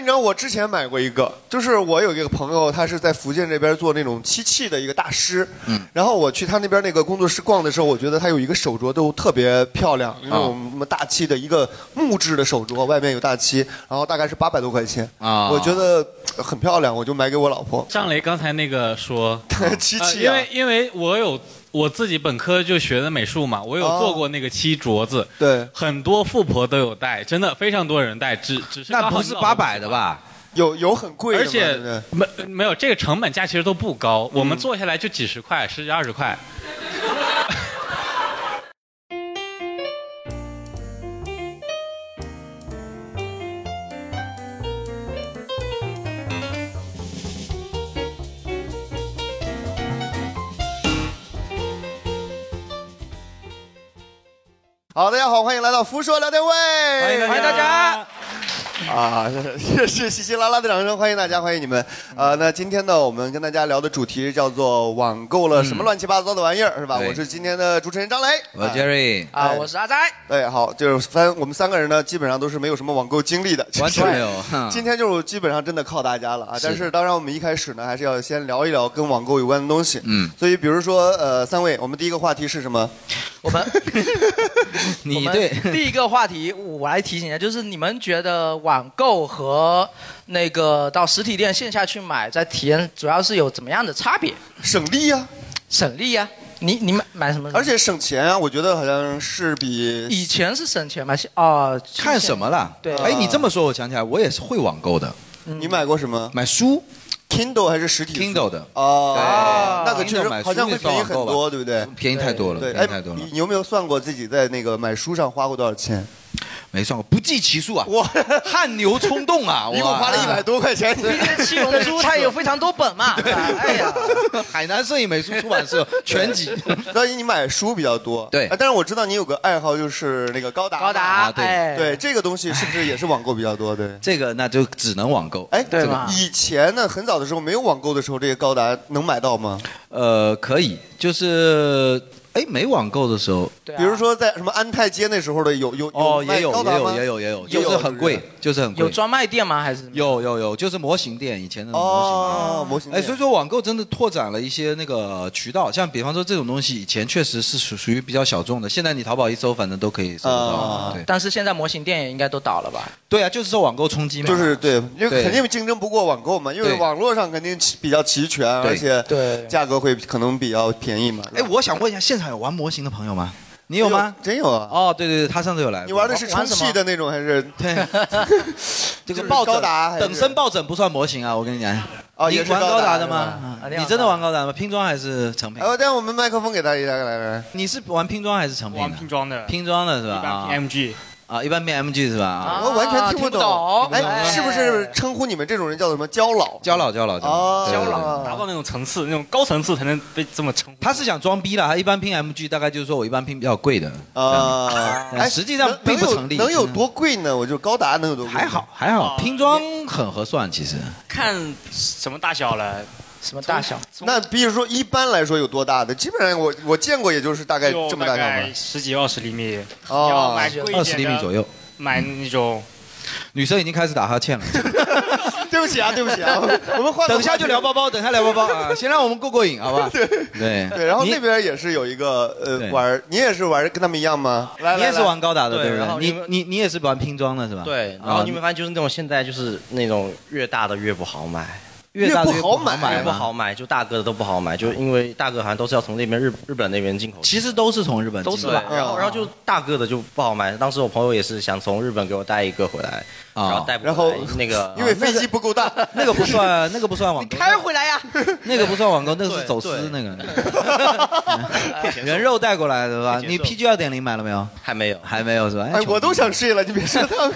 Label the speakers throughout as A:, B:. A: 你知道我之前买过一个，就是我有一个朋友，他是在福建这边做那种漆器的一个大师。嗯，然后我去他那边那个工作室逛的时候，我觉得他有一个手镯都特别漂亮，那种什么大漆的一个木质的手镯，外面有大漆，然后大概是八百多块钱。
B: 啊
A: 我觉得呃很漂亮，我就买给我老婆。
B: 张雷刚才那个说，
A: 漆
B: 器、因为因为我有我自己本科就学的美术嘛，我有做过那个漆镯子，
A: 哦对，
B: 很多富婆都有戴，真的非常多人戴，只只是
A: 那不是800
B: 的吧？
A: 有有很贵的
B: 而
A: 嘛
B: 且
A: 对不对嗯
B: 没没有这个成本价其实都不高，我们做下来就几十块，十几二十块。
A: 好，大家好，欢迎来到福说聊天会，
C: 迎大家
A: 欢
C: 欢迎大家。
A: 啊，这是稀稀拉拉的掌声，欢迎大家，欢迎你们。呃，那今天呢，我们跟大家聊的主题叫做网购了什么乱七八糟的玩意儿，是吧？
D: 嗯对
A: 我是今天的主持人张雷，
D: 我 Jerry
A: 哎
C: 啊是阿仔。
A: 对，好，就是三我们三个人呢，基本上都是没有什么网购经历的，
D: 完全没有
A: 就是
D: 哼
A: 今天就是基本上真的靠大家了啊！
D: 是
A: 但是当然，我们一开始呢，还是要先聊一聊跟网购有关的东西。
D: 嗯
A: 所以比如说，呃，三位，我们第一个话题是什么？
C: 我们
D: 你
C: 我们
D: 对
C: 第一个话题，我来提醒一下，就是你们觉得网购和那个到实体店线下去买，在体验主要是有怎么样的差别？
A: 省力呀、
C: 省力呀、你你买买什么？
A: 而且省钱啊，我觉得好像是比
C: 以前是省钱嘛，现哦，
D: 看什么了？
C: 对嗯
D: 哎，你这么说，我想起来，我也是会网购的。
A: 你买过什么？
D: 买书
A: ，Kindle 还是实体
D: ，Kindle 的
A: 哦，
D: 对
A: 那个确
D: Kindle
A: 实
D: 买书
A: 好像会
D: 那算
A: 便宜
D: 网
A: 很
D: 购吧
A: 多，对不对？
D: 便宜太多了，
A: 对，
D: 便宜太多了
A: 你，你有没有算过自己在那个买书上花过多少钱？
D: 没算过，不计其数啊！
A: 我
D: 汗牛充栋啊！我
A: 一共花了一百多块钱。
C: 毕竟七龙珠它有非常多本嘛。哎呀，
D: 海南摄影美术出版 社全集。
A: 所以你买书比较多，
D: 对
A: 啊但是我知道你有个爱好，就是那个高达嘛。
C: 高达，
D: 啊对
C: 哎，
A: 对，这个东西是不是也是网购比较多？对。
D: 这个那就只能网购。
A: 哎，
C: 对吧
A: 以前呢，很早的时候没有网购的时候，这个高达能买到吗？
D: 呃，可以，就是哎，没网购的时候，
C: 对啊
A: 比如说在什么安泰街那时候的有有
D: 哦，
A: 卖
D: 也有
A: 高
D: 也
A: 达吗
D: 有也有也有，
A: 也有
D: 就是很贵，就是很
C: 有
D: 贵。
C: 专卖店吗？还是
D: 有有有，就是模型店以前的模型店。
A: 哦，模型
D: 哎，
A: 店。
D: 所以说网购真的拓展了一些那个渠道，像比方说这种东西，以前确实是属属于比较小众的，现在你淘宝一搜，反正都可以搜得
A: 啊
D: 到。对
C: 但是现在模型店也应该都倒了吧？
D: 对啊，就是受网购冲击嘛。
A: 就是对，因为
D: 对
A: 肯定竞争不过网购嘛，因为
D: 对
A: 网络上肯定齐比较齐全，
D: 对
A: 而且
C: 对
A: 价格会可能比较便宜嘛。
D: 哎，我想问一下，现场有玩模型的朋友吗？你
A: 有
D: 有吗？
A: 真有啊！
D: 哦，对对对，他上次有来过。
A: 你玩的是充
C: 玩什么
A: 气的那种还是？
D: 对 这
A: 就是
D: 个抱
A: 高
D: 枕
A: 达还是
D: 等身抱枕不算模型啊，我跟你讲。
A: 哦
D: 你
A: 也是
D: 玩
A: 高达
D: 高达的
A: 是
D: 吗
C: 吧？啊
D: 你真的玩高达吗？拼装还是成品
A: 哎，？我带我们麦克风给他一下，来来来，
D: 你是玩拼装还是成品
E: 玩
D: 的？
E: 拼装的，
D: 拼装的是吧？
E: 一般
D: 啊
E: PMG，
D: 啊，一般变 MG 是吧？啊，
A: 我完全
C: 啊
A: 听
C: 不
A: 懂。哎，是不是称呼你们这种人叫做什么胶老？
D: 交老交老交
A: 哦
D: 老，对对对
E: 达到那种层次，那种高层次才能被这么称呼。
D: 他是想装逼啦，他一般拼 MG，大概就是说我一般拼比较贵的，
A: 啊，
D: 哎实际上并不成立嗯
A: 能能有能有多贵呢？我就高达能有多贵？
D: 还好，还好，
E: 哦
D: 拼装很合算其实。
E: 看什么大小了，
C: 什么大小？
A: 那比如说一般来说有多大的？基本上我我见过也就是大概
E: 就
A: 这么
E: 大
A: 小
E: 概
A: 吧。
E: 十几二十厘米，要
A: 哦
E: 买贵
D: 二
E: 一
D: 十
E: 点
D: 厘米
E: 的，
D: 左右。
E: 买那种
D: 嗯女生已经开始打哈欠了，
A: 对不起啊，对不 起啊，我们换个
D: 等一下
A: 话题
D: 就聊。包包，等一下聊包包啊，先让我们过过瘾，好吧？对
A: 对，然后
D: 你
A: 那边也是有一个呃
D: 对
A: 玩儿，你也是玩儿跟他们一样吗？来
D: 你也
A: 来
D: 是
A: 来，
D: 玩高达的
F: 对
D: 对不
F: 然后
D: 对？
F: 你们
D: 你你你也是玩拼装的是吧？
F: 对，然
D: 啊
F: 后你会发现就是那种现在就是那种越大的越不好买，
D: 越大的
A: 越
D: 越
A: 不好买
D: 买
F: 越
D: 嘛
F: 不。好买，就大个的都不好买，就因为大个好像都是要从那边日日本那边进口，
D: 其实都是从日本
F: 都
D: 进
F: 是
D: 口
F: 吧
D: 的？
F: 然后然后就大个的就不好买。当时我朋友也是想从日本给我带一个回来，然后
D: 啊，
F: 带不
A: 然后
F: 回来那个
A: 因为飞机不够 大，
D: 那个不算，那个不算网购，
C: 开回来呀！
D: 那个不算网购，那个是
F: 对
D: 走私
F: 对
D: 那 个。人肉带过来的吧？
F: 节奏
D: 你 PG 二点零买了没有？
F: 还没有，
D: 还没有是吧？
A: 哎，我都
D: 想。
A: 想睡了，你 别说他们。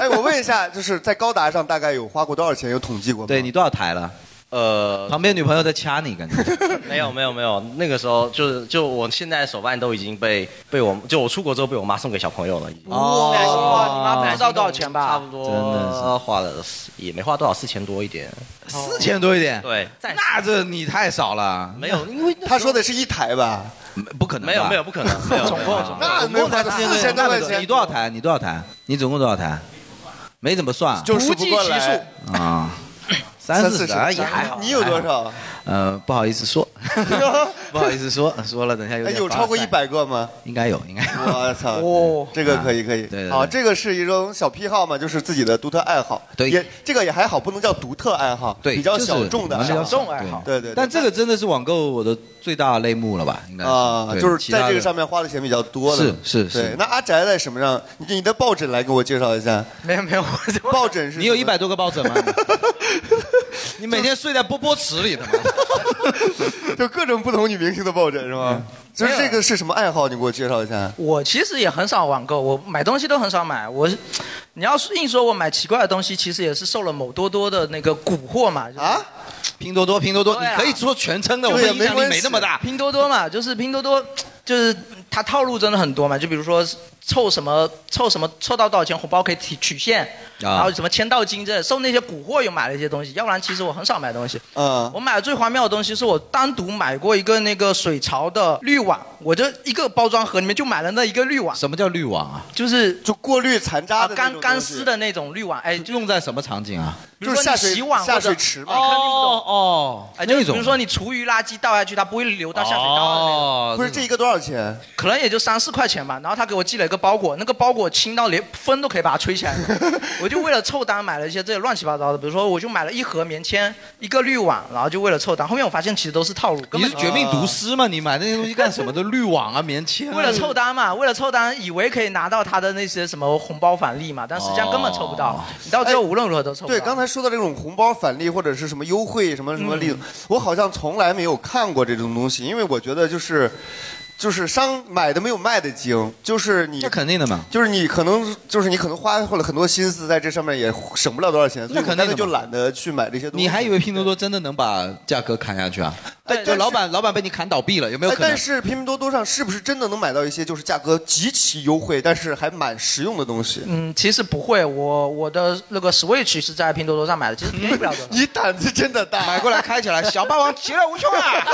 A: 哎，我问一下，就是在高达上大概有花过多少钱？有统计过吗？
D: 对你多少台了？
F: 呃，
D: 旁边女朋友在掐你，感觉。
F: 没有没有没有，那个时候就是就我现在手办都已经被被我就我出国之后被我妈送给小朋友了，已
D: 哦
F: 经。
A: 哦
C: 哇，你妈不知道多少钱
F: 差
C: 吧
F: 不？
D: 真的
F: 多花了四也没花多少，四千多一点。
D: 四千多一点。
F: 对，暂时
D: 那这你太少了，
F: 没有，因为那时
A: 他
F: 候
A: 说的是一台吧？
D: 不可能吧。
F: 没有没有不可能， 没有没有没有
A: 那
D: 总共才
A: 没有
D: 四
A: 四
D: 千
A: 千多
D: 多
A: 块
D: 块
A: 钱
D: 钱。你多少台？你多少台？你总共多少台？没怎么算啊，
A: 就数不过来
D: 啊，三
A: 四
D: 四
A: 十
D: 十啊也还好。
A: 你有多少？
D: 呃，不好意思说， 不好意思说，说了等一下有
A: 哎，
D: 点
A: 有超过
D: 凡尔
A: 一
D: 赛，
A: 百个吗？
D: 应该有，应该有。
A: 我操！
C: 哦
A: 这个可以可以，
D: 对对
A: 好，
D: 对
A: 啊这个是一种小癖好嘛，就是自己的独特爱好，
D: 对
A: 也这个也还好，不能叫独特爱好，
D: 对，
A: 比较
D: 就是
A: 小众的
D: 比
A: 爱
D: 较
A: 好，
C: 众爱好
D: 对
A: 对对对
D: 但这个真的是网购我的最大类目了吧？应该是
A: 啊，
D: 对
A: 就是
D: 其他
A: 在这个
D: 的
A: 上面花的钱比较多的，
D: 是是是
A: 对，那阿宅在什么上？你你的抱枕来给我介绍一下，
C: 没有没有，我就
A: 抱枕是
D: 你有
A: 什
D: 一
A: 么
D: 百多个抱 枕吗？你每天睡在波波池里的吗？
A: 就各种不同女明星的抱枕是吗？就是这个是什么爱好？你给我介绍一下。
C: 我其实也很少网购，我买东西都很少买。我是，你要是硬说我买奇怪的东西，其实也是受了某多多的那个蛊惑嘛。就是
A: 啊，
D: 拼多多，拼多多，
C: 对
D: 你
C: 啊
D: 可以说全称的，
A: 对
D: 我
A: 也
D: 们影响
A: 没
D: 力
A: 关系
D: 没那么大。
C: 拼多多嘛，就是拼多多，就是它套路真的很多嘛。就比如说凑什么凑什么凑到多少钱红包可以提取现，
D: 啊
C: 然后什么签到金这受那些蛊惑又买了一些东西。要不然其实我很少买东西。
A: 嗯，
D: 啊
C: 我买的最荒谬的东西是我单独买过一个那个水槽的滤网，我就一个包装盒里面就买了那一个滤网，
D: 什么叫滤网啊？
C: 就是
A: 就过滤残渣
C: 啊
A: 的那
C: 干
A: 种
C: 干
A: 东西
C: 丝，的那种滤网，哎，就
D: 用在什么场景啊？
C: 比
A: 就
C: 如
A: 是
C: 说
A: 下
C: 你
A: 水
C: 洗碗
A: 下
C: 或
A: 水
C: 者
A: 池
C: 哦
A: 嘛。
C: 肯定不懂
D: 哦，
C: 哎，就是
D: 那种
C: 比如说你厨余垃圾倒下去，它不会流到下水道啊的那种，
D: 哦，
A: 不是这一个多少钱？
C: 可能也就三四块钱吧。然后他给我寄了一个包裹，那个包裹轻到连风都可以把它吹起来了我就为了凑单买了一些这些乱七八糟的，比如说我就买了一盒棉签，一个滤网，然后就为了凑单。后面我发现其实都是套路，根
D: 你
C: 本呃
D: 是绝命毒师啊吗？你买那些东西干什么的？滤网 啊，棉签啊。
C: 为了凑单嘛，为了凑单，以为可以拿到他的那些什么红包返利嘛，但实际上根本凑不到
D: 哦，
C: 你到最后无论如何都凑不到。
A: 对，刚才说到这种红包返利或者是什么优惠什么什么利，
C: 嗯
A: 我好像从来没有看过这种东西，因为我觉得就是就是商买的没有卖的精，就是你
D: 那肯定的嘛。
A: 就是你可能就是你可能花了很多心思在这上面，也省不了多少钱，所
D: 那
A: 以我
D: 肯定
A: 干
D: 的
A: 脆就
D: 嘛
A: 懒得去买这些东西。
D: 你还以为拼多多真的能把价格砍下去啊？
A: 哎
D: 就
A: 但
D: 老
A: 是
D: 板老板被你砍倒闭了，有没有
A: 哎，
D: 可能
A: 但？是拼多多上是不是真的能买到一些就是价格极其优惠，但是还蛮实用的东西？
C: 嗯，其实不会，我我的那个 Switch 是在拼多多上买的，其实便宜不了多少。
A: 你胆子真的大！
D: 买过来开起来，小霸王其乐无穷啊！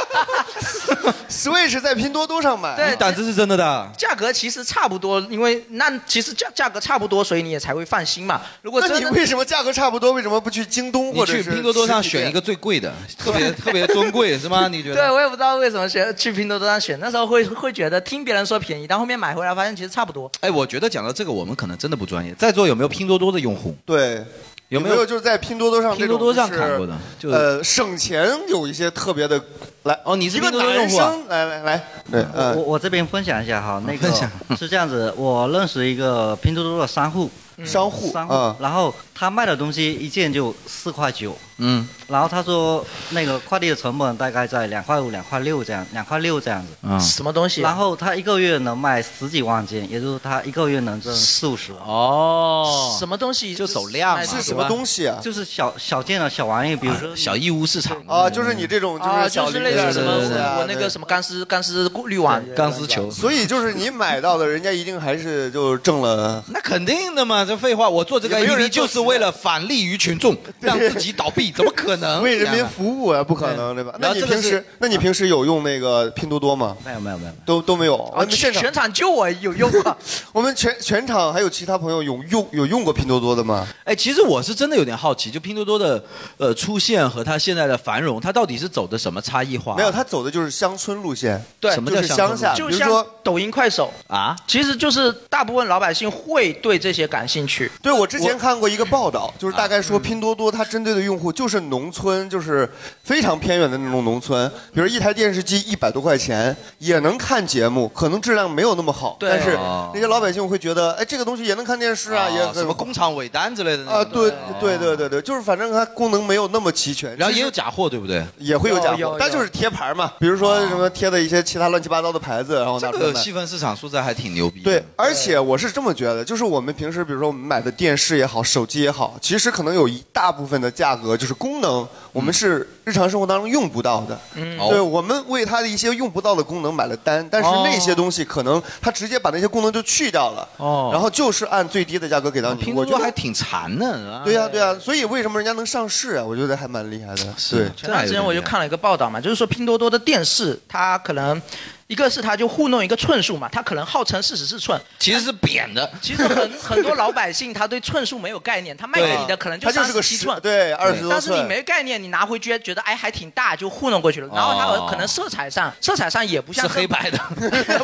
A: Switch 在拼多多上买，
C: 啊对
D: 你胆子是真的大。
C: 价格其实差不多，因为那其实价价格差不多，所以你也才会放心嘛。如果
A: 那
C: 真
A: 你
C: 的
A: 为什么价格差不多，为什么不去京东
D: 你
A: 或者
D: 去
A: 是
D: 拼多多上
A: 实体店
D: 选一个？最贵 的，特别特别尊贵是吗？你觉
C: 对
D: 得？
C: 我也不知道为什么选去拼多多上选，那时候会会觉得听别人说便宜，但后面买回来发现其实差不多。
D: 哎，我觉得讲到这个，我们可能真的不专业。在座有没有拼多多的用户？
A: 对，
D: 有
A: 没
D: 没有
A: 就是在拼多多上
D: 拼多多上
A: 这种
D: 看过
A: 就是
D: 的？就是
A: 呃，省钱有一些特别的，来
D: 哦你是
A: 一个
D: 拼多多用
A: 男
D: 户啊
A: 生，来来来，对，
G: 呃我
A: 嗯
G: 我这边分享一下哈，那
D: 呃分享
G: 个 是这样子，我认识一个拼多多的商户，
D: 嗯
A: 商户
G: 商
A: 啊
G: 户，，然后他卖的东西一件就四块九，
D: 嗯
G: 然后他说那个快递的成本大概在两块五、两块六这样，两块六这样子。
D: 嗯
C: 什么东西？啊
G: 然后他一个月能卖十几万件，也就是他一个月能挣四五十万，
D: 哦
C: 什么东西
D: 就走量嘛
C: 卖
A: 是
C: 的
A: 什么东西啊？
G: 就是小小件的小玩意，比如说
D: 小义乌市场
A: 啊，就是你这种
C: 啊，
A: 是
C: 就
A: 小
C: 是
A: 零
C: 类
A: 件
C: 似什
A: 的东
C: 么
A: 西啊
C: 我那个
A: 对
C: 什么钢丝钢丝滤网，
D: 钢丝球。
A: 所以就是你买到的，人家一定还是就挣 了。
D: 那肯定的嘛，这废话，我做这个
A: 也没有
D: APP
A: 人做
D: 就是为了反利于群 众，让自己倒闭，怎么可能？
A: 为人民服务啊，不可能对吧？
D: 然
A: 那
D: 后
A: 你
D: 这个
A: 平时
D: 是，
A: 那你平时有用那个拼多多吗？
G: 没有没有没有，没
A: 都都没有。我
C: 啊，
A: 们
C: 全
A: 现场，
C: 全场就我有用啊。
A: 我们全全场还有其他朋友有用有用过拼多多的吗？
D: 哎，其实我是真的有点好奇，就拼多多的呃出现和它现在的繁荣，它到底是走的什么差异化？
A: 没有，他走的就是乡村路线，
C: 对
D: 什么
A: 就
D: 叫
A: 是乡下。比
C: 就
A: 如
C: 像
A: 说，
C: 抖音、快手，
D: 啊？
C: 其实就是大部分老百姓会对这些感兴趣。
A: 对我之前看过一个报道，
D: 啊
A: 就是大概
D: 嗯
A: 说拼多多它针对的用户就是农村，就是非常偏远的那种农村，比如一台电视机一百多块钱也能看节目，可能质量没有那么好，
C: 对
A: 但是
D: 哦
A: 那些老百姓会觉得，哎，这个东西也能看电视啊，也
D: 哦什
A: 很
D: 么工厂尾单之类的那种
A: 啊，对对对对对，就是反正它功能没有那么齐全，
D: 然后
A: 其
D: 也
A: 实
D: 有假货，对不对？
A: 也会有假
C: 有
A: 货
C: 有，
A: 但
C: 有
A: 就是贴牌嘛，比如
D: 啊
A: 说什么贴的一些其他乱七八糟的牌子，然后
D: 这
A: 拿出来
D: 个
A: 卖。
D: 细分市场说实在还挺牛逼的。
A: 对，而且我是这么觉得，就是我们平时比如说我们买的电视也好，手机也好，其实可能有一大部分的价格就是
D: 嗯
A: 功能，我们是日常生活当中用不到的。
D: 哦
A: 对，我们为它的一些用不到的功能买了单，但是那些东西可能它直接把那些功能就去掉了，
D: 哦啊
A: 然后就是按最低的价格给到你。
D: 拼
A: 我
D: 多
A: 觉
D: 多
A: 得
D: 还挺啊馋的，
A: 对
D: 呀，
A: 呀、对呀、所以为什么人家能上市啊？我觉得还蛮厉害的。对
C: 嗯
D: 是，啊
C: 前段时间我就看了一个报道嘛，就是说拼多多的电视，它可能一个是他就糊弄一个寸数嘛，他可能号称四十四寸，
D: 其实是扁的。
C: 其实很很多老百姓他对寸数没有概念，他卖给你的可能
A: 它就
C: 三
A: 是
C: 十
A: 个
C: 七
A: 十
C: 寸，
A: 对20多
C: 但是你
A: 寸
C: 没概念，你拿回去觉得哎还挺大，就糊弄过去了。然后它可能色彩上，色彩上也不像
D: 哦是黑白的，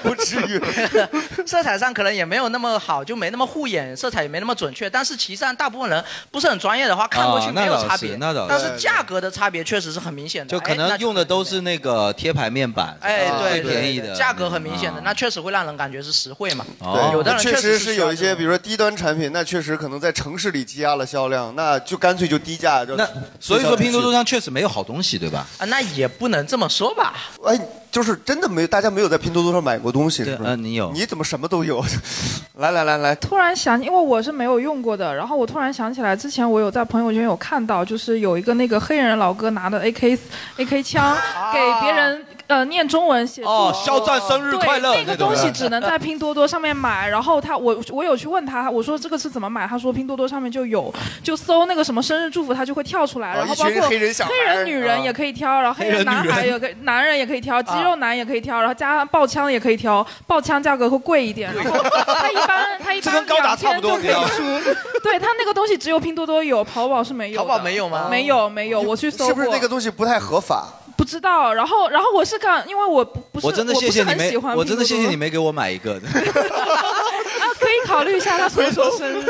A: 不至于。
C: 色彩上可能也没有那么好，就没那么护眼，色彩也没那么准确。但是其实上大部分人不是很专业的话，看过去
D: 啊
C: 没有
D: 那倒
C: 差别。
D: 是那倒是
C: 但是价格的差别确实是很明显的，
D: 就可
C: 哎那
D: 能用的都是那个贴牌面板，啊
C: 哎，对，
D: 最
C: 对
D: 便宜
C: 对
D: 的，
C: 价格很明显的，
D: 嗯
C: 那确实会让人感觉是实惠嘛。
D: 哦
A: 对，
C: 有的人
A: 确
C: 实
A: 是
C: 需要
A: 有一
C: 这
A: 些，
C: 种
A: 比如说低端产品，那确实可能在城市里积压了销量，那就干脆就低价。就
D: 那所以说拼多多上确实没有好东西，对吧？
C: 啊，那也不能这么说吧。
A: 哎，就是真的没有，大家没有在拼多多上买过东西，是
C: 呃
A: 不是？
D: 嗯你有
A: 你怎么什么都有？ 来来来来，
H: 突然想，因为我是没有用过的，然后我突然想起来，之前我有在朋友圈有看到，就是有一个那个黑人老哥拿的 AK AK 枪给别人呃念中文写
D: 哦，肖战生日
H: 对，
D: 快乐
H: 那个东西只 能在拼多多上面买。然后他，我我有去问他，我说这个是怎么买？他说拼多多上面就有，就搜那个什么生日祝福，他就会跳出来。
A: 哦
H: 然后
A: 一
H: 包
A: 群
H: 括
A: 黑人小孩儿
H: 女
D: 啊
H: 人也可以挑，然后黑人男孩也可以，男人也可以挑，肌肉男也可以挑，然后加上爆枪也可以挑，爆枪价格会贵一点。然后他一般他一
D: 这
H: 般
D: 跟高达
H: 两
D: 差不
H: 千
D: 多
H: 就可以出。对他那个东西只有拼多多有，淘宝是没有的。
C: 淘宝没有吗
H: 没有没有，我去搜
A: 是不是
H: 过
A: 那个东西不太合法？
H: 不知道。然后然后我是看，因为我不不是
D: 我真的谢谢你
H: 不是很
D: 没
H: 喜，欢
D: 我真的
H: 拼多
D: 谢
H: 多
D: 谢你没给我买一 个。
H: 啊，可以考虑一下他什么时候生日。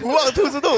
A: 不忘兔子洞，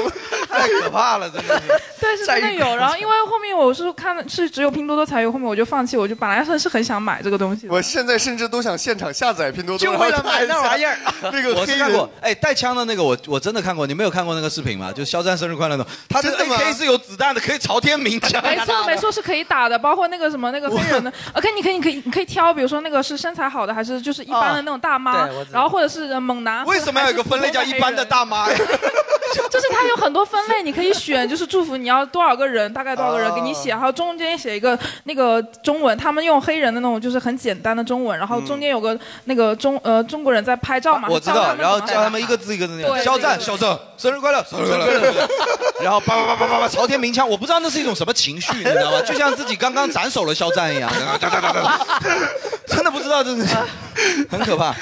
D: 太可怕了，真的是。
H: 对，是真的有。然后因为后面我是看的是只有拼多多才有，后面我就放弃，我就本来是是很想买这个东西的。
A: 我现在甚至都想现场下载拼多多，
C: 就为
A: 然
C: 了
A: 后看
C: 买
A: 一下
C: 那玩意 儿。
A: 那个
D: 我
A: 黑
D: 是看
A: 人
D: 过，哎，带枪的那个我我真的看过，你没有看过那个视频吗？就肖战生日快乐的，他这个
A: 真的吗
D: AK 是有子弹的，可以朝天鸣枪。
H: 没错，没错，是可以打的，包括那个什么那个黑人的，呃，可以你可以你可以你可以挑，比如说那个是身材好的，还是就是一般的那种大妈
C: 哦对我，知道
H: 然后或者是呃猛男。
D: 为什么要有个分类叫一般的大妈呀？
H: 就是它有很多分类，你可以选，就是祝福你要多少个人，大概多少个人
A: 哦
H: 给你写，然后中间写一个那个中文，他们用黑人的那种就是很简单的中文，然后中间有个那个中呃中国人在拍照嘛，
D: 啊我知
H: 教
D: 道，
H: 他们
D: 然后
H: 怎么
D: 叫他
H: 打
D: 们一个字一个字那
H: 对
D: 样。肖战，
H: 对
D: 肖战，生日快乐，生日快乐。然后叭叭叭叭叭叭，朝天鸣枪，我不知道那是一种什么情绪，你知道吗？就像自己刚刚斩首了肖战一 样，哒哒哒哒哒真的不知道，真的是很可怕。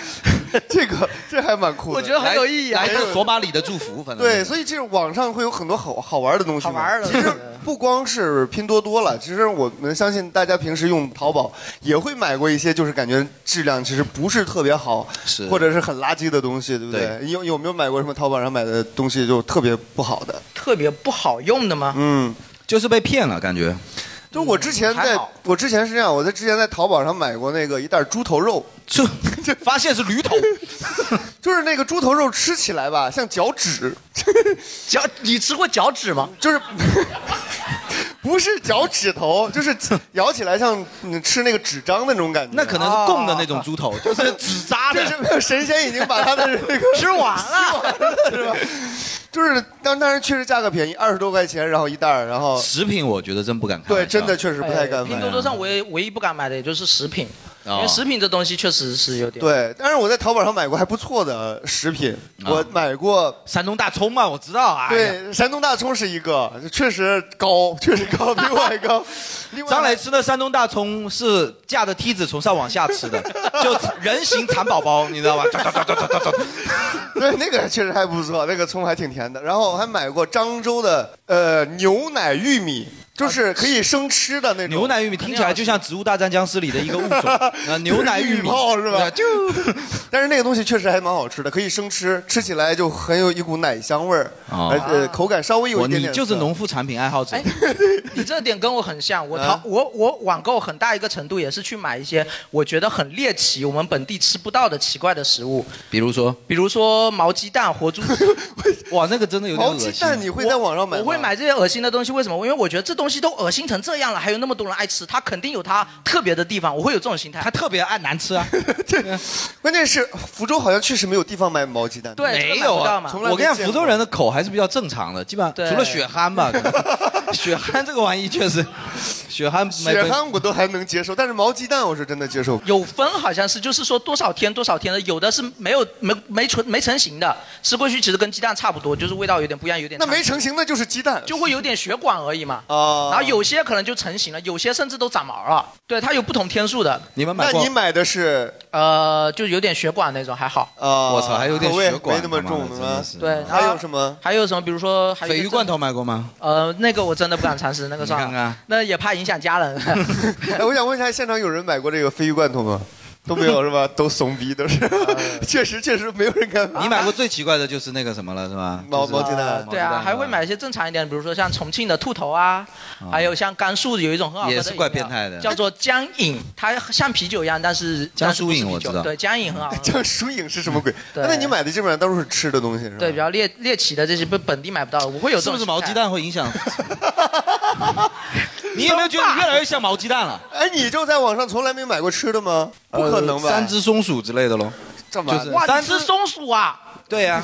A: 这个这还蛮酷的。
C: 我觉得很有意义啊
D: 来。自索马里的祝福，反正
A: 对，所以这网上会有很多好好玩的东西嘛。
C: 好玩的
A: 其实不光是拼多多了，其实我们相信大家平时用淘宝也会买过一些，就是感觉质量其实不是特别好，
D: 是
A: 或者是很垃圾的东西，对不对？有有没有买过什么淘宝上买的东西就特别不好的？
C: 特别不好用的吗？
A: 嗯，
D: 就是被骗了，感觉
A: 就我之前
C: 嗯还
A: 在
C: 好，
A: 我之前是这样，我在之前在淘宝上买过那个一袋猪头肉，
D: 就发现是驴头，
A: 就是那个猪头肉吃起来吧，像脚 趾，
C: 脚，你吃过脚趾吗？
A: 就是 不是脚趾头，就是咬起来像嗯吃那个纸张的那种感觉。
D: 那可能是供的那种猪头，就是纸扎
A: 这
D: 的。
A: 是没 有神仙已经把它的这个
C: 吃完了，
A: 是吧？ 就是当当然确实价格便宜，二十多块钱，然后一袋儿，然后
D: 食品啊我觉得真不敢看。
A: 对，真的，确实不太敢
C: 拼
A: 买。
C: 多多上唯唯一不敢买的也就是食品，因
D: 哎哦
C: 为食品这东西确实是有点。，
A: 对，但是我在淘宝上买过还不错的食品，
D: 啊
A: 我买过。
D: 山东大葱嘛，我知道啊。哎呀，
A: 对，山东大葱是一个，确实高， 确实 高，比我还高。另外
D: 张磊吃的山东大葱是架着梯子从上往下吃 的，就人形蚕宝宝，你知道吧？哒哒哒哒哒哒哒
A: 对，那个确实还不错，那个葱还挺甜的。然后我还买过漳州的呃牛奶玉米，就是可以生吃的那种
D: 啊牛奶玉米听起来就像《植物大战僵尸》里的一个物 种，啊，牛奶玉
A: 玉米
D: 米啊
A: 泡是吧
D: 就
A: 但是那个东西确实还蛮好吃的，可以生吃，吃起来就很有一股奶香味儿，
D: 哦
A: 而呃口感稍微有
D: 我
A: 一点
D: 你
A: 点涩。
D: 就是农副产品爱好者
C: 哎， 你这点跟我很像。我
A: 嗯
C: 淘、我我网购很大一个程度也是去买一些我觉得很猎奇，我们本地吃不到的奇怪的食物，
D: 比如说，
C: 比如说毛鸡蛋、活猪 蹄
D: 哇，那个真的有点
A: 毛
D: 恶
A: 鸡
D: 心。
A: 蛋，你会在网上买吗？
C: 我会买这些恶心的东西，为什么？因为我觉得这东西都恶心成这样了，还有那么多人爱吃，它肯定有它特别的地方，我会有这种心态
D: 他。特别爱难吃啊，
A: 关键是福州好像确实没有地方买毛鸡蛋。
C: 对
D: 没有
C: 这个买不
D: 啊
C: 到嘛。
A: 来没
D: 我跟你讲，
A: 见
D: 福
A: 过
D: 州人的口还是比较正常的，基本上
C: 对
D: 除了血憨吧，可能血憨这个玩意确实，血汗没
A: 血汗我都还能接受，但是毛鸡蛋我是真的接受不了。
C: 有分好像是，就是说多少天多少天的，有的是没有没没成没成型的，吃过去其实跟鸡蛋差不多，就是味道有点不一样，有点
A: 那没成型的就是鸡蛋，
C: 就会有点血管而已嘛。
A: 哦
C: 然后有些可能就成型了，有些甚至都长毛了。对，它有不同天数的。
D: 你们
A: 买过那你买的是？
C: 呃，就有点血管那种，还好。
A: 啊
D: 我操还有点血管
A: 口味没那么重
D: 他妈的
A: 的吗？
C: 对，
A: 还有什么？
C: 还有什么？比如说，还有
D: 鲱鱼罐头买过吗？
C: 呃，那个我真的不敢尝试，那个算了，
D: 你看看
C: 那也怕影响家人。
A: 哎，我想问一下，现场有人买过这个鲱鱼罐头吗？都没有是吧？都怂逼，都是，确实确实没有人敢买。
D: 你买过最奇怪的就是那个什么了，是吧？
A: 毛
D: 就是
A: 毛鸡蛋？
C: 对啊，还会买一些正常一点，比如说像重庆的兔头啊，还有像甘肃有一种很好喝的饮料，
D: 也是怪变态的
C: 叫做江饮，它像啤酒一样，但是
D: 江
C: 但是
D: 苏
C: 不是
D: 饮我
C: 啤酒
D: 知道
C: 对，江饮很好 喝，
A: 这输赢是什么鬼？
C: 对
A: 那你买的基本上都是吃的东西是吧？
C: 对，比较猎猎奇的这些不本地买不到的，我会有这
D: 是
C: 种
D: 不是
C: 心态
D: 毛鸡？蛋会影 响？你有没有觉得你越来越像毛鸡蛋了？
A: 哎，你就在网上从来没买过吃的吗？不可能吧？
D: 呃三只松鼠之类的喽。
A: 干嘛？
D: 就是
C: 哇，
D: 三
C: 你吃
D: 只，
C: 松鼠啊？
D: 对呀、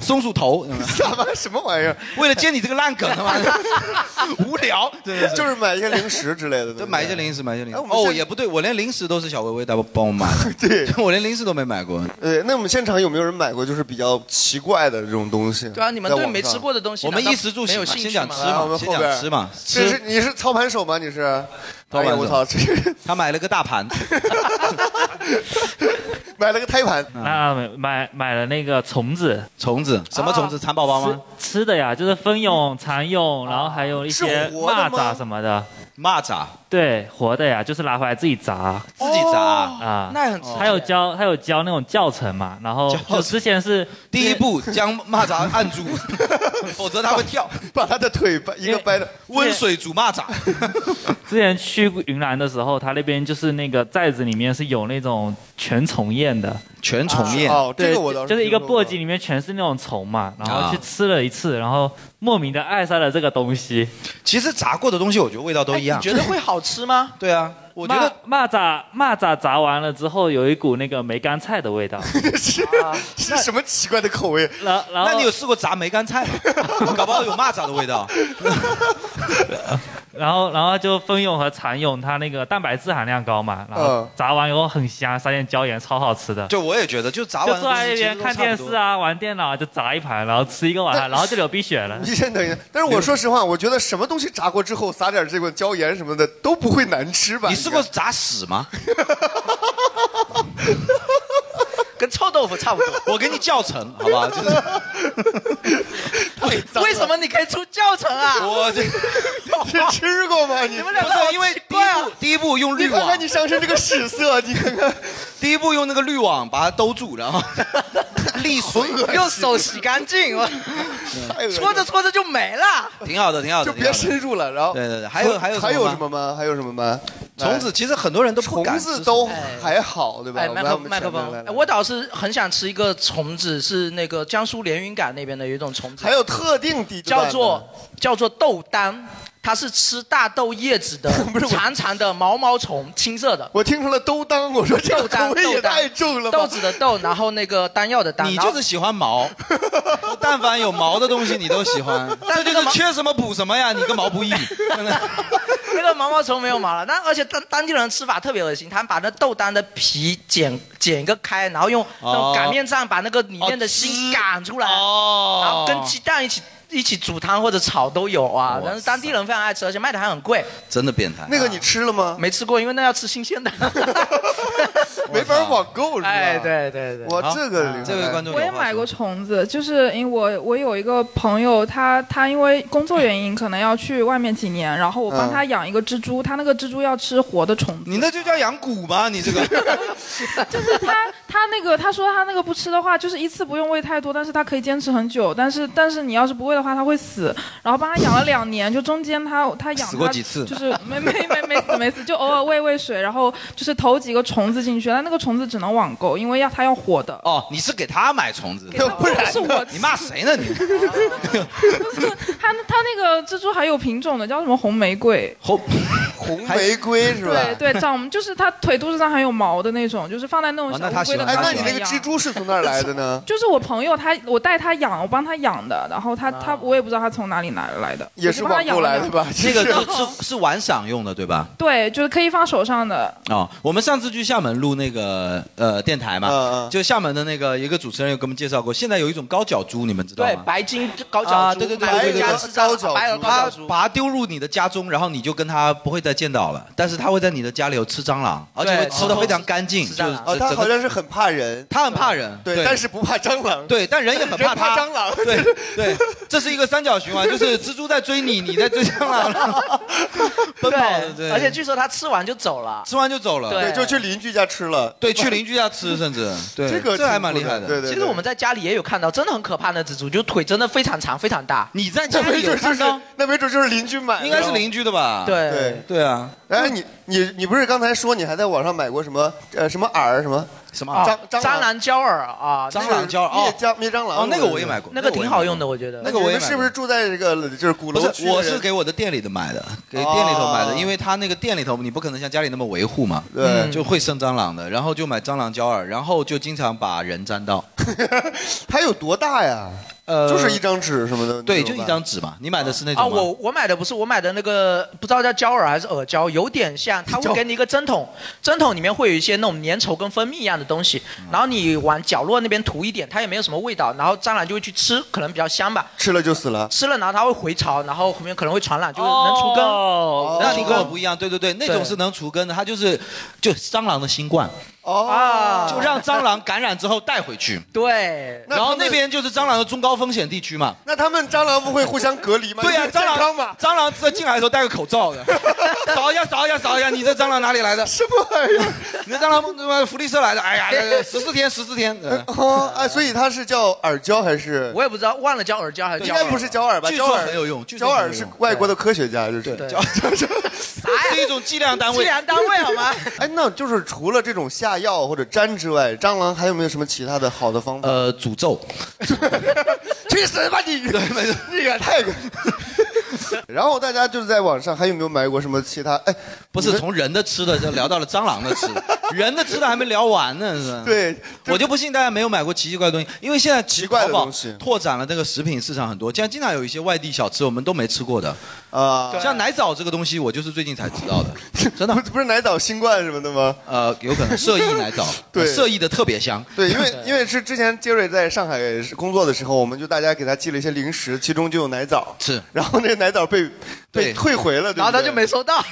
D: 松鼠头。有没有
A: 干嘛？ 什么玩意儿？
D: 为了接你这个烂 梗，他妈的 无聊，对对对，
A: 就是买一些零食之类的。
D: 就买一些零食，买一些零食。
A: 哎我们现在
D: 哦，也不对，我连零食都是小薇薇带我帮我买的，
A: 对。
D: 我连零食都没买过。
A: 对，那我们现场有没有人买过就是比较奇怪的这种东西？
C: 对啊，你们
A: 在
C: 对
A: 网
C: 没
A: 上
C: 吃。过的东西，
D: 我们
C: 难道
D: 衣食住
C: 没
D: 行
C: 有
D: 嘛，
C: 兴
D: 先
C: 趣
D: 讲
C: 吗？
D: 吃
A: 来我
D: 嘛，
A: 们
D: 先
A: 后边
D: 讲吃嘛，
A: 这是
D: 吃。
A: 你是操盘手吗？你是？
D: 操盘手
A: 哎呀我操，这是
D: 他买了个大盘，
A: 买了个胎盘，
I: 啊，买买买了那个虫子，啊
D: 虫子，什么虫子？蚕宝宝吗？啊
I: 吃的呀，就是蜂蛹、蚕蛹，然后还有一些
A: 是活的吗
I: 蚂蚱什么的。
D: 蚂蚱，
I: 对，活的呀，就是拿回来自己炸
D: 自己炸。
I: 啊。
C: 那也很刺激
I: 还有教，还有教那种教程嘛。然后
D: 教程
I: 就之前是
D: 第一步将蚂蚱按住，否则它会跳。
A: 哦
D: 哎
A: 把他的腿掰一个掰的，
D: 温水煮蚂蚱，
I: 之前去云南的时候，他那边就是那个寨子里面是有那种全虫宴的，
D: 全虫宴。
A: 哦，这
I: 对，
A: 个我倒是
I: 就是一个
A: 听说
I: 簸
A: 过
I: 箕里面全是那种虫嘛，然
D: 啊
I: 后去吃了一次，然后莫名的爱上了这个东西。
D: 其实炸过的东西，我觉得味道都一样
I: 哎
C: 哎你。觉得 会好吃吗？
D: 对啊，我觉得
I: 蚂蚂蚱蚂蚱炸完了之后，有一股那个梅干菜的味 道。
A: 是什么奇怪的口味？
I: 然然后
D: 那你有试过炸梅干菜吗？ 搞不好有蚂蚱的味道。
I: 然后然后就蜂蛹和蚕蛹，它那个蛋白质含量高嘛，然后
A: 嗯
I: 炸完以后很香，撒点椒盐，超好吃的。
D: 就我也觉得，就炸
I: 就
D: 完
I: 坐在那边看电视
D: 啊。
I: 啊，玩电脑啊就炸一盘，然后吃一个晚上，然后就流鼻血 了。
A: 你先等一下，但是我说实话，我觉得什么东西炸过之后撒点这个椒盐什么的都不会难吃吧？
D: 你试过炸屎吗？
C: 跟臭豆腐差不多。
D: 我给你教程，好吧？就是
C: 为什么你可以出教程啊？
D: 我 这
A: 你吃过吗？
C: 你
A: 你
C: 们
A: 你
C: 俩
D: 不是因为
C: 好奇
D: 第
C: 怪
D: 一
C: 啊
D: 步，第一步用滤
A: 看看
D: 网
A: 你，上身这个 屎色，你看看，
D: 第一步用那个滤网把它兜住，然 后沥水，
C: 用手洗干净，我
A: 太恶心
C: 搓
A: 了
C: 着搓着就没了。
D: 挺好的，挺好的，
A: 就
D: 挺
A: 别
D: 好的。
A: 深入了。然后
D: 对对对还有还有
A: 还有
D: 什
A: 什
D: 么
A: 么吗？还有什么吗？哎
D: 虫子其实很多人都不敢
A: 虫
D: 吃
A: 子都还好，对吧？
C: 哎，
A: 我
C: 麦
A: 们
C: 克
A: 来我们
C: 麦克
A: 前面
C: 风
A: 来，来
C: 哎我倒是很想吃一个虫子，是那个江苏连云港那边的有一种虫子
A: 还，有特定地段的
C: 叫做叫做豆丹，它是吃大豆叶子 的长长的毛毛虫，青色的。
A: 我听成了兜当，我说这
C: 豆
A: 个口
C: 丹，
A: 味也
C: 豆丹
A: 太重了吧
C: 豆？子的豆，然后那个丹药的丹。
D: 你
C: 然后
D: 就是喜欢 毛，但凡有毛的东西你都喜欢，这
C: 但
D: 就
C: 这个
D: 是
C: 毛
D: 缺什么补什么呀，你个毛不易。真的
C: 那个毛毛虫没有毛了，但而且当当地人吃法特别恶心，他们把那豆丹的皮剪剪一个开，然后用
D: 哦
C: 那种擀面杖把那个里面的心擀出来，然后
D: 哦，
C: 跟鸡蛋一起一起煮汤或者炒都有啊
D: 哇。
C: 但是当地人非常爱吃，而且卖的还很贵，啊
D: 真的变态。
A: 那个你吃了吗？
C: 没吃过，因为那要吃新鲜的。
A: 没法网购是吧？
C: 哎，，对对对，
A: 我这个厉害
D: 这位观众有
H: 我
D: 话
H: 也
D: 说，
H: 买过虫子，就是因为我我有一个朋友，他他因为工作原因可能要去外面几年，然后我帮
A: 嗯
H: 他养一个蜘蛛，他那个蜘蛛要吃活的虫子，
D: 你那就叫养蛊吧，你这个。
H: 就是他他那个他说他那个不吃的话，就是一次不用喂太多，但是他可以坚持很久，但是但是你要是不喂的话，他会死。然后帮他养了两年，就中间他他养
D: 死过
H: 它
D: 几次
H: 就是没没没没死没死，就偶尔喂喂水，然后就是投几个虫子进去，但那个虫子只能网购，因为要他要活的。
D: 哦，你是给他买虫子的，
A: 不然
H: 是我
D: 啊你骂谁 呢你？
H: 他他那个蜘蛛还有品种的，叫什么红玫瑰。
D: 红
A: 红玫
C: 哎
A: 瑰是吧？
H: 对对，长就是它腿肚子上还有毛的那种，就是放在那种
A: 哦
H: 小
A: 那他
H: 乌龟的
A: 喜欢
H: 头
A: 哎那
H: 上
A: 你那
H: 一
A: 个
H: 样
A: 蜘蛛是从哪儿来 的呢
H: 就是我朋友他，我带他养，我帮他养的，然后他他我也不知道他从哪里拿来的，我就帮他养了两
D: 那个
H: 然后
D: 是是是玩赏用的，对吧？
H: 对，就是可以放手上的，
D: 哦，我们上次去厦门录那个呃电台
A: 嗯
D: 嘛，就厦门的那个一个主持人有给我们介绍过，现在有一种高脚猪，你们知道
C: 对
D: 吗？
C: 白金高脚猪，
D: 啊，对对对对对
C: 白
D: 对，
C: 金高脚白鹅高
D: 它
C: 脚猪。
D: 把它丢入你的家中，然后你就跟它不会再见到了，但是它会在你的家里有吃蟑螂，而且会吃的非常干净，就是
A: 哦，他好像是很怕人，
D: 他很怕人，
A: 对，但是不怕蟑螂，
D: 对，但人也很怕它
A: 人蟑螂，
D: 对对，这是一个三角循环，就是蜘蛛在追你，你在追蟑螂，奔跑的 对，
C: 而且据说他吃完就走了，
D: 吃完就走了，
C: 对就
A: 去邻居家吃了，
D: 对，去邻居家吃，甚 至对，这还蛮厉害的，
C: 其实我们在家里也有看到，真的很可怕那蜘蛛，就腿真的非常长，非常大。
D: 你在
A: 那没准 就是那没准就是邻居买的，
C: 应该是邻
D: 居的吧
C: 对
A: 对
D: 对啊！
A: 哎，你你你不是刚才说你还在网上买过什么呃什么饵什么
D: 什
A: 么蟑
C: 啊蟑
A: 蟑
C: 螂胶饵啊，
A: 蟑螂胶饵哦
C: 就是
A: 灭蟑灭蟑螂
C: 哦
A: 那个我也买过
C: 那个挺好用的，我觉得。
A: 那个我也买过你们是不是住在这个就是鼓
D: 不
A: 楼
D: 是，
A: 区的人？
D: 我是给我的店里的买的，给店里头买的，
A: 哦
D: 因为他那个店里头你不可能像家里那么维护嘛，嗯
A: 对
D: 就会生蟑螂的，然后就买蟑螂胶饵，然后就经常把人粘到。
A: 它有多大呀？
D: 呃
A: 就是一张纸什么的，
D: 对，
A: 那
D: 就
A: 种吧
D: 一张纸嘛。你买的是那
C: 啊，
D: 种吗？
C: 我我买的不是，我买的那个不知道叫胶饵还是饵胶，有点像，它会给你一个针筒，针筒里面会有一些那种粘稠跟蜂蜜一样的东西，
A: 嗯
C: 然后你往角落那边涂一点，它也没有什么味道，然后蟑螂就会去吃，可能比较香吧。
A: 吃了就死了。
C: 吃了，然后它会回巢，然后后面可能会传染，就是能除根。
D: 哦，那
C: 能
D: 你
C: 除
D: 跟我
C: 根啊
D: 不一样，对对对，那
C: 对
D: 种是能除根的，它就是就蟑螂的新冠，
A: 哦
D: 就让蟑螂感染之后带回 去。
C: 对，
D: 然后那边就是蟑螂的中高风险地区嘛。
A: 那他们蟑螂不会互相隔离吗？
D: 对呀、
A: 健
D: 蟑
A: 康
D: 螂
A: 嘛，
D: 蟑螂这进来的时候戴个口罩的， 扫一下，扫一下，扫一下，你这蟑螂哪里来的？
A: 什么玩意儿？
D: 你这蟑螂他妈福利社来的？哎 呀，十四天，十四天。嗯对
A: 哦，哎，所以它是叫耳胶还是？
C: 我也不知道，忘了胶饵胶还是
A: 应
C: 胶饵
A: 该不是胶饵吧？
D: 据
A: 胶
D: 说
A: 饵
D: 很有用据说
A: 胶
D: 很有
A: 饵
D: 用
A: 是外国的科学家，就是 胶
D: 是一种计量单位。
C: 计量单位好吗？
A: 哎，那就是除了这种下药或者粘之外，蟑螂还有没有什么其他的好的方法？
D: 呃，诅咒，
A: 去死吧 你！那个太恶心。 然后大家就是在网上还有没有买过什么其他？哎，
D: 不
A: 你
D: 是
A: 们
D: 从人的吃的就聊到了蟑螂 的吃的，人的吃的还没聊完呢，是吧？
A: 对，
D: 我就不信大家没有买过奇奇怪的东西，因为现在奇怪
A: 的东西
D: 拓展了这个食品市场很多，现在经常有一些外地小吃我们都没吃过的，
A: 啊，
D: 像奶枣这个东西，我就是最近才知道的， 真
A: 的不是奶枣新冠什么的吗？，
D: 呃，有可能色艺奶枣 呃
A: 对
D: 色艺的特别香，
A: 对，因为因为是之前杰瑞在上海工作的时候，我们就大家给他寄了一些零食，其中就有奶枣。
D: 是，
A: 然后那个奶枣被被
D: 对
A: 退回了，对不对
C: 然后他 就没收到。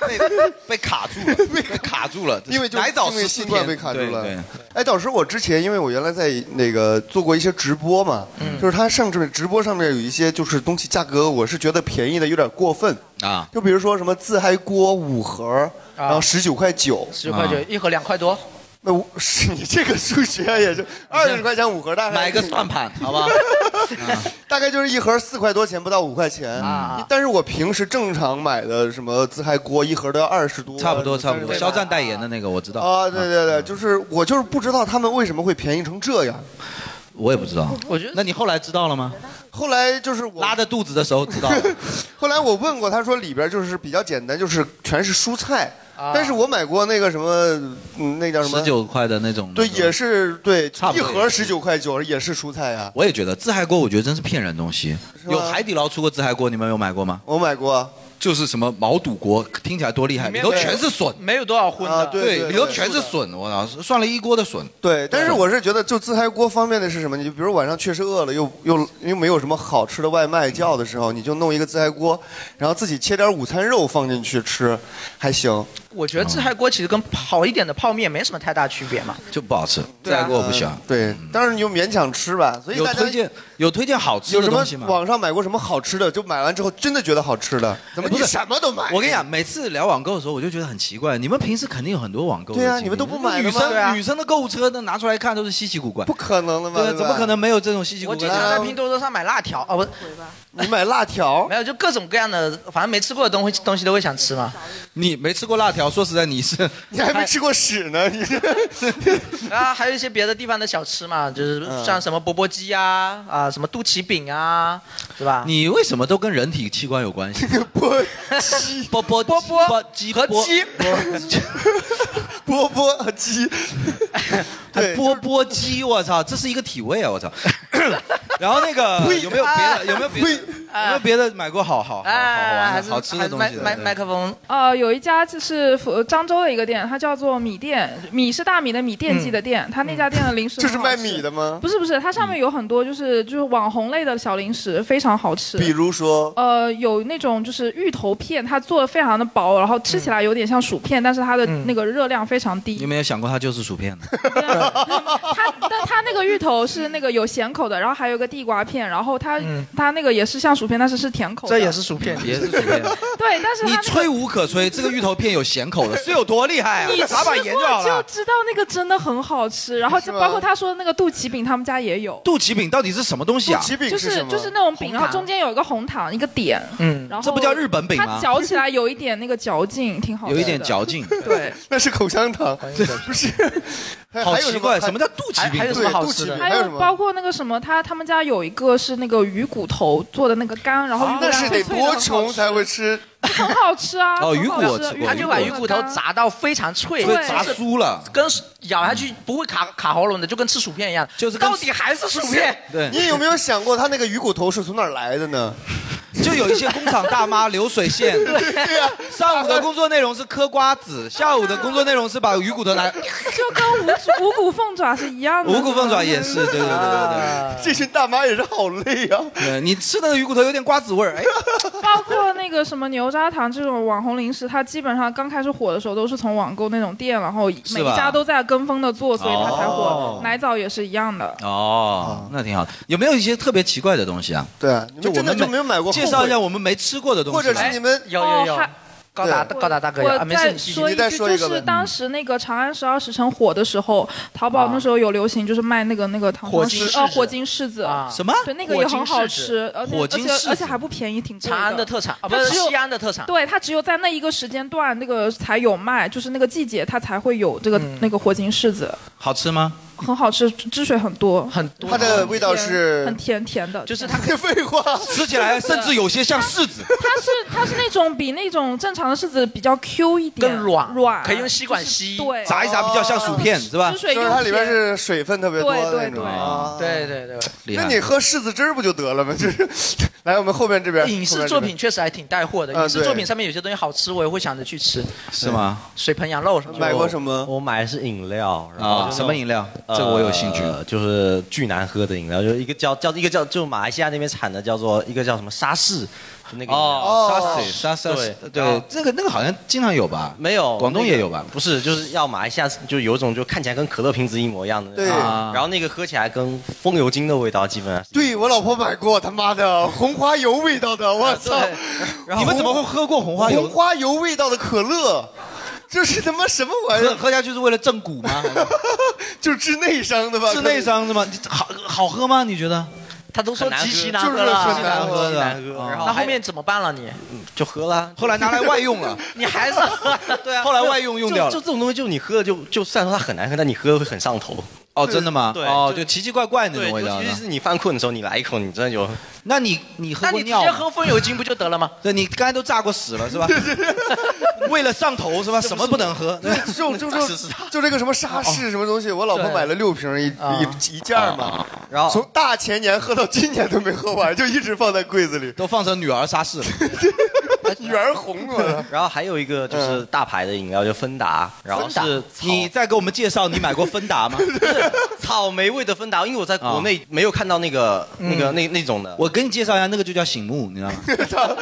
D: 被卡住了，被 卡住了，
A: 因为就
D: 奶枣
A: 因为
D: 是
A: 新冠被卡住了
D: 对对。
A: 哎，导师，我之前因为我原来在那个做过一些直播嘛，
C: 嗯
A: 就是他上面直播上面有一些就是东西价格，我是觉得便宜的有点过分。
D: 啊，
A: 就比如说什么自嗨锅五盒，然后十九块九，
C: 啊
A: 啊
C: 十块
D: 啊
C: 九一盒两块多，
A: 那我 是你这个数学也是二十块钱五盒，大概
D: 买个算盘，好吧？
A: 大概就是一盒四块多钱，不到五块钱。
D: 啊
A: 但是我平时正常买的什么自嗨锅一盒都要二十多，啊
D: 差不多差不多，
A: 30
D: 肖战代言的嗯那个我知道，
A: 啊，对对对，就是我就是不知道他们为什么会便宜成这样。
D: 我也不知道。
C: 我觉得
D: 那你后来知道了吗？
A: 后来就是我
D: 拉着肚子的时候知 道了。
A: 后来我问过，他说里边就是比较简单，就是全是蔬菜。
C: 啊
A: 但是我买过那个什么，嗯那叫什么？
D: 十九块的那种。
A: 对，也是对，
D: 差不
A: 一
D: 多
A: 盒十九块九，也是蔬菜啊呀、
D: 我也觉得自嗨锅，我觉得真是骗人的东西。有海底捞出过自嗨锅，你们有买过吗？
A: 我买过，
D: 就是什么毛肚锅，听起来多厉害，里头全是笋。
C: 没有多少荤
A: 啊
C: 的。
A: 对对对
D: 里头全是笋，我操，涮了一锅的笋。
A: 对，但是我是觉得，就自嗨锅方便的是什么？你就比如晚上确实饿了，又又又没有什么好吃的外卖叫的时候，你就弄一个自嗨锅，然后自己切点午餐肉放进去吃，还行。
C: 我觉得自嗨锅其实跟好一点的泡面没什么太大区别嘛。
D: 就不好吃，自
C: 对啊
D: 嗨锅我不喜欢。
A: 呃对，但嗯是你就勉强吃吧。所以
D: 有
A: 大家
D: 推荐有推荐好吃
A: 有
D: 的
A: 什么
D: 东西吗？哎
A: 网上买过什么好吃的，就买完之后真的觉得好吃的，怎么
D: 不
A: 你
D: 是
A: 什么都买？
D: 我跟你讲，每次聊网购的时候，我就觉得很奇怪，你们平时肯定有很多网购的
A: 对啊
D: 经历
A: 你们都不买的吗
D: 女
A: 对啊
D: 生女生的购物车，那拿出来看都是稀奇古怪
A: 不。可能的嘛，
D: 对，
A: 吧
D: 怎么可能？没有这种稀奇古
C: 我
D: 怪
C: 经
D: 的？
C: 常在拼多多上买辣条，哦不是，
A: 你买辣条？
C: 没有，就各种各样的，反正没吃过的东西东西都会想吃嘛。
D: 你没吃过辣条，说实在你是
A: 你还没吃过屎呢，你这。
C: 啊，还有 一些别的地方的小吃嘛，就是
D: 嗯
C: 像什么钵钵鸡呀、啊，什么肚脐饼啊，是吧？
D: 你为什么都跟人体器官有关系？ 波波
C: 波波
D: 鸡
C: 和
D: 波
C: 鸡，
A: 波波和 鸡，
D: 还波波鸡，我操，这是一个体位啊，我 操。然后那个
C: 呸
D: 有没有别的？有没有别的？有没有别的买过好好好好
C: 哎，
D: 玩
C: 还
D: 的
C: 是
D: 好吃
C: 还
D: 的
C: 是
D: 东
C: 麦
D: 西的？
C: 麦麦克风
H: 呃，有一家就是福漳州的一个店，它叫做米店，米是大米的米，店记的店。它那家店的零食
A: 这是
H: 很好
A: 卖
H: 吃
A: 米的吗？
H: 不是不是，它上面有很多就是就是网红类的小零食，非常好吃。
A: 比如说，
H: 呃，有那种就是芋头片，它做的非常的薄，然后吃起来有点像薯片，但是它的那个热量非常低。
D: 有没有想过它就是薯片呢？
H: 它但它那个芋头是那个有咸口的，然后还有个地瓜片，然后它、
D: 嗯
H: 它那个也是像薯片，但是是甜口的。
C: 这也是薯片，
D: 也是薯片。
H: 对，但是它
D: 你
H: 那个
D: 吹无可吹，这个芋头片有咸口 的，是有多厉害啊
H: 你？吃
D: 撒把
H: 过
D: 盐就好
H: 就
D: 了。
H: 知道那个真的很好吃，然后就包括他说的那个肚脐饼，他们家也有。
D: 肚脐饼到底是什么东西啊？
H: 就是就是那种饼，然后中间有一个红糖一个点，
D: 嗯
H: 然后
D: 这不叫日本饼吗
H: 它嚼起来有一点那个嚼劲，挺好吃
D: 有
H: 的。
D: 一点嚼劲。
H: 对，
A: 那是口香糖，不是？
D: 好
A: 还有
D: 奇怪，
A: 还
D: 什么叫肚脐饼？
A: 还有什么好吃的
H: 还
A: 还有
H: 有
A: 什么
H: 包括那个什么，他他们家有一个是那个鱼骨头做的那个干，然后鱼骨
A: 那
H: 干
A: 是得
H: 脆脆的
A: 多穷才会吃？
H: 很好吃啊！
D: 哦
H: 很
D: 鱼
H: 好
D: 骨我
H: 吃
D: 吃过
C: 他
D: 鱼
C: 就
D: 骨
C: 把
D: 我
C: 鱼
D: 吃
C: 骨头炸到非常脆，
D: 所以炸
C: 就是
D: 酥了。
C: 跟咬下去不会卡卡喉咙的，就跟吃薯片一样。
D: 就是跟
C: 到底还是薯片。
D: 对
A: 你有没有想过它那个鱼骨头是从哪儿来的呢？
D: 就有一些工厂大妈流水线， 上午的工作内容是嗑瓜子，下午的工作内容是把鱼骨头拿，
H: 就跟五指五谷凤爪是一样的。
D: 无骨凤爪也 是，对对对
H: 啊
D: 对
A: 这群大妈也是好累啊呀、
D: 对，对你吃那个鱼骨头有点瓜子味儿，哎，
H: 包括那个什么牛轧糖这种网红零食，它基本上刚开始火的时候都是从网购那种店，然后每
D: 是吧
H: 一家都在跟风的做，所以它才火。
D: 哦
H: 奶枣也是一样的。
D: 哦，那挺好的。有没有一些特别奇怪的东西啊？
A: 对啊，
D: 就我
A: 真的
D: 们
A: 就没有买过后悔
D: 介绍一下我们没吃过的东西吧，
A: 或者是你们
C: 有有有
H: 哦还，
C: 高达高达大哥有，啊
H: 我
C: 没事，
H: 再
C: 你继续
H: 说一
A: 你再
H: 句，
A: 说一
H: 就
A: 个
H: 是
A: 吧
H: 当时那个《长安十二时辰》火的时候，淘宝那时候有流行，就是卖那个那个 糖
C: 火
H: 糖
C: 鸡
H: 柿
C: 柿
H: 呃
C: 子
H: 火金柿子
C: 啊
D: 什么
H: 对，那个也很好吃，而且
D: 火
H: 而
D: 金
H: 且
D: 柿子
H: 而且还不便宜，挺贵
C: 长安的特产啊，
H: 它
C: 不是
H: 只有
C: 西安的特产。
H: 对，它只有在那一个时间段，那个才有卖，就是那个季节它才会有这个那个火金柿子，
D: 好吃吗？
H: 很好吃，汁汁水很多，
C: 很多
A: 它的味道
H: 甜
A: 是
H: 很甜甜的，就是
C: 它
A: 废话，
D: 吃起来甚至有些像柿子，
H: 它是它是那种比那种正常的柿子比较 Q 一点，
C: 更软
H: 软，
C: 可以用吸管吸
H: 对，哦
D: 炸一炸比较像薯片，是吧
H: 汁？水
A: 就
H: 又
A: 是它里边
H: 甜
A: 是水分特别多的那
H: 对对
A: 种。
H: 对
A: 啊
C: 对对对，
D: 厉
A: 那
D: 害
A: 你喝柿子汁儿不就得了吗？就是 来我们后面这边
C: 影
A: 后面
C: 视
A: 这
C: 作
A: 边
C: 品确实还挺带货的。
A: 啊
C: 影视
A: 对
C: 作品上面有些东西好吃，我也会想着去吃，啊
D: 是吗？
C: 水盆羊肉什么的。
A: 买过什么？
F: 我买的是饮料，然后
D: 啊，
F: 就是
D: 什么饮料？这个
F: 呃
D: 我有兴趣。
F: 就是巨难喝的饮料，就是一个叫叫一个叫就马来西亚那边产的叫做一个叫什么沙士，就那个饮料
D: 哦，sausage，沙沙
F: 对
D: 对，这个那个好像经常有吧？
F: 没有，
D: 广东
F: 哦那个
D: 也有吧
F: 不是，就是要马来西亚就有一种就看起来跟可乐瓶子一模一样的，
A: 对
D: 啊
F: 然后那个喝起来跟风油精的味道基本上是。
A: 对我老婆买过，他妈的红花油味道
D: 啊
A: 的，我操！
D: 你们怎么会喝过红花油
A: 红？花油味道的可乐，这是他妈什么玩意
D: 喝
A: 儿？
D: 喝下去是为了正骨吗？
A: 就是治内伤的吧？
D: 治内伤是吗？你好好喝吗？你觉得？
C: 他都说
F: 很难
C: 极其
F: 喝
C: 难
A: 就是
C: 喝了，
A: 很难喝啊
D: 的
F: 难喝，然后
C: 那
F: 还
C: 后面怎么办了你？
F: 就喝 了。
D: 嗯后来拿来外用了，
C: 你还是喝了
F: 对啊
D: 后来外用用掉了
F: 就就这种东西，就你喝了就就虽然说它很难喝，但你喝了会很上头。
D: 哦，真的吗？
F: 对
D: 哦，
F: 就
D: 就奇奇怪怪那
F: 对，
D: 种味
F: 尤
D: 道
F: 其
D: 呢。
F: 是你犯困的时候，你来一口，你真 的就
D: 那你你喝
C: 那
D: 过
C: 你直
D: 尿
C: 接
D: 吗？
C: 喝风油精不就得了吗？
D: 对，你刚才都炸过屎了是 吧？为了上头是吧？什么不能喝？对
A: 就就就就这个什么沙士什么
D: 哦
A: 东西，我老婆
C: 对
A: 买了六瓶一
C: 啊
A: 一一件儿嘛，
D: 啊然后
A: 从大前年喝到今年都没喝完，就一直放在柜子里，
D: 都放成女儿沙 士了。
A: 圆红了。
F: 然后还有一个就是大牌的饮料，就芬达，然后是草
D: 嗯你再给我们介绍你买过芬达吗？ 哦
F: 草莓味的芬达，因为我在国内没有看到那个那个那那种的，
D: 啊嗯我给你介绍一下，那个就叫醒目，你知道吗？
A: 草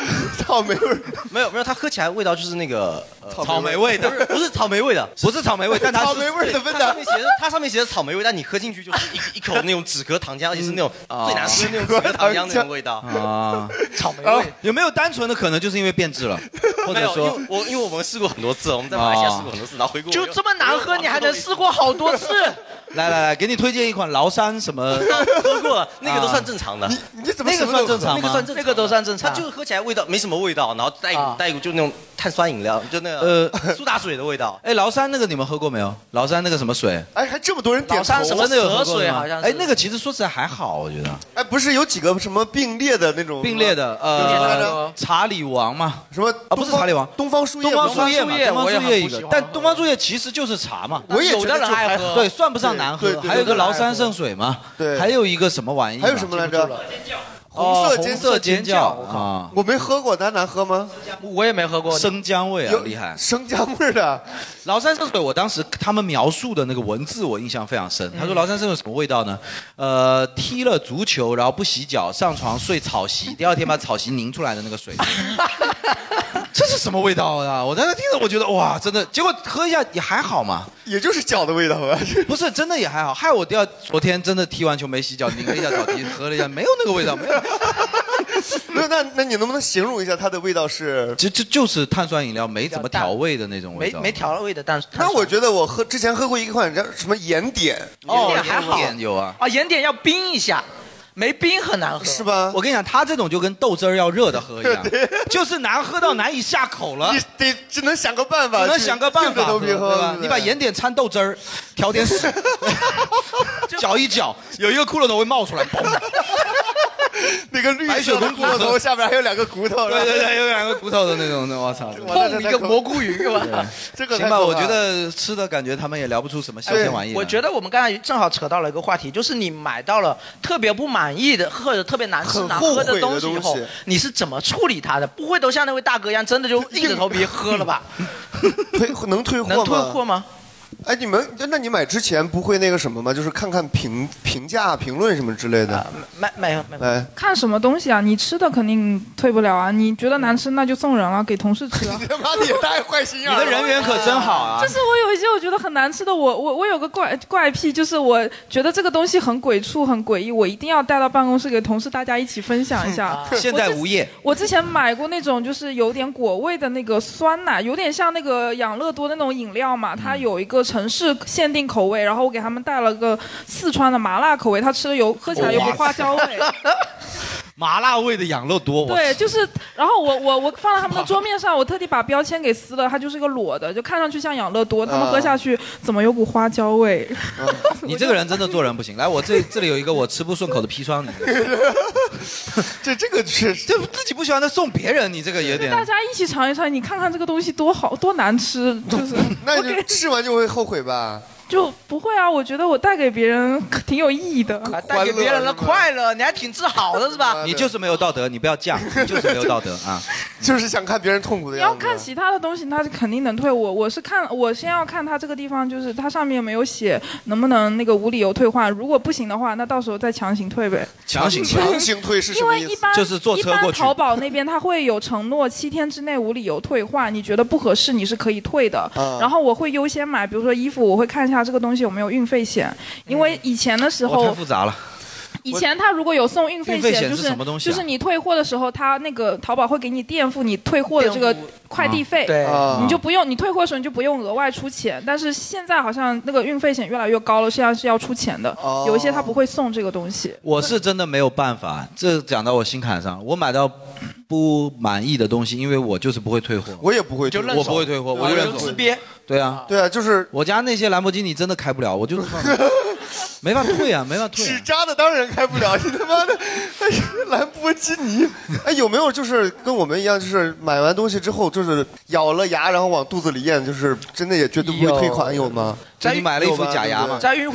A: 草莓味儿，
F: 没有没有，它喝起来味道就是那个呃
D: 草莓味的
F: 不 是不是草莓味的，
D: 不是草莓味，但它
A: 草
D: 是
A: 莓味儿的芬
F: 它
A: 达
F: 上，面写着它上面写着草莓味，但你喝进去就是一 一口那种止咳糖浆，而且是那种
D: 啊
F: 最难吃的那种止咳糖浆那种味道。
D: 啊，
C: 草莓味。
D: 有没有单纯的可能就是因为变质 了，或者
F: 没有，因
D: 说啊
F: 为我因为我们试过很多次，我们在马来西亚试过很多次，然后回国
C: 就这么难喝，你还能试过好多次？
D: 来来来，给你推荐一款崂山什么， 啊
F: 喝过了，那个都算正常的。
A: 你怎
D: 么
F: 那个
D: 什么
F: 算
D: 都
F: 正常吗？
D: 那个算正
F: 那个都
C: 算正
F: 常啊的，它就是喝起来味道没什么味道，然后带一股带一股就那种碳酸饮料，就那个
D: 呃
F: 苏打水的味道。
D: 哎，崂山那个你们喝过没有？崂山那个什么水？
A: 哎，还这么多人点头，
D: 真的有喝过的吗
A: 哎
D: 哎，那个其实说起来还好，我觉得。
A: 哎，不是有几个什么并列的那种
D: 并列的，呃，查理王嘛，
A: 什么
D: 啊？不是查理王，
A: 东方树叶
D: 东方
A: 东方
D: 树叶嘛，
A: 树叶
D: 东方
A: 我也
D: 树
A: 很
D: 叶
A: 不
D: 一
A: 喜
D: 个
A: 欢，
D: 但东方树叶其实就是茶嘛。
A: 我也觉得有的人就爱喝还好
D: 对，算不上难
A: 对
D: 喝
A: 对。对
D: 还有一个
A: 有的人
D: 崂
A: 爱
D: 山
A: 喝
D: 圣水嘛，
A: 对
D: 还有一个什么玩意啊嘛？
A: 还有什么来着？
D: 哦
A: 色
D: 红色尖
A: 尖
D: 叫
A: 我靠
D: 啊！
A: 我没喝过，它难喝吗？
C: 我也没喝过
D: 生姜味啊
A: 有，
D: 厉害！
A: 生姜味儿 的
D: 崂山圣水，我当时他们描述的那个文字，我印象非常深。
A: 嗯
D: 他说崂山圣水什么味道呢？呃，踢了足球，然后不洗脚，上床睡草席，第二天把草席拧出来的那个水。 这是什么味道啊？我在那听着，我觉得哇，真的。结果喝一下也还好嘛，
A: 也就是脚的味道啊 吧。
D: 不是真的也还好。害我第二昨天真的踢完球没洗脚，拧了一下脚踢，喝了一下，没有那个味道，没有。
A: 那那那你能不能形容一下它的味道是？
D: 就就就是碳酸饮料没怎么调味的那种味道，
C: 调味的，但是
A: 那我觉得我喝之前喝过一款叫什么盐点
D: 哦
C: 盐点还好
D: 盐点有啊
C: 啊，盐点要冰一下，没冰很难喝，是
A: 吧？
D: 我跟你讲，它这种就跟豆汁儿要热的喝一样， 就是难喝到难以下口了。
A: 你得只能想个办法，
D: 只能想个办
A: 硬着
D: 法，
A: 头皮
D: 对
A: 喝
D: 吧
A: 对？不对
D: 你把盐点掺豆汁儿，调点 水，搅一搅，有一个骷髅头会冒出来， 嘣
A: 那个绿
D: 白雪
A: 色的
D: 公主
A: 骷髅头
D: 喝
A: 下边还有两个骨头，
D: 对对对，有两个骨头的那种，那我操！
A: 哇那
C: 碰一个蘑菇云是吧？
A: 这个
D: 行
A: 太
D: 吧，
A: 可
D: 我
A: 怕
D: 觉
A: 了哎
D: 得吃的感觉他们也聊不出什么新鲜玩意。
C: 哎我觉得我们刚才正好扯到了一个话题，就是你买到了特别不满意的或者特别难吃
A: 很
C: 难喝
A: 后悔的
C: 东西以后
A: 东西，
C: 你是怎么处理它的？不会都像那位大哥一样，真的就硬着头皮喝了吧？
A: 退能退货吗？
C: 能退货吗？
A: 哎，你们那你买之前不会那个什么吗？就是看看评评价、评论什么之类的。
C: 没没有没有。
A: 来，
H: 看什么东西啊？你吃的肯定退不了啊！你觉得难
D: 嗯
H: 吃，那就送人了，给同事 吃啊。
A: 他妈你也太坏心眼
D: 你的人缘可真好啊！
H: 就是我有一些我觉得很难吃的，我我我有个怪怪癖，就是我觉得这个东西很鬼畜、很诡异，我一定要带到办公室给同事大家一起分享一下。
D: 嗯现在无业，
H: 我之前买过那种就是有点果味的那个酸奶，有点像那个养乐多那种饮料嘛，它有一个城市限定口味，然后我给他们带了个四川的麻辣口味，他吃了有喝起来有股花椒味。
D: 麻辣味的养乐多，我
H: 对，就是，然后我我我放到他们的桌面上，我特地把标签给撕了，它就是个裸的，就看上去像养乐多，他们喝
D: 啊
H: 下去怎么有股花椒味？
D: 你这个人真的做人不行。来，我这这里有一个我吃不顺口的砒霜，你
A: 这这个确实，
D: 这自己不喜欢的送别人，你这个有点。
H: 大家一起尝一尝，你看看这个东西多好多难吃，就是
A: 那就吃完就会后悔吧？
H: 就不会啊，我觉得我带给别人挺有意义的。
C: 啊带给别人的
A: 欢乐是吧
C: 快乐，你还挺自豪的是吧？
D: 你就是没有道德，你不要 犟，你就是没有道德啊！
A: 就是想看别人痛苦的
H: 你要
A: 样子。
H: 看其他的东西，它肯定能退。我我是看，我先要看它这个地方，就是它上面没有写能不能那个无理由退换，如果不行的话，那到时候再强行退呗。
D: 强行
A: 强行退是什
H: 因
A: 么
H: 为
A: 意
H: 一
A: 思？
H: 般
D: 就是坐车
H: 一
D: 过
H: 般
D: 去
H: 淘宝那边它会有承诺，七天之内无理由退换，你觉得不合适你是可以退的。
A: 嗯
H: 然后我会优先买，比如说衣服，我会看一下这个东西有没有运费险，因为以前的时
D: 我
H: 候，
D: 太复杂了。
H: 以前他如果有送运费
D: 运费险
H: 就是
D: 什么东西啊
H: 就是你退货的时候，他那个淘宝会给你垫付你退货的这个
C: 垫付
H: 快递费。
C: 对，
A: 啊
H: 你就不用，你退货的时候你就不用额外出钱，但是现在好像那个运费险越来越高了，现在是要出钱的，
A: 哦
H: 有一些他不会送这个东西。
D: 我是真的没有办法，这讲到我心坎上。我买到不满意的东西，因为我就是不会退货，
A: 我也不会退，
C: 就认
D: 我
C: 手
D: 不会退货，我就
A: 我
D: 认
A: 就
D: 怂
A: 自。
C: 憋，
D: 对啊，
A: 对啊，就是
D: 我家那些兰博基尼真的开不了，我 就是放着没法退啊，没法退
A: 纸
D: 啊。
A: 扎的当然开不了，你他 妈的，哎，兰博基尼，哎，有没有就是跟我们一样，就是买完东西之后，就是咬了牙，然后往肚子里咽，就是真的也绝对不会退款，有吗？
D: 就你买了一副假牙嘛，
C: 在运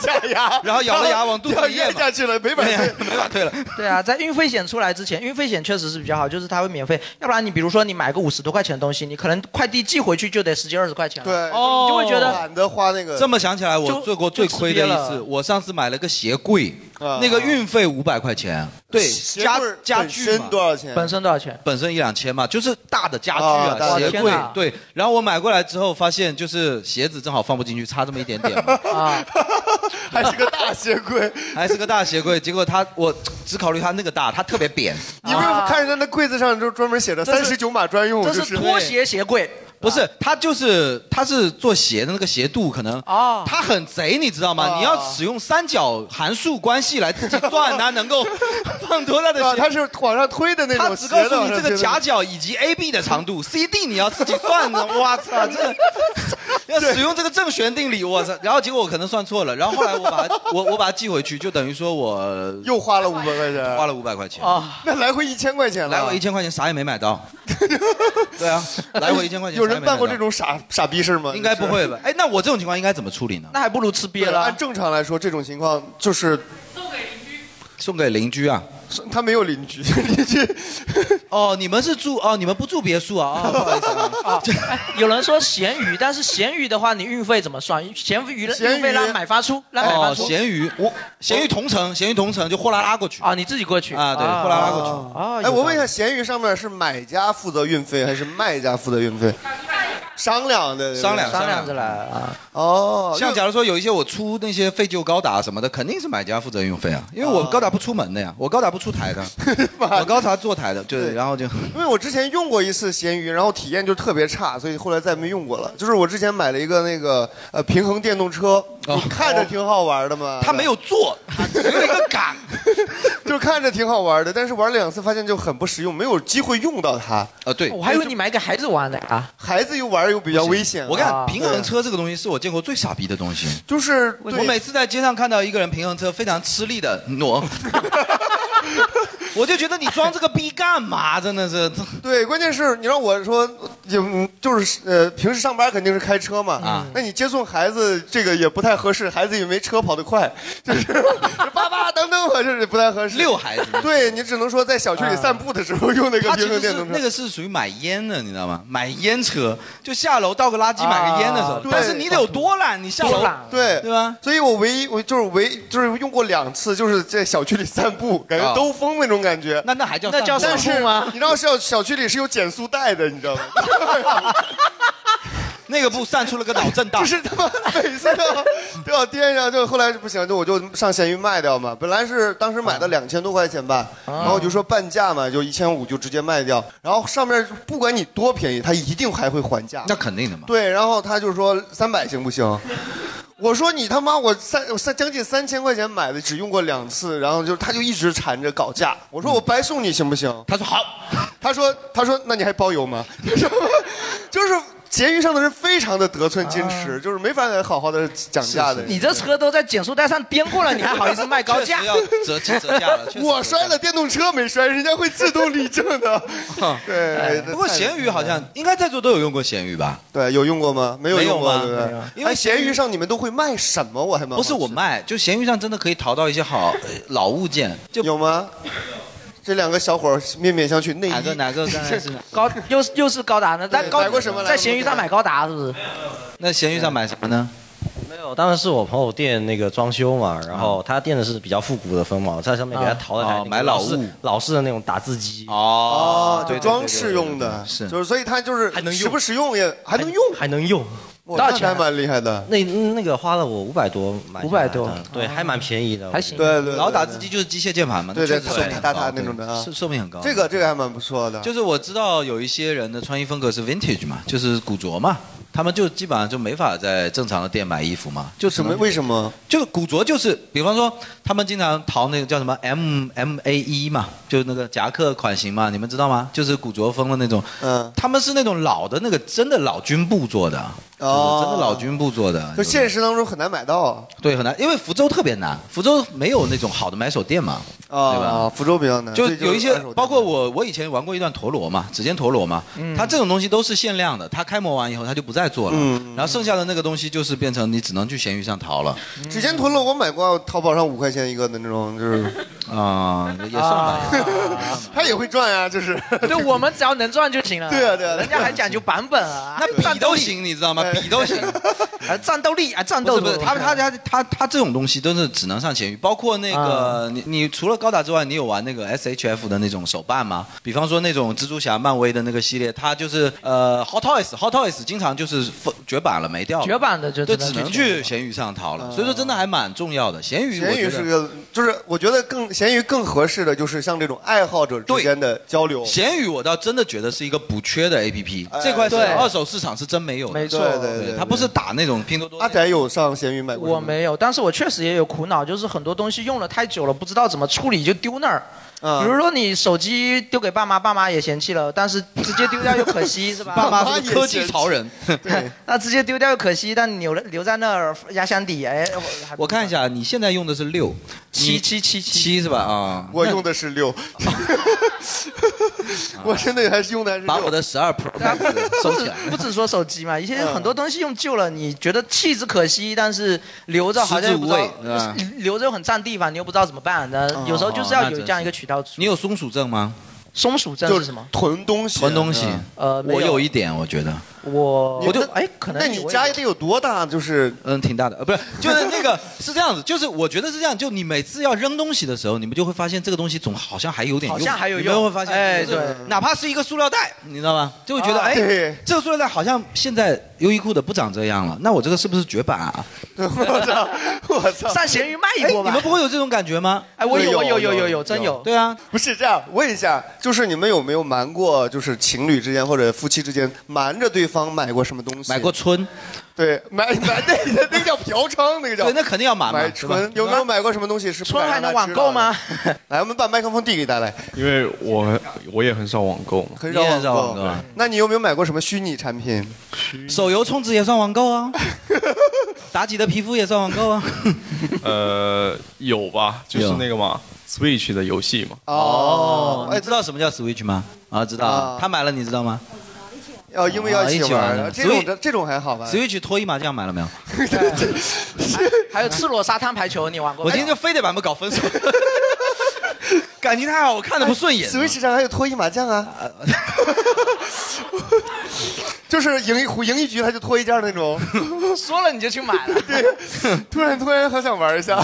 A: 假牙，
D: 然后咬了牙往肚子里咽
A: 咽
D: 嘛
A: 下去了，没法
D: 对
A: 退
D: 啊。没法退了。
C: 对啊，在运费险出来之前，运费险确实是比较好，就是它会免费。要不然你比如说你买个五十多块钱的东西，你可能快递寄回去就得十几二十块钱了。
A: 对，
D: 哦
C: 你就会觉得
A: 懒得花那个
D: 这么想起来，我
C: 就
D: 做过最亏的
C: 就
D: 一
C: 吃瘪
D: 次，
C: 了
D: 我上次买了个鞋柜，
A: 啊
D: 那个运费五百块钱，对，
A: 鞋
D: 家
A: 柜儿
D: 家
A: 本
D: 具嘛
A: 身多少钱？
C: 本身多少钱？
D: 本身一两千嘛，就是大的家具
A: 啊大
D: 啊，
A: 的
D: 鞋
C: 天
D: 柜
C: 哪
D: 对。然后我买过来之后，发现就是鞋子正好放不进去，差这么一点点嘛，
C: 啊，
A: 还是个大鞋柜，
D: 还是个大鞋柜。结果它，我只考虑它那个大，它特别扁。
A: 你为什么看人家那柜子上就专门写着三十九码专用？啊
C: 这
A: 就是
C: 拖鞋鞋柜，
D: 不是，他就是他是做鞋的那个斜度可能，
C: 哦，
D: 他很贼，你知道
A: 哦
D: 吗？你要使用三角函数关系来自己算它能够放多 大的
A: 啊
D: 鞋。
A: 他是往上推的那种
D: 他只告
A: 斜的
D: 诉
A: 往
D: 你
A: 上
D: 这个
A: 推的
D: 夹角以及 AB 的长 度，CD 你要自己算的。我操，这个要使用这个正弦定理，我操！然后结果我可能算错了，然后后来我把它我我把它寄回去，就等于说我
A: 又花了五百块钱，哦
D: 花了五百块钱，
C: 啊，
A: 那来回一千块钱了，
D: 来回一千块钱啥也没买到。对啊，来回一千块钱。
A: 有人办过这种傻傻逼事吗？
D: 应该不会吧？哎，那我这种情况应该怎么处理呢？
C: 那还不如吃
A: 对？
C: 瘪了
A: 按。正常来说，这种情况就是
D: 送给邻居啊？
A: 他没有邻居， 邻居
D: 哦，你们是住哦，你们不住别墅啊？啊、哦，不好意思啊。
C: 有人说咸鱼，但是咸鱼的话，你运费怎么算？咸鱼的
A: 咸鱼
C: 运费让买发出，让买发
D: 哦，
C: 出
D: 咸鱼，我咸鱼同城，咸鱼同城就货拉拉过去啊
C: 啊，你自己过去
D: 对，货拉拉过去。
C: 啊，
A: 哎，我问一下，闲鱼上面是买家负责运费还是卖家负责运费？商量的，对不对
D: 商量
C: 商量着来啊。
A: 哦，
D: 像假如说有一些我出那些废旧高达什么的，肯定是买家负责运费啊，因为我高达不出门的呀，我高达不出台的，我高达坐台的，对，
A: 对
D: 然后就
A: 因为我之前用过一次闲鱼，然后体验就特别差，所以后来再没用过了。就是我之前买了一个那个呃平衡电动车，
D: 哦
A: 你看着挺好玩的嘛，
D: 他没有坐，他只有一个杆。
A: 就看着挺好玩的，但是玩了两次发现就很不实用，没有机会用到它。
D: 啊，对，
C: 哦我还以为你买给孩子玩的啊，
A: 孩子又玩又比较危险啊。
D: 我看
C: 啊
D: 平衡车这个东西是我见过最傻逼的东西。
A: 就是
D: 我每次在街上看到一个人平衡车非常吃力的 挪，我就觉得你装这个逼干嘛？真的是，
A: 对，关键是你让我说，也嗯就是呃，平时上班肯定是开车嘛，
D: 啊
A: 那你接送孩子这个也不太合适，孩子也没车跑得快， 就是叭叭当当嘛，就是不太合适。
D: 遛孩子啊
A: 对你只能说在小区里散 步的时候用那个
D: 他其
A: 平衡
D: 实
A: 电
D: 是
A: 动车。
D: 那个是属于买烟的，你知道吗？买烟车就下楼倒个垃圾买个烟的时候，
A: 啊对
D: 但是你得有多懒，你下楼
C: 多懒
A: 对
D: 对吧？
A: 所以我唯一我就是唯就是用过两次，就是在小区里散步，感觉
D: 啊
A: 兜风那种感觉。
D: 那那还叫
C: 哦那叫
D: 散
C: 散
A: 但
D: 步
A: 是
C: 步吗？
A: 你知道小小区里是有减速带的，你知道吗？
D: 那个步散出了个脑震荡
A: 就。是他妈每次都要 都要颠上，就后来就不行，就我就上闲鱼卖掉嘛。本来是当时买
C: 啊
A: 的两千多块钱吧，然后我就说半价嘛，就一千五就直接卖掉。然后上面不管你多便宜，他一定还会还价。
D: 那肯定的嘛，
A: 对，然后他就说三百行不行？ 我说你他妈我三我三将近三千块钱买的，只用过两次，然后就他就一直缠着搞价。我说我白送你行不行？
D: 嗯他说好，
A: 他说：“他说那你还包邮吗？” 就是闲鱼上的人非常的得寸进
D: 啊
A: 尺，就是没法好好的讲价的。
C: 你这车都在减速带上颠过了，你还好意思卖高
D: 确
C: 价
D: 实？要折折价了。确实
A: 我
D: 折价
A: 摔了电动车没摔，人家会自动立正 的。 对，
D: 哎不过闲鱼好像应该在座都有用过闲鱼吧？
A: 对有用过吗？没有用过，
D: 没有吗
A: 对不
D: 没有
A: 对？
D: 因为
A: 哎闲鱼上你们都会卖什么？我还蛮
D: 不是我
A: 卖，
D: 卖，就闲鱼上真的可以淘到一些好呃老物件。就
A: 有吗？这两个小伙儿面面相觑，内衣
D: 哪个哪个刚才是哪
C: 高又是又是高达呢？但
A: 对
C: 高
A: 买过什么来
C: 在闲鱼上买高达是不是？
D: 那闲鱼上买什么呢？
F: 嗯
D: 啊
F: 没有，当时是我朋友店那个装修嘛，然后他店的是比较复古的风嘛，我在上面给他淘了台那
D: 哦
F: 个
D: 买老
F: 式
D: 物
F: 老式的那种打字机，
A: 哦
D: 哦，
A: 就
D: 对
A: 装饰用的，
D: 是
A: 就是所以它就是
F: 还能用
A: 实不实用也还能用，
F: 还能用。
A: 哇
C: 多少
A: 那
C: 钱
A: 还蛮厉害的。
F: 那那个花了我五百多买下来的，
C: 500多
F: 对，还蛮便宜的，
C: 还行
A: 对对对，
D: 老打
A: 对
D: 字机就是机械键盘嘛，
A: 对对
D: 确实寿命很
A: 大
D: 高
A: 大大那种的啊
D: 是寿命很高。
A: 这个这个还蛮不错的，
D: 就是我知道有一些人的穿衣风格是 vintage 嘛，就是古着嘛，他们就基本上就没法在正常的店买衣服嘛，就只
A: 什么
D: 能
A: 为什么？
D: 就是古着就是，比方说他们经常淘那个叫什么 M M A E 嘛，就是那个夹克款型嘛，你们知道吗？就是古着风的那种。
A: 嗯，
D: 他们是那种老的那个真的老军部做的，就
A: 哦
D: 是真的老军部做的，
A: 就现
D: 实
A: 实当中很难买到
D: 对很难，因为福州特别难，福州没有那种好的买手店嘛，对
A: 啊，
D: 吧
A: 福州比较难，
D: 就
A: 所以
D: 有一些
A: 二手店
D: 包括我我以前玩过一段陀螺嘛，指尖陀螺嘛，它这种东西都是限量的，它开模完以后它就不再做了，
A: 嗯
D: 然后剩下的那个东西就是变成你只能去闲鱼上淘了，
A: 指尖陀螺，我买过淘宝上五块钱一个的那种，就是
D: 啊、也算吧，也啊算吧
A: 它也会转呀，就是
C: 啊对，我们只要能赚就行了。
A: 对啊对啊
C: 人家还讲究版本啊，
D: 那笔都行，你知道吗？笔都行。
C: 啊，战斗力啊，战
D: 不
C: 斗
D: 是
C: 力
D: 不是，他他他他他这种东西都是只能上闲鱼，包括那个、你你除了高达之外，你有玩那个 S H F 的那种手办吗？比方说那种蜘蛛侠、漫威的那个系列，它就是呃 Hot Toys Hot Toys 经常就是封绝版了，没掉了
C: 绝版的就
D: 对，
C: 只
D: 只
C: 能
D: 能
C: 去
D: 去
C: 嗯
D: 闲鱼上淘了。所以说真的还蛮重要的，闲鱼我
A: 闲
D: 觉
A: 鱼
D: 得
A: 是个，就是我觉得更咸鱼更合适的就是像这种爱好者之间的交流。
D: 闲鱼我倒真的觉得是一个补缺的 A P P，
A: 哎
D: 这块是
A: 对
D: 二手市场是真没有的。
A: 没错对对对
D: 它不是打那种拼多多。
A: 阿宅有上闲鱼买过？
C: 我没有，但是我确实也有苦恼，就是很多东西用了太久了，不知道怎么处理就丢那儿。比如说你手机丢给爸妈，爸妈也嫌弃了，但是直接丢掉又可惜，是吧？
D: 爸妈 是科技潮人。
C: 那直接丢掉又可惜，但留了留在那儿压箱底，哎，我
D: 我看一下，你现在用的是六七七七七是吧？啊，
A: 我用的 是六，我真的还是用的还是
D: 把我的十二 Pro 收起来。
C: 不只说手机嘛，一些很多东西用旧了，你觉得弃之可惜，但是留着好像又不知道
D: 食之无味哦是吧
C: 留着又很占地方，你又不知道怎么办。那
D: 嗯
C: 有时候就是要有这样一个渠道。
D: 你有松鼠症吗？
C: 松鼠症是什么？
A: 囤东西
D: 囤东西。
C: 呃没有
D: 我有一点，我觉得。
C: 我
D: 我就
C: 哎，可能
A: 那你家得有多大？就是
D: 嗯，挺大的， 呃，不是，就是那个是这样子，就是我觉得是这样，就你每次要扔东西的时候，你们就会发现这个东西总好像还有点用，
C: 好像还有
D: 你们
C: 用
D: 会发现，
C: 哎
D: 就是
C: 对
D: 哪怕是一个塑料袋，你知道吗？就会觉得，
C: 啊
D: 哎
C: 对，
D: 这个塑料袋好像现在优衣库的不长这样了，那我这个是不是绝版啊？ 哎
A: 我操，我操！哎
C: 上闲鱼卖一波
D: 你
C: 吧
D: 们。不会有这种感觉吗？
C: 哎，我有，
A: 有
C: 我有，有，
A: 有
C: 有，有，真有。
D: 对啊，
A: 不是这样，问一下，就是你们有没有瞒过，就是情侣之间或者夫妻之间瞒着对方买过什么东西？
D: 买过春，
A: 对，买买那个那个叫嫖娼，那个叫
D: 对，那肯定要买嘛，
A: 买
D: 是吧
A: 春。有没有买过什么东西是不
C: 春
A: 敢
C: 还
A: 让他
C: 能网
A: 知
C: 购
A: 道的
C: 吗？
A: 来，我们把麦克风递给大家来，
J: 因为我我也很少网购嘛，
A: 很
D: 你也很
A: 少
D: 少
A: 网
D: 网购
A: 购
D: 啊。
A: 那你有没有买过什么虚拟产品？
D: 手游充值也算网购啊，妲己的皮肤也算网购啊。
J: 呃，有吧，就是
D: 有
J: 那个嘛，Switch 的游戏嘛。
A: 哦，
D: 你知道什么叫 Switch 吗？啊，知道啊
A: 啊。
D: 他买了，你知道吗
A: 哦，因为 要一
D: 啊一
A: 起
D: 起
A: 玩
D: 玩
A: 儿，
D: 的
A: 这种
D: Switch-
A: 的这种还好吧？
D: ？Switch 脱衣麻将买了没有？
C: 还有 赤裸沙滩排球，你玩过
D: 我
C: 吗？哎
D: 今天就非得把他们搞分 手。感情太好，我看的不顺眼。啊
A: 哎 Switch 上还有脱衣麻将啊， 就是赢一壶赢一局他就脱一件那种。
C: 说了你就去买 了。
A: 突然突然好想玩一下，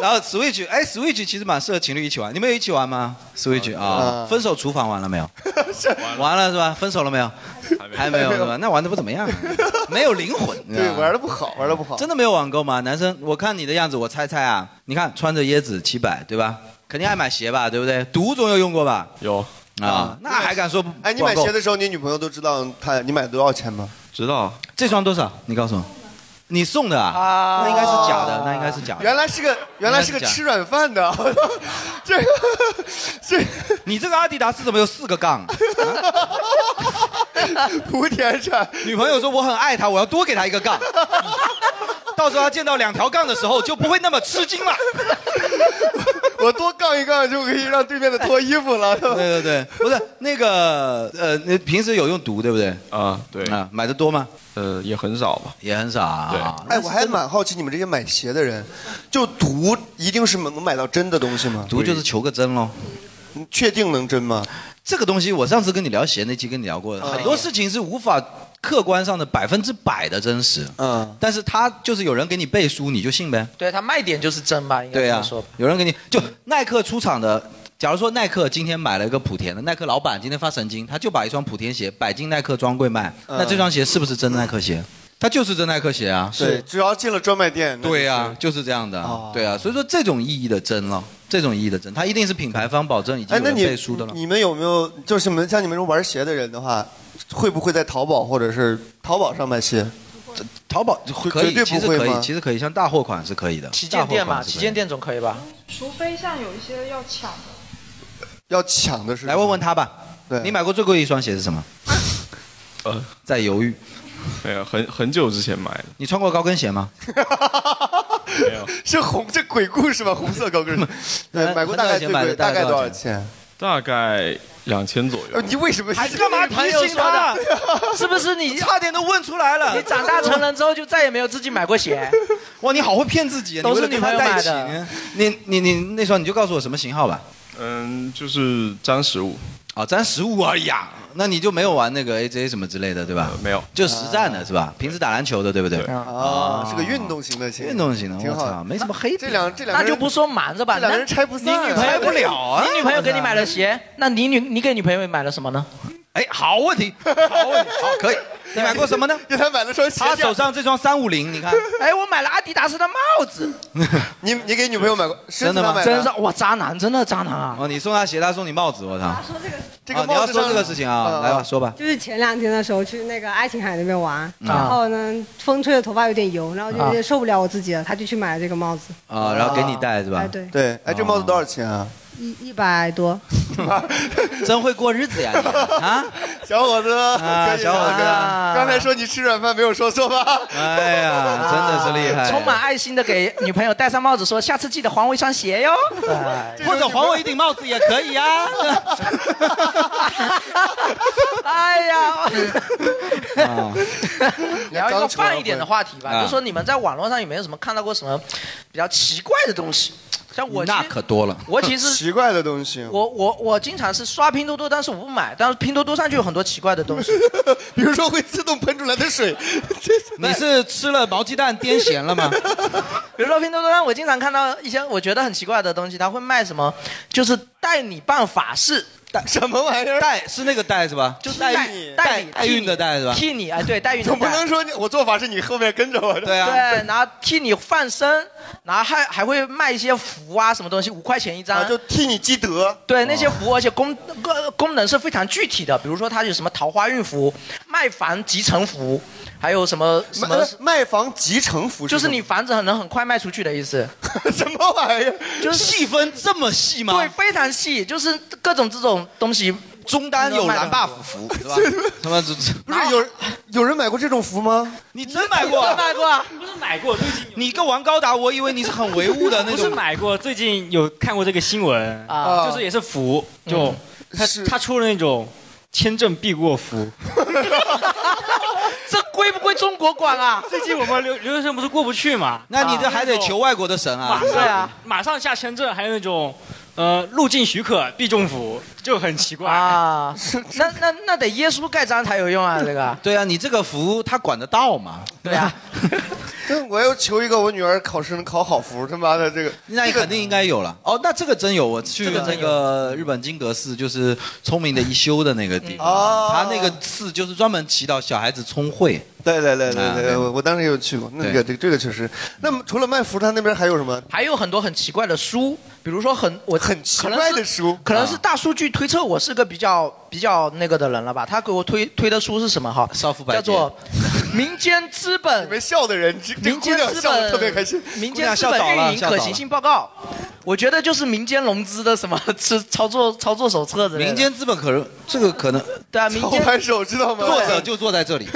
D: 然后 Switch，哎，Switch 其实蛮适合情侣一起玩。你们有一起玩吗？Switch
A: 嗯
D: 啊，分手厨房玩了没有？玩了是吧？分手了没有？还没有是吧？那玩的不怎么样 啊，没有灵魂。你知道
A: 对，
D: 吗
A: 玩的不好，玩的不好。
D: 真的没有网购吗？男生，我看你的样子，我猜猜啊，你看穿着椰子七百，对吧？肯定爱买鞋吧，对不对？毒总有用过吧？
J: 有
D: 啊， 那还敢说不？
A: 哎，你买
D: 网购
A: 鞋的时候，你女朋友都知道她你买多少钱吗？
J: 知道，
D: 这双多少？你告诉我，你送的啊？
C: 啊
D: 那应该是假的，那应该是假的。
A: 原来是个原来是个
D: 应该是
A: 吃软饭的， 这个 这
D: 你这个阿迪达斯怎么有四个 杠？
A: 莆田产，
D: 女朋友说我很爱他，我要多给他一个杠，到时候他见到两条杠的时候就不会那么吃惊了。
A: 我多杠一杠就可以让对面的脱衣服了。是吧
D: 对对对，不是那个呃，你平时有用毒对不对？
J: 啊，对，
D: 啊，买的多吗？
J: 呃，也很少吧。
D: 也很少啊。
A: 哎，我还蛮好奇你们这些买鞋的人，就毒一定是能买到真的东西吗？
D: 毒就是求个真喽。
A: 你确定能真吗？啊
D: 这个东西，我上次跟你聊鞋那期跟你聊过的，很多事情是无法客观上的百分之百的真实，
A: 嗯，
D: 但是他就是有人给你背书，你就信呗。
C: 对他卖点就是真吧，应该
D: 对啊
C: 这
D: 呀、
C: 么说吧。
D: 有人给你就耐克出厂的。假如说耐克今天买了一个莆田的，耐克老板今天发神经，他就把一双莆田鞋摆进耐克专柜卖，
A: 嗯
D: 那这双鞋是不是真耐克鞋？它就是真耐克鞋啊。
A: 对，只要进了专卖店，那
D: 对呀、就是这样的啊、
A: 哦
D: 对啊，所以说这种意义的真了，这种意义的真，它一定是品牌方保证已经
A: 哎，
D: 有
A: 那
D: 人
A: 你
D: 背书的了。
A: 你们有没有就是你们像你们这种玩鞋的人的话，会不会在淘宝或者是淘宝上买鞋？
D: 淘宝可以
A: 绝对，
D: 其实
A: 不会
D: 可以
A: 吗，
D: 其实可以，像大货款是可以的，
C: 旗舰店嘛，旗
D: 店。
C: 舰店总可以吧？
H: 除非像有一些要抢的，
A: 要抢的是
D: 来问问他吧，
A: 对
D: 你买过最贵一双鞋是什么？
J: 呃，
D: 在犹豫。
J: 没有，很很久之前买的，
D: 你穿过高跟鞋吗？
J: 没有，
A: 是红这鬼故事吗？红色高 跟鞋，对，哎买过大概最贵大概多少钱？
J: 大概两千左右
A: 呃，。你为什么还
C: 干嘛提醒他？ 是不 是你差
D: 点都问出来了
C: 你长大成人之后就再也没有自己买过鞋？
D: 哇，你好会骗自己啊！
C: 都是
D: 你为
C: 女朋
D: 了
C: 友
D: 跟他在
C: 买
D: 一起
C: 的
D: 呢。你你你那双你就告诉我什么型号吧。
J: 嗯，就是张十五，
D: 啊，咱十五而已啊，那你就没有玩那个 AJ 什么之类的，对吧
J: 呃？没有，
D: 就实战的是吧？平时打篮球的，对不对？
J: 对
A: 啊，是个运动型的鞋，
D: 运动型的，
A: 挺
D: 我
A: 好
D: 操，。哦没什么黑。
A: 这两这两
C: 那
A: 个人
C: 就不说瞒着吧。
A: 这两个人
C: 那
A: 拆不散啊，
D: 你女朋友拆不了啊
C: 你女朋友给你买了鞋，那你女你给女朋友买了什么呢？
D: 哎，好问题，好问题，好可以。你买过什 么呢？
A: 给他买了双鞋
D: 他手上这双三五零，你看，
C: 哎，我买了阿迪达斯的帽子，
A: 你你给女朋友买过？是
D: 真的吗？
A: 她买
C: 真是哇，渣男，真的渣男啊！
D: 哦，你送他鞋，他送你帽子，我操！哦
K: 说这个
A: 这
D: 啊个你要说这个事情啊，来吧，说吧。
K: 就是前两天的时候去那个爱琴海那边玩，
D: 嗯
K: 然后呢，风吹的头发有点油，然后就有点受不了我自己了，他就去买了这个帽子，
D: 啊，然后给你戴是吧
K: 哎？对
A: 对，哎，这帽子多少钱啊？
K: 一一百多。
D: 真会过日子呀！你啊，
A: 小伙子，
D: 啊
A: 可以了
D: 小伙子啊
A: 刚才说你吃软饭没有说错吧？
D: 哎呀，真的是厉害。
C: 充满爱心的给女朋友戴上帽子，说下次记得还我一双鞋哟。
D: 或者还我一顶帽子也可以啊 呀。
C: 哎呀，
D: 啊
C: 聊一个泛一点的话题吧，
D: 啊
C: 就说你们在网络上有没有什么看到过什么比较奇怪的东西？像 我其实
D: 那可多了。
C: 我 其实
A: 奇怪的东西，
C: 我我我经常是刷拼多多，但是我不买，但是拼多多上就有很多奇怪的东西，
A: 比如说会自动喷出来的 水，
D: 你是吃了毛鸡蛋癫痫了吗？
C: 比如说拼多多上我经常看到一些我觉得很奇怪的东西，他会卖什么，就是带你办法事。
A: 什么玩意儿？
D: 带是那个带是吧？
C: 就是
D: 代
C: 代
D: 孕
C: 代
D: 代
C: 理
D: 代孕的代是吧？
C: 替你哎，对，代孕的
A: 总不
C: 代
A: 能说你我做法是你后面跟着我的。
D: 对啊
C: 对，然后替你放生，然后还还会卖一些符啊什么东西，五块钱一张，
A: 啊就替你积德。啊
C: 对那些符，而且功呃功能是非常具体的，比如说它有什么桃花运符、卖房集成符，还有什么什么
A: 卖呃卖房集成符，
C: 就是你房子很能很快卖出去的意思。
A: 什么玩意儿？
C: 就是
D: 细分这么细吗？
C: 对，非常细，就是各种这种东西。
D: 中单有蓝 buff 服 是吧？什么？
A: 不是有有人买过这种符吗？
D: 你真买过？啊
C: 买过？
E: 不是买过，最近
D: 你一个玩高达，我以为你是很唯物的那
E: 不是
D: 种。
E: 买过，最近有看过这个新闻
C: 啊
E: 就是也是符，就
C: 嗯
E: 他他出了那种签证必过符。
C: 这归不归中国管啊？
E: 最近我们留留学生不是过不去嘛？
D: 那你这还得
E: 啊
D: 求外国的神啊
E: 马！上，马上下签证，还有那种呃入境许可必中符，就很奇怪。
C: 啊，那那那得耶稣盖章才有用啊，这个。
D: 对啊，你这个服他管得到吗？
C: 对啊，
A: 对，我要求一个我女儿考试能考好符，他妈的这个，
D: 那你肯定应该有了。哦，那这个真有，我去那个日本金阁寺，就是聪明的一休的那个地方，他那个寺就是专门祈祷小孩子聪慧。
A: 对对对对
D: 啊
A: 对，我我当时也有去过，那个这个这个确实。那么除了卖符，他那边还有什么？
C: 还有很多很奇怪的书，比如说很我很
A: 奇怪的书
C: 可能是大数据推测我是个比较比较那个的人了吧？他给我推推的书是什么哈？
D: 少妇
A: 百
C: 叫
A: 戒
C: 做《民间资本》。你
A: 们笑的人，这
C: 民间
A: 这姑娘
C: 资
A: 笑得
C: 本
A: 特别开心
C: 民
A: 姑
C: 间
A: 娘
C: 资
A: 笑倒
C: 本
A: 了
C: 运营
A: 笑倒
C: 可
A: 了
C: 行性报告，我觉得就是民间融资的什么操操作操作手册之类的。
D: 民间资本可能这个可能
C: 对啊，民
A: 操
C: 间
A: 盘手知道吗？
D: 作者就坐在这里，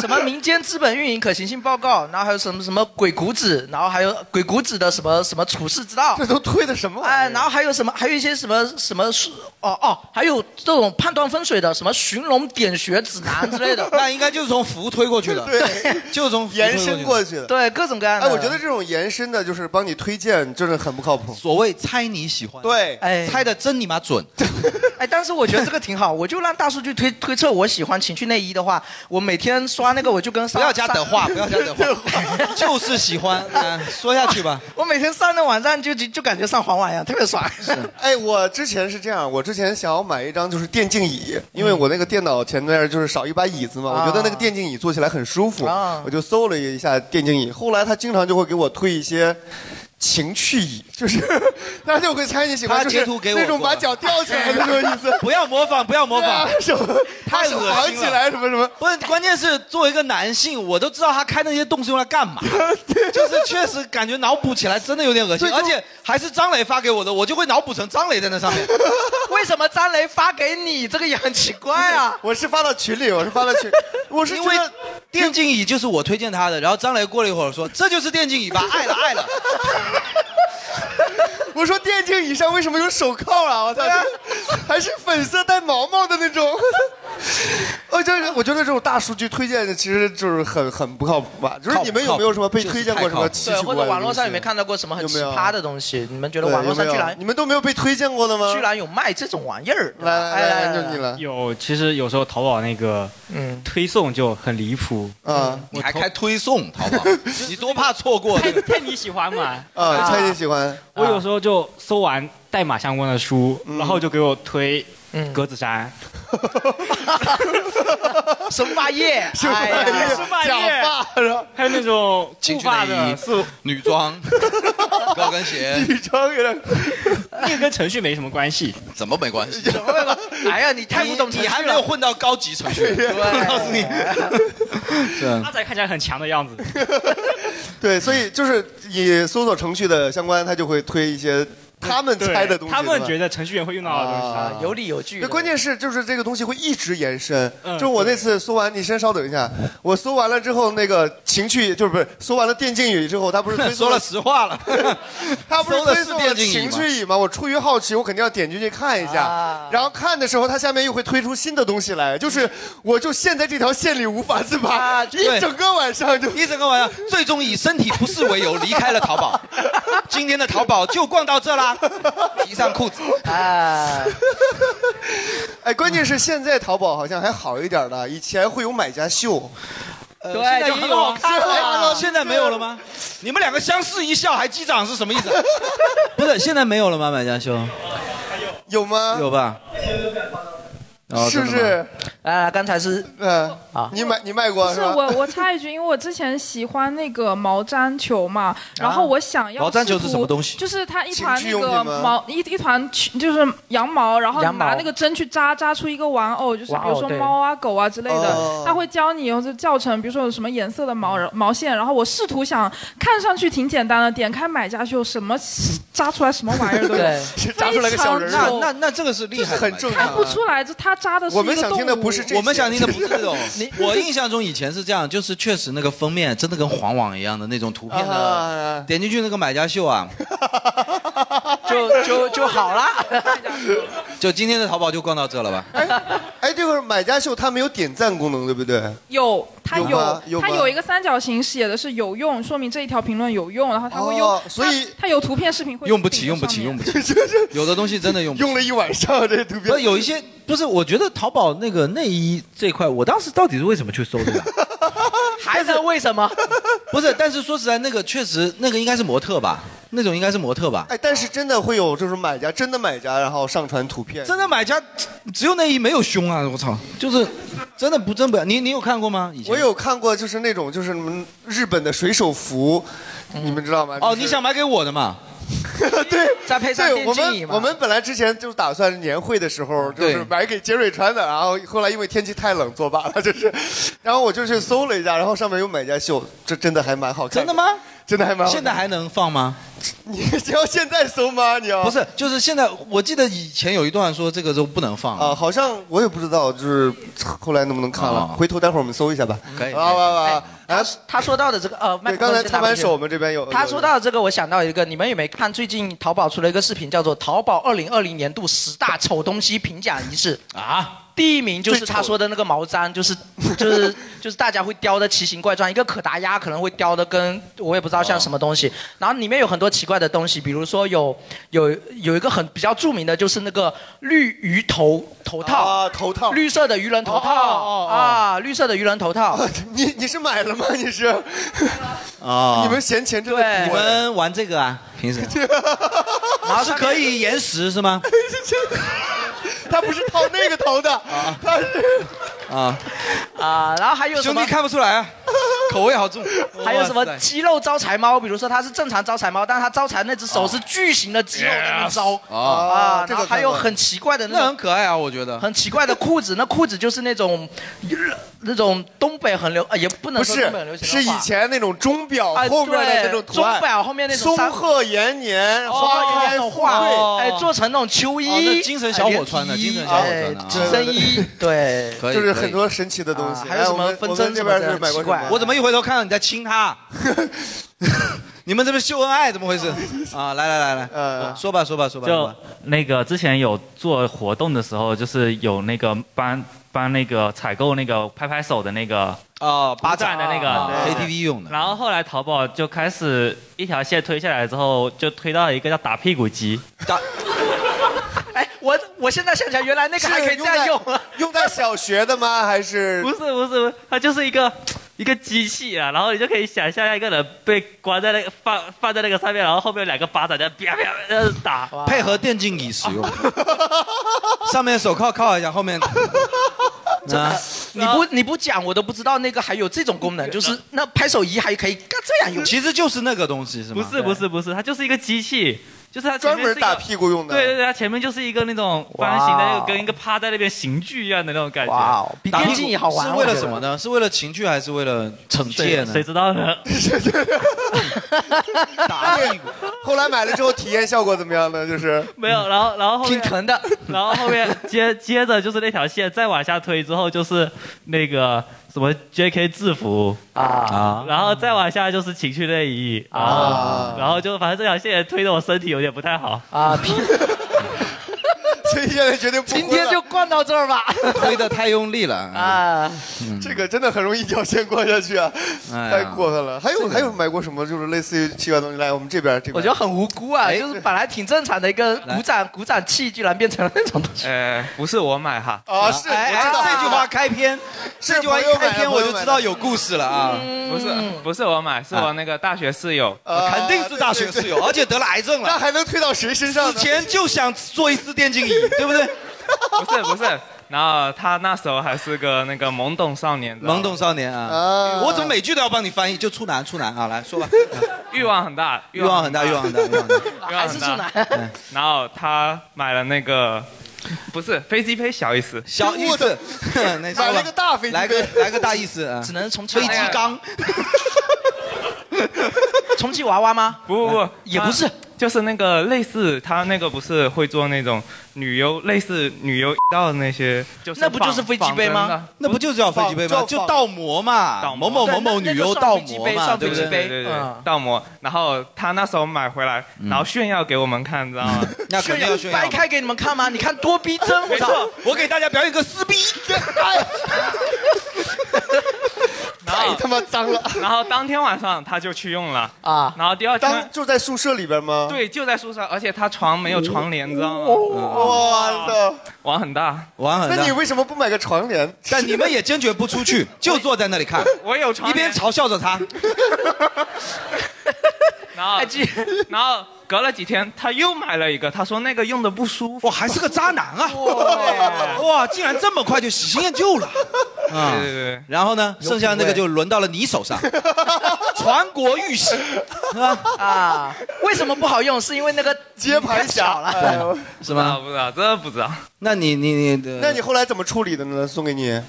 C: 什么民间资本运营可行性报告，然后还有什么什么鬼谷子，然后还有鬼谷子的什么什么处世之道，
A: 这都推的什么？
C: 哎，然后还有什么，还有一些什么什么书，哦哦，还有这种判断风水的什么寻龙点穴指南啊之类的，
D: 那应该就是从服推过去的，
A: 对，
D: 就是从服推
A: 延伸
D: 过
A: 过
D: 去的。
A: 去的。
C: 对各种各样的。
A: 哎，我觉得这种延伸的，就是帮你推荐，真的很不靠谱。
D: 所谓猜你喜欢，
A: 对，
C: 哎
D: 猜的真你妈准。
C: 哎，但是我觉得这个挺好，我就让大数据推推测我喜欢情趣内衣的话，我每天刷那个我就跟
D: 不
C: 上
D: 要加
C: 上
D: 的话，不要加的话， 就是喜欢。啊说下去吧。
C: 我每天上那网站就就就感觉上黄网一样，特别爽。
A: 哎，我之前是这样，我之前想要买一张就是电竞椅，因为我那个电脑前面就是少一把椅子嘛，
C: 嗯啊
A: 我觉得那个电竞椅坐起来很舒服，
C: 啊
A: 我就搜了一下电竞椅。后来他经常就会给我推一些。情趣椅就是，他就会猜你喜欢，
D: 他
A: 就
D: 截
A: 是
D: 图给我
A: 那种
D: 过
A: 把脚吊起来的那种椅 子，
D: 不要模仿，不要模仿
A: 对啊，什么
D: 太恶心了
A: 把啊手绑起来什么什么，
D: 不是，关键是作为一个男性，我都知道他开那些洞是用来干嘛，就是确实感觉脑补起来真的有点恶心，而且还是张磊发给我的，我就会脑补成张磊在那上面。
C: 为什么张雷发给你这个也很奇怪啊？
A: 我是发到群里，我是发到 群，我是
D: 因
A: 觉
D: 为
A: 得
D: 电竞椅就是我推荐他的，然后张磊过了一会儿说这就是电竞椅 吧，爱了爱了。
A: 我说电竞椅上为什么有手铐啊？我操，还是粉色带毛毛的那种。 哦，就是我觉得这种大数据推荐的其实就是很很不靠谱吧。 就是你们有没有什么被推荐过什么奇
C: 对，
A: 奇怪
C: 或
A: 怪的东西？
C: 者网络上有没有看到过什么很
A: 有
C: 奇
A: 没有
C: 葩的东西？你们觉得
A: 对
C: 网络上
A: 有没有
C: 居然
A: 你们都没有被推荐过的吗？
C: 居然有卖这种玩意儿？对吧
A: 来来来，
C: 哎
A: 就你了。
E: 有，其实有时候淘宝那个
C: 嗯
E: 推送就很离谱。
A: 嗯
D: 你还开推送淘 宝，你多怕错过
E: 猜猜你喜欢嘛？
A: 嗯，
D: 啊
A: 猜
C: 啊
A: 你 喜欢
E: 我有时候就搜完代码相关的书，然后就给我推
C: 嗯
E: 格子衫，
C: 生发液，
E: 生发液
C: 哎呀
E: 生发液假还有那种
D: 情趣
E: 发
D: 内
E: 的
D: 衣
E: 是
D: 女装、高跟鞋，
E: 女
A: 装有点，
E: 那个跟程序没什么关系，
D: 怎么没关系？
C: 哎呀，你
E: 太不懂程序
D: 你还
E: 了
D: 没有混到高级程序，
A: 啊
D: 我告诉你，
E: 阿仔看起来很强的样子，
A: 对，所以就是你搜索程序的相关，它就会推一些他们猜的东西。
E: 他
A: 对
E: 们
A: 吧
E: 觉得程序员会用到的东西，
A: 啊有
C: 理有据
A: 对，关键是就是这个东西会一直延伸。
E: 嗯
A: 就是我那次搜完，你先稍等一下，我搜完了之后，那个情趣就是不是搜完了电竞椅之后，他不 是推
D: 说了实话了，
A: 他不是
D: 搜的
A: 推
D: 是
A: 送了
D: 电竞椅
A: 情
D: 吗
A: 趣椅吗？我出于好奇，我肯定要点进去看一下。
C: 啊
A: 然后看的时候，它下面又会推出新的东西来，就是我就陷在这条线里无法自拔，
C: 啊
A: 一整个晚上就
D: 一整个晚上，最终以身体不适为由离开了淘宝。今天的淘宝就逛到这啦，提上裤子。
C: 啊，
A: 哎，关键是现在淘宝好像还好一点了，以前会有买家秀。
D: 呃
C: 对
D: 现在
C: 就
D: 也
C: 很
D: 有
C: 好
D: 啊
C: 看
D: 现在
C: 啊
D: 现在没有了吗？你们两个相视一笑还击掌是什么意思？啊不是，现在没有了吗？买家秀
A: 有吗？
D: 有吧？哦
A: 呃是不
D: 真的
A: 是？
C: 啊，刚才是
A: 嗯
C: 啊，
A: 你买你卖过
H: 不是
A: 吧？
H: 我，我插一句，因为我之前喜欢那个毛毡球嘛，然后我想要
D: 毛毡球
H: 试
D: 是
H: 图
D: 什么东西
H: 就是它一团
D: 啊情趣
H: 那
D: 用
H: 个
D: 品吗
H: 毛一一团群就是羊毛，然后你
D: 羊毛
H: 拿那个针去扎扎出一个玩偶，就是
D: 玩
H: 比
D: 偶
H: 如说
D: 对
H: 猫啊狗啊之类
D: 哦
H: 的，它会教你用这教程，比如说有什么颜色的毛毛线，然后我试图想看上去挺简单的，点开买家秀什么扎出来什么玩意儿都有，
D: 对
H: 非常
D: 那
H: 丑
D: 那那这个是厉害的，
H: 就是看不出来这它扎的是一个动物
D: 我们想听的不是这 种。我印象中以前是这样，就是确实那个封面真的跟黄网一样的那种图片
C: 呃啊
A: 啊
D: 的，点进去那个买家秀 啊，
C: 就就就好 啦。
D: 就今天的淘宝就逛到这了吧？
A: 哎，这个买家秀它没有点赞功能，对不对？
H: 有，它
A: 有吗有
H: 它
A: 吗
H: 有一个三角形写的是有用，说明这一条评论有用，然后它会用，
A: 哦所以
H: 它它有图片、视频会
D: 用不起，用不起，用不 起。有的东西真的用不起。
A: 用了一晚上这图
D: 片。有一些不是，我觉得淘宝那个内衣这块，我当时到底是为什么去搜的 呀？
C: 还是为什么？
D: 不是，但是说实在，那个确实，那个应该是模特吧？那种应该是模特吧？
A: 哎，但是真的会有就是买家真的买家，然后上传图片。
D: 真的买家只有内衣没有胸啊！我操，就是真的不真不了。你你有看过吗？以前
A: 我有看过，就是那种就是嗯日本的水手服，你们知道吗？
D: 哦，
A: 就是
D: 你想买给我的嘛？
A: 对，
C: 再配上
A: 对，我
C: 电竞
A: 们
C: 椅
A: 我
C: 嘛。
A: 们本来之前就打算年会的时候就是
D: 嗯对
A: 买给杰瑞穿的，然后后来因为天气太冷作罢了，就是， 然后我就去搜了一下，然后上面有买家秀，这真的还蛮好看。真的
D: 吗？
A: 真的还蛮好看。
D: 现在还能放吗？
A: 你 你要现在搜吗？你要
D: 不是，就是现在，我记得以前有一段说这个都不能放
A: 啊，好像我也不知道，就是后来能不能看
D: 啊
A: 了，回头待会儿我们搜一下吧。
D: 可以
A: 啊哇哇！
C: 哎他他说到的这个呃，麦克
A: 刚才
C: 风先拿
A: 擦完
C: 回去
A: 手我们这边有
C: 他
A: 有
C: 说到的这个，我想到一个，你们有没有看最近淘宝出了一个视频，叫做《淘宝二零二零年度十大丑东西评奖仪式》
D: 啊？
C: 第一名就是他说的那个毛毡， 就是就是就是大家会雕的奇形怪状，一个可达鸭可能会雕的跟我也不知道像什么东西，然后里面有很多奇怪的东西，比如说有有有一个很比较著名的就是那个绿鱼头头套
A: 啊，头套，
C: 绿色的鱼人头
D: 哦
C: 套啊，绿色的鱼人头套，
A: 你你是买了吗？你是
D: 啊
A: 你们嫌钱真
C: 对
A: 的
D: 你
A: 多呀？
D: 们玩这个啊？凭 什么？
C: 然后
D: 是
C: 上面
D: 可以延时是吗？
A: 他不是套那个头的，他是
D: 啊
C: 啊，然后还有什
D: 兄
C: 么
D: 弟看不出来啊，口味好重。
C: 还有什么
D: 哇塞
C: 肌肉招财猫？比如说它是正常招财猫，但是它招财那只手是巨型的肌肉的那招
D: 啊
A: 哦
C: 啊，
D: 这个
C: 然后还有
D: 看过
C: 很奇怪的那
D: 那很
C: 种
D: 可爱啊，我觉得。
C: 很奇怪的裤子，那裤子就是那种那种东北很流，啊也不能
A: 不
C: 说
A: 是
C: 东北很流行
A: 是
C: 的话
A: 以前那种钟表
C: 啊
A: 后面的那种
C: 对
A: 图案，
C: 钟表后面那种
A: 松
C: 三哦
A: 鹤延年，花
C: 花
A: 开
C: 种
A: 富
C: 画
A: 贵，，
C: 哎，做成那种秋
D: 哦
C: 衣
D: 那，精神小伙穿的
C: 哎
D: 精神小伙穿的
C: 哎
D: 啊
C: 紧身衣，对，
D: 可以
A: 就是
D: 可以
A: 很多神奇的东西。
C: 啊还有
A: 哎
C: 什
A: 我
C: 么
A: 们
C: 纷
A: 我
C: 争
A: 们这
C: 什么
A: 边
C: 的
A: 是买过
C: 奇
A: 什么
C: 怪？
D: 我怎么一回头看到你在亲 他？你们这边秀恩爱怎么回事啊？来来来来，
A: 呃
D: 说吧说吧说吧。说
I: 就
D: 吧
I: 那个之前有做活动的时候，就是有那个帮帮那个采购那个拍拍手的那个
D: 哦，
I: 巴掌的那个
D: 啊
I: 对
D: KTV 用的。
I: 然后后来淘宝就开始一条线推下来之后，就推到一个叫打屁股机，
C: 哎，我我现在想起来，原来那个还可以这样用啊，
A: 用在小学的吗？还是
I: 不是不是不是，它就是一个一个机器啊，然后你就可以想象一个人被关在那个放放在那个上面，然后后面有两个巴掌在啪啪啪地打，
D: 配合电 竞椅使用，上面手铐铐一下，后面啊
C: 你不你不讲我都不知道那个还有这种功能，就是那拍手仪还可以干这样用。
D: 其实就是那个东西是吗？
I: 不是不是不是，它就是一个机器，就是它
A: 专门
I: 前面是一个
A: 打屁股用的
I: 对对对，它前面就是一个那种方形的，那个跟一个趴在那边刑具一样的那种感觉。
C: 哇哦，
D: 打屁股
A: 啊
D: 是为了什么？呢？是为了情趣还是为了惩戒呢？
I: 谁知道呢？
A: 打屁股。 后来买了之后体验效果怎么样呢？就是
I: 没有，然后然后后面
C: 挺疼的，
I: 然后后面接接着就是那条线再往下推之后就是那个什么 J.K. 制服
C: 啊，
I: 然后再往下就是情趣内衣
C: 啊
I: 啊，然后就反正这条线推的我身体有点不太好
C: 啊，
A: 所以现在决定不
C: 今天就逛到这儿吧。
D: 推的太用力了。嗯
C: 啊，
A: 这个真的很容易一条线过下去啊，
D: 哎呀
A: 太过分了。还有还有买过什么就是类似于奇怪的东西？来，我们这边这边。哎
C: 我觉得很无辜
D: 哎
C: 啊，就是本来挺正常的一个鼓掌鼓掌器，居然变成了那种东西。
L: 呃，不是我买哈。
A: 啊，是，
D: 哎
A: 我知道
D: 哎这句话开 篇，这句话一开篇我就知道有故事了啊！
L: 不是，嗯不是我买，是我那个大学室友。
A: 哦
D: 啊肯定是大学室友，而且得了癌症了，
L: 那
A: 还能推到谁身
L: 上呢
D: 死前就想做一次电竞椅，对不对？
L: 不是不是，然后他那时候还是个那个懵懂少年，
D: 懵懂少年啊！我怎么每句都要帮你翻译？就处男，处男啊，来说吧，
L: 欲望很大，
D: 欲望很大，欲望很大，嗯欲望 很大。
L: 还是处男。然后他买了那个，不是飞机杯小意思，
D: 小意 思，那说吧来个来个大意思啊！
C: 只能从
D: 飞机 缸，
C: 充气娃娃吗？
L: 不
D: 嗯
L: 不不，
C: 也不是，
L: 就是那个类似他那个不是会做那种女优类似女优到的那些，就是
D: 那不就是
L: 仿
D: 飞机杯吗
L: 仿真的
D: 那不就是叫飞机杯吗？就倒模嘛，某某某某女优倒模嘛，对不对？
L: 对对对，倒模。然后他那时候买回来，
A: 嗯
L: 然后炫耀给我们看，你知道 吗？
D: 那
C: 炫耀掰开给你们看吗？你看多逼真，我
L: 没
C: 操
L: 错！
D: 我给大家表演个撕逼，
L: 太
A: 他妈脏了。
L: 然后当天晚上他就去用了
C: 啊，
L: 然后第二天
A: 就在宿舍里边吗？
L: 对，就在宿舍，而且他床没有床帘，你知道吗？
D: 哦
A: 我的，
L: 玩很大，
D: 玩
A: 那你为什么不买个床帘？
D: 但你们也坚决不出去，就坐在那里看。
L: 我有床
D: 一
L: 帘
D: 边嘲笑着他，
L: 然后 然后隔了几天他又买了一个，他说那个用的不舒服。
D: 我还是个渣男 啊！哇，竟然这么快就喜新厌 旧了。啊
L: 对对对。
D: 然后呢，
L: 有
D: 剩
L: 品
D: 下那个
L: 味
D: 就轮到了你手上，传国玉玺，
C: 啊！为什么不好用？是因为那个
A: 接盘侠
D: 哎
C: 了。
D: 是吗？
L: 不知道，真的不知 道。
D: 那你你你，
A: 那你后来怎么处理的呢？送给你？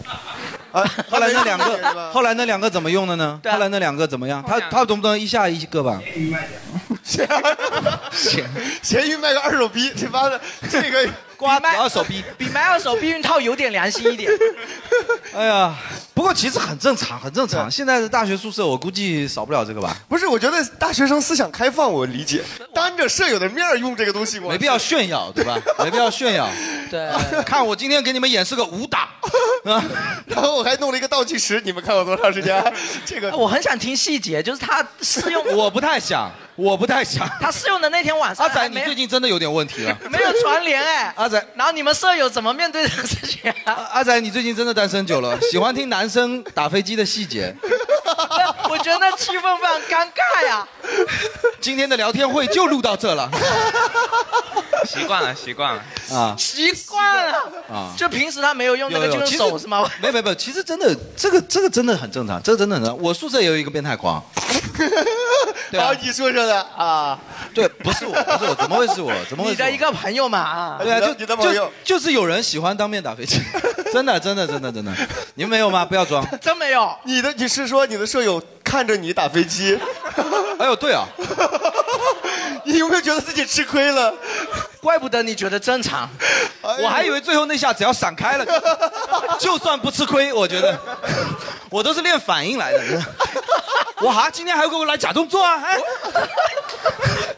A: 啊，
D: 后来那两个，后来那两个怎么用的呢？后来那两个怎么样？他他能不能一下一个 吧？
A: 闲鱼卖个二手逼，这妈的，这个
D: 瓜子二手逼，
C: 比买二手避孕套有点良心一点。
D: 哎呀，不过其实很正常，很正常。现在的大学宿舍，我估计少不了这个吧。
A: 不是，我觉得大学生思想开放，我理解。当着舍友的面儿用这个东西，我
D: 没必要炫耀，对吧？ 没必要炫耀。
C: 对，
D: 看我今天给你们演示个武打， 啊，
A: 然后我还弄了一个倒计时，你们看我多长时间？啊 这个
C: 我很想听细节，就是他试用，
D: 我不太想，我不太 想。
C: 他试用的那天晚上，
D: 阿仔，你最近真的有点问题了。
C: 没有传联哎。
D: 阿仔，
C: 然后你们舍友怎么面对这个事 情啊？
D: 阿仔，你最近真的单身久了，喜欢听男生打飞机的细节。
C: 我觉得那气氛非常尴尬呀。
D: 今天的聊天会就录到这 了
L: 习惯了，习惯了。
D: 啊
C: 习惯了
D: 啊！
C: 就平时他没有用那个，就用
D: 其实
C: 手是吗？
D: 没没没，其实真的，这个这个真的很正常，这个真的很正常。我宿舍也有一个变态 狂，对啊，
A: 你说说的啊，
D: 对，不是我，不是我，怎么会是我？怎么会
C: 你
D: 是我？
C: 的一个朋友嘛啊。
D: 对啊，就就就是有人喜欢当面打飞机， 真的，真的，真的，真的，你们没有吗？不要装。
C: 真没有。
A: 你的 你是说你的舍友看着你打飞机？
D: 哎呦，对啊，
A: 你有没有觉得自己吃亏了？
C: 怪不得你觉得正常，
D: 我还以为最后那下只要闪开了，就算不吃亏，我觉得 我都是练反应来的。 我哈，今天还给我来假动作啊！哎，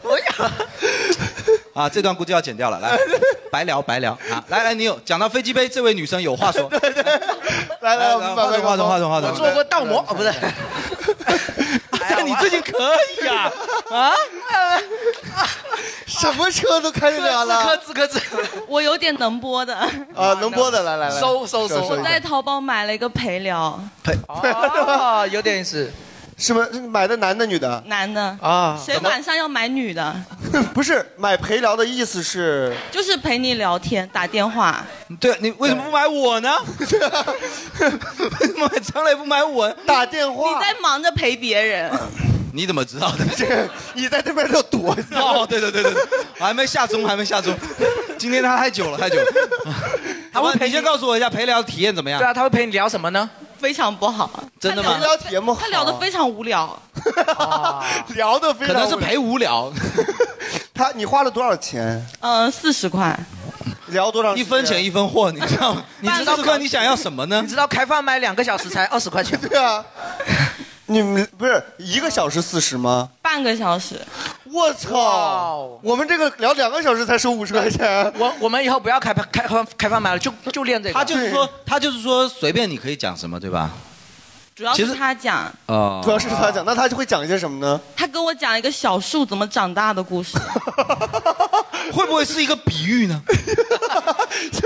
C: 我呀，
D: 啊，这段估计要剪掉了，来，白聊白聊啊！来来，你有讲到飞机杯，这位女生有话说。
A: 来来，我们把
D: 话
A: 麦
D: 筒
A: 克
D: 话
A: 风
D: 筒话筒话
A: 我
D: 筒。
A: 做过
C: 倒模哦，不是。
D: 这哎你最近可以呀啊！
A: 什么车都开得了了
C: 自个自个自
M: 我有点能播的。
A: 啊，能播的来来来，
C: 搜搜搜
M: 我在淘宝买了一个陪聊，
C: 哦，有点意思。
A: 什么买的男的女的？
M: 男的
A: 啊
M: 谁晚上要买女的？
A: 不是买陪聊的意思是，
M: 就是陪你聊天，打电话。
D: 对你为什么不买我呢？为什么张磊不买我？
A: 打电话。
M: 你在忙着陪别人，
D: 你怎么知道 的？
A: 你在那边就躲。
D: 哦，对对对对，我还没下钟，还没下钟。今天他太久了，太 久了。他会陪，你先告诉我一下陪聊体验怎么样？
C: 对啊，他会陪你聊什么呢？
M: 非常不好。
D: 真的吗
M: 他聊的他聊的非常无聊，
A: 聊的非常
D: 可能是陪无聊。
A: 他你花了多少钱？
M: 嗯，四十块。
A: 聊多长？
D: 一分钱一分货，你知道吗？你知道哥你想要什么呢？
C: 你知道开放麦两个小时才二十块钱吗？
A: 对啊，你们不是一个小时四十吗？
M: 半个小时。
A: 我操！我们这个聊两个小时才收五十块钱。
C: 哦我我们以后不要开开开放开放麦了，就就练这个。
D: 他就是说，他就是说，随便你可以讲什么，对吧？
M: 主要
D: 其
M: 是
D: 实
M: 他讲，
D: 啊
A: 哦主要是他讲，那他就会讲一些什么呢？
M: 他跟我讲一个小树怎么长大的故事。
D: 会不会是一个比喻 呢？
C: 收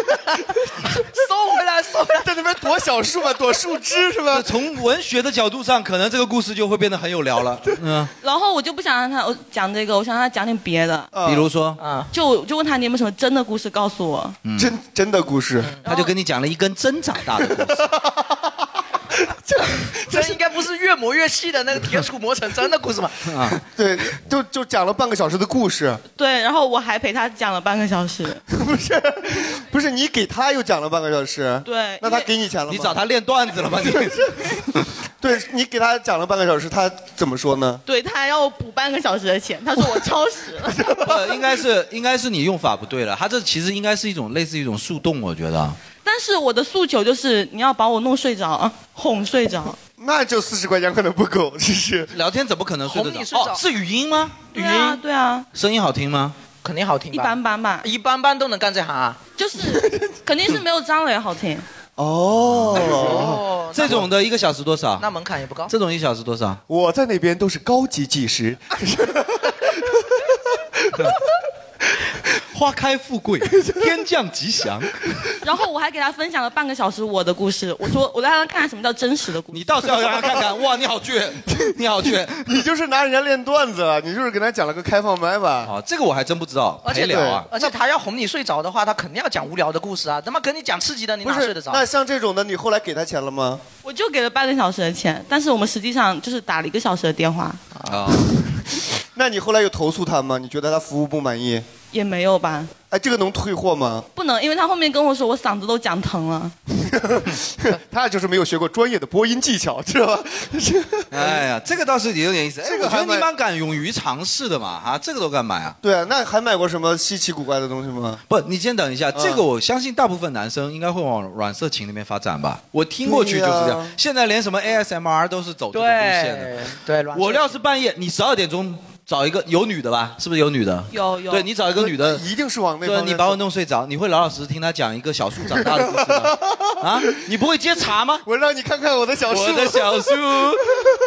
C: 回来，收回来，
A: 在那边 躲小树嘛，躲树枝是吧？
D: 从文学的角度上，可能这个故事就会变得很有聊了。嗯，
M: 然后我就不想让他我讲这个，我想让他讲点别的。
A: 哦
M: 啊
D: 比如说，嗯
M: 就就问他你有没有什么真的故事告诉我？
A: 啊真真的故事，
D: 他就跟你讲了一根针长大的故事。
C: 这应该不是越磨越细的那个铁杵磨成针的故事吗？
D: 啊，
A: 对，就就讲了半个小时的故事，
M: 对，然后我还陪他讲了半个 小时。
A: 不是，不是你给他又讲了半个小时，
M: 对
A: 那他给你钱了吗？
D: 你找他练段子了吗？你
A: 对你给他讲了半个小时，他怎么说呢？
M: 对他还要我补半个小时的钱，他说我超 时了。
D: 不呃应该是应该是你用法不对了。他这其实应该是一种类似于一种树洞，我觉得。
M: 但是我的诉求就是你要把我弄睡着，啊哄睡着。
A: 那就四十块钱可能不够，其实
D: 聊天怎么可能睡得
M: 哄
D: 着？
M: 你睡着
D: 哦，是语音吗？
M: 对啊，对啊，
D: 声音好听吗？
C: 肯定好听
M: 一
C: 吧？
M: 般般吧，
C: 一般般都能干这行啊？
M: 肯定是没有张磊 好听。
D: 哦， 这种的一个小时多少？
C: 啊那门槛也不高。
D: 这种一小时多少？
A: 我在那边都是高级技师，
D: 花开富贵，天降吉 祥。
M: 然后我还给他分享了半个小时我的故事，我说我让他看看什么叫真实的故事。
D: 你倒是要让他看看，
A: 啊
D: 哇，你好倔，你好倔。
A: 你就是拿人家练段子了，你就是给他讲了个开放麦吧？
D: 哦，这个我还真不知道啊
C: 而且
A: 啊
C: 而且他要哄你睡着的话，他肯定要讲无聊的故事啊！他妈跟你讲刺激的，你
A: 不
C: 哪睡
A: 是
C: 得，着？
A: 那像这种的，你后来给他钱了吗？
M: 我就给了半个小时的钱，但是我们实际上就是打了一个小时的电话，
D: 啊，
A: 那你后来有投诉他吗？你觉得他服务不满意？
M: 也没有吧？
A: 哎，这个能退货吗？
M: 不能，因为他后面跟我说我嗓子都讲疼了。
A: 他就是没有学过专业的播音技巧，知道吧？
D: 哎呀，这个倒是也有点意思。哎，
A: 这个
D: 我觉得
A: 还蛮
D: 你蛮敢勇于尝试的嘛，哈、这个都敢买啊。
A: 对啊，那还买过什么稀奇古怪的东西吗？
D: 不，你先等一下，
A: 嗯
D: 啊这个我 相信大部分男生应该会往软色情那边发展吧。我听过去就是这
A: 对
D: 样
A: 呀，
D: 现在连什么 ASMR 都是走这个路线的。
C: 对，
D: 我要是半夜，你十二点钟找一个有女的吧，是不是有女的？
M: 有有
D: 对你找一个女的，
A: 呃一定是往那
D: 对
A: 方
D: 你
A: 面
D: 把我弄睡着，你会老老实实听她讲一个小树长大的故事 吗？啊，你不会接茬吗？
A: 我让你看看我的小树
D: 我的小 树，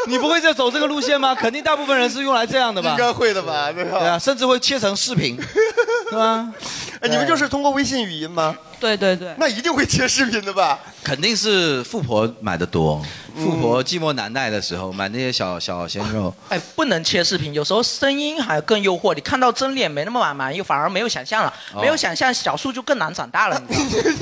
D: 你不会再走这个路线吗？肯定大部分人是用来这样的吧？
A: 应该会的吧？对吧？
D: 对啊，甚至会切成视频，对吧？
A: 哎，你们就是通过微信语音吗？
M: 对对对，
A: 那一定会切视频的吧？
D: 肯定是富婆买的多，富婆寂寞难耐的时候买那些小小鲜肉，
C: 哎，不能切视频，有时候声音还更诱惑。你看到真脸没那么满满意，反而没有想象了，
D: 哦
C: 没有想象小树就更难长大了。你知道吗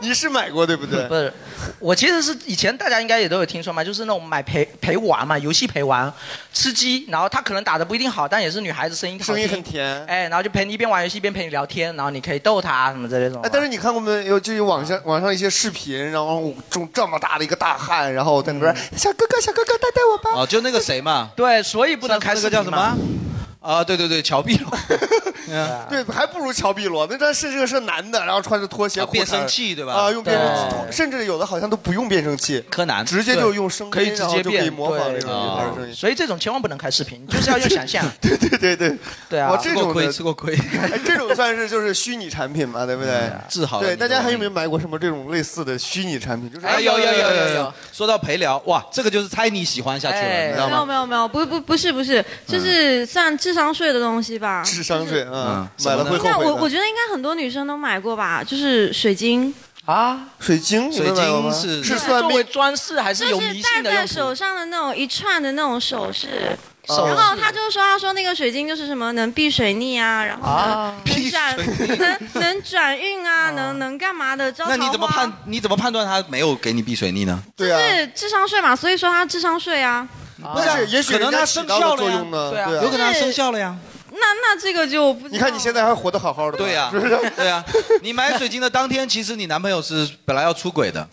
A: 你是买过对不对？
C: 不是，我其实是以前大家应该也都有听说嘛，就是那种买陪陪玩嘛，游戏陪玩，吃鸡，然后他可能打的不一定好，但也是女孩子声音好听
A: 声音很甜。
C: 哎，然后就陪你一边玩游戏一边陪你聊天，然后你可以逗她什么之类的。
D: 啊
A: 哎，但是你看过没有？就有网上网上一些视频，然后中这么大的一个大汉，然后在那边、
D: 嗯
A: 小哥哥小哥哥带带我吧。
D: 哦，就那个谁嘛，
C: 对，所以不
D: 能开那个叫什么？啊，对对对，乔碧龙， 嗯
A: 对，还不如乔碧罗，那但是这个是男的，然后穿着拖鞋、
D: 啊
A: 裤衩
D: 变声器对吧
A: 啊，用变声
D: 对
A: 器，甚至有的好像都不用变声器，
D: 柯南
A: 嗯直接就用声音，
C: 可以直
A: 然后
C: 接
A: 就
C: 变
A: 可以模仿那
C: 对
A: 种女孩的
D: 啊
A: 声音。
C: 所以这种千万不能开视频，你就是要用想 象。
A: 对对对对，
C: 对啊
A: 我这种的
D: 吃过亏，
A: 哎，这种算是就是虚拟产品嘛，对不对？
D: 治好了
A: 对，
D: 你的
A: 大家还有没有买过什么这种类似的虚拟产品？就是
D: 哎，有有有有哎有。说到陪聊，哇，这个就是猜你喜欢下去了，你知道
N: 哎没
D: 吗？
N: 有
D: 嗯
N: 没有没有，不不不是不是，就是算智商税的东西吧。
A: 智商税啊，
D: 嗯
A: 买了会后
N: 但
A: 悔
N: 我我
A: 的。
N: 觉得应该很多女生都买过吧，就是水晶。
C: 啊，
A: 水晶，哎你
D: 水
A: 们买过
D: 晶
A: 吗
D: 是
N: 啊
A: 是
C: 作
A: 算
C: 为
A: 命，
C: 装饰还是有
N: 就是
C: 迷
N: 戴
C: 信的用
N: 在
C: 途？
N: 手上的那种一串的那种首饰。
A: 哦
C: 手
N: 然后他就说：“他说那个水晶就是什么能避水逆啊，然后
D: 啊
N: 能能转 能能转运啊，能能干嘛的招
D: 那
N: 桃
D: 你怎么
N: 花
D: 判？你怎么判断他没有给你避水逆呢？
A: 对啊
N: 就是智商税嘛，所以说他智商税啊。
A: 不是，也许
D: 可能
A: 人家
D: 它
A: 起
D: 生
A: 到
D: 效
A: 作
D: 了呀
A: 用呢，
D: 对
A: 对
D: 啊
A: 啊
D: 有可能它生效了呀。
N: 那那这个就不知
A: 你看你现在还活得好好的，
D: 对呀、
A: 是不是？
D: 对呀、你买水晶的当天，其实你男朋友是本来要出轨的，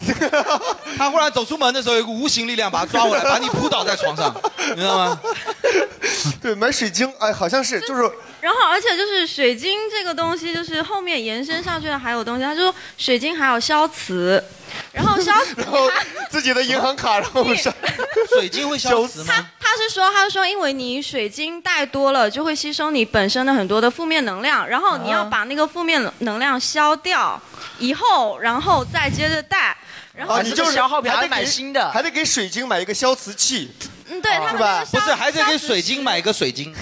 D: 他忽然走出门的时候，有一股无形力量把他抓回来，把你扑倒在床上，你知道吗？
A: 对，买水晶，哎，好像是，就是
N: 然后，而且就是水晶这个东西，就是后面延伸上去的还有东西。他说水晶还有消磁，然后消磁
A: 然后自己的银行卡，然后 上
D: 水晶会消磁吗？
N: 他是说，他是说，因为你水晶戴多了，就会吸收你本身的很多的负面能量，然后你要把那个负面能量消掉以后，然后再接着戴。然后
A: 啊，你就是
N: 消耗
A: 还得给还得给水晶买一个消磁器，
N: 嗯，对，他
A: 哦是
N: 们那
A: 吧
N: 个？消
D: 不是，还得给水晶买一个水晶，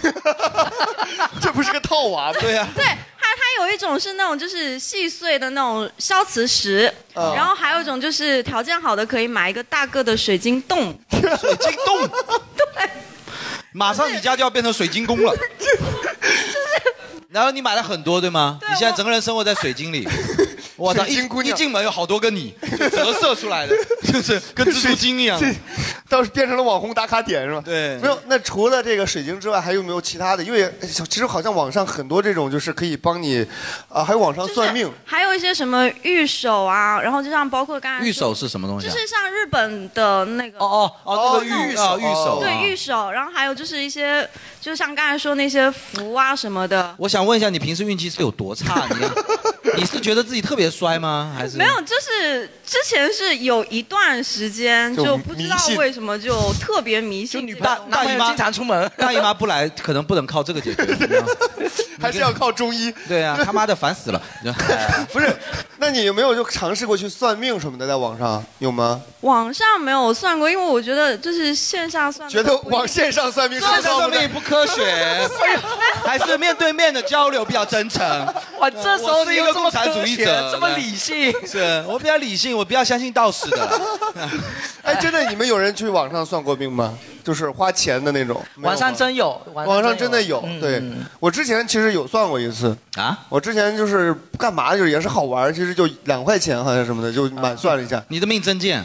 A: 这不是个套 娃吗？
D: 啊对呀、
N: 对，它它有一种是那种就是细碎的那种消磁石，
D: 嗯
N: 然后还有一种就是条件好的可以买一个大个的水晶洞。
D: 水晶洞，马上你家就要变成水晶宫了。然后你买了很多，对吗？你现在整个人生活在水晶里。我操！
A: 水
D: 一
A: 晶姑
D: 一
A: 娘
D: 进门有好多个你，就折射出来的，就是跟蜘蛛精一样。
A: 这倒是变成了网红打卡点是吧？
D: 对
A: 没有。那除了这个水晶之外，还有没有其他的？因为哎其实好像网上很多这种就是可以帮你，啊，还有网上算命，
N: 还有一些什么玉手啊，然后就像包括刚才说
D: 玉手是什么东西、
N: 就
D: 啊？
N: 是像日本的那个
D: 哦哦哦那个玉哦玉手
N: 对
D: 哦
N: 玉手，然后还有就是一些，就像刚才说那些符啊什么的，
D: 我想问一下，你平时运气是有多差？你你是觉得自己特别衰吗？还是
N: 没有，就是之前是有一段时间
D: 就
N: 就不知道
D: 迷信
N: 为什么就特别迷信这个东西，
D: 大姨妈
C: 常出门，
D: 大姨妈不来，可能不能靠这个解决，你知道吗
A: 还是要靠中医。
D: 对啊，他妈的烦 死了。哎你知道吗
A: 不是？那你有没有就尝试过去算命什么的，在网上有吗？
N: 网上没有算过，因为我觉得就是线下算的
A: 觉得
N: 不一
A: 往线上算命，
D: 线上算命不科学， 还是面对面的交流比较真诚。
C: 哇，这时候
D: 我是一个共产主义者，
C: 这么理性，
D: 是我比较理性，我比较相信道士 的。
A: 哎，真的，你们有人去网上算过命吗？就是花钱的那种。没有吗
C: 网上真啊有，
A: 网上真的有，对我之前其实有算过一次
D: 嗯啊，
A: 我之前就是干嘛就是也是好玩儿，其实就两块钱好像什么的，就满算了一下。
D: 啊你的命真贱，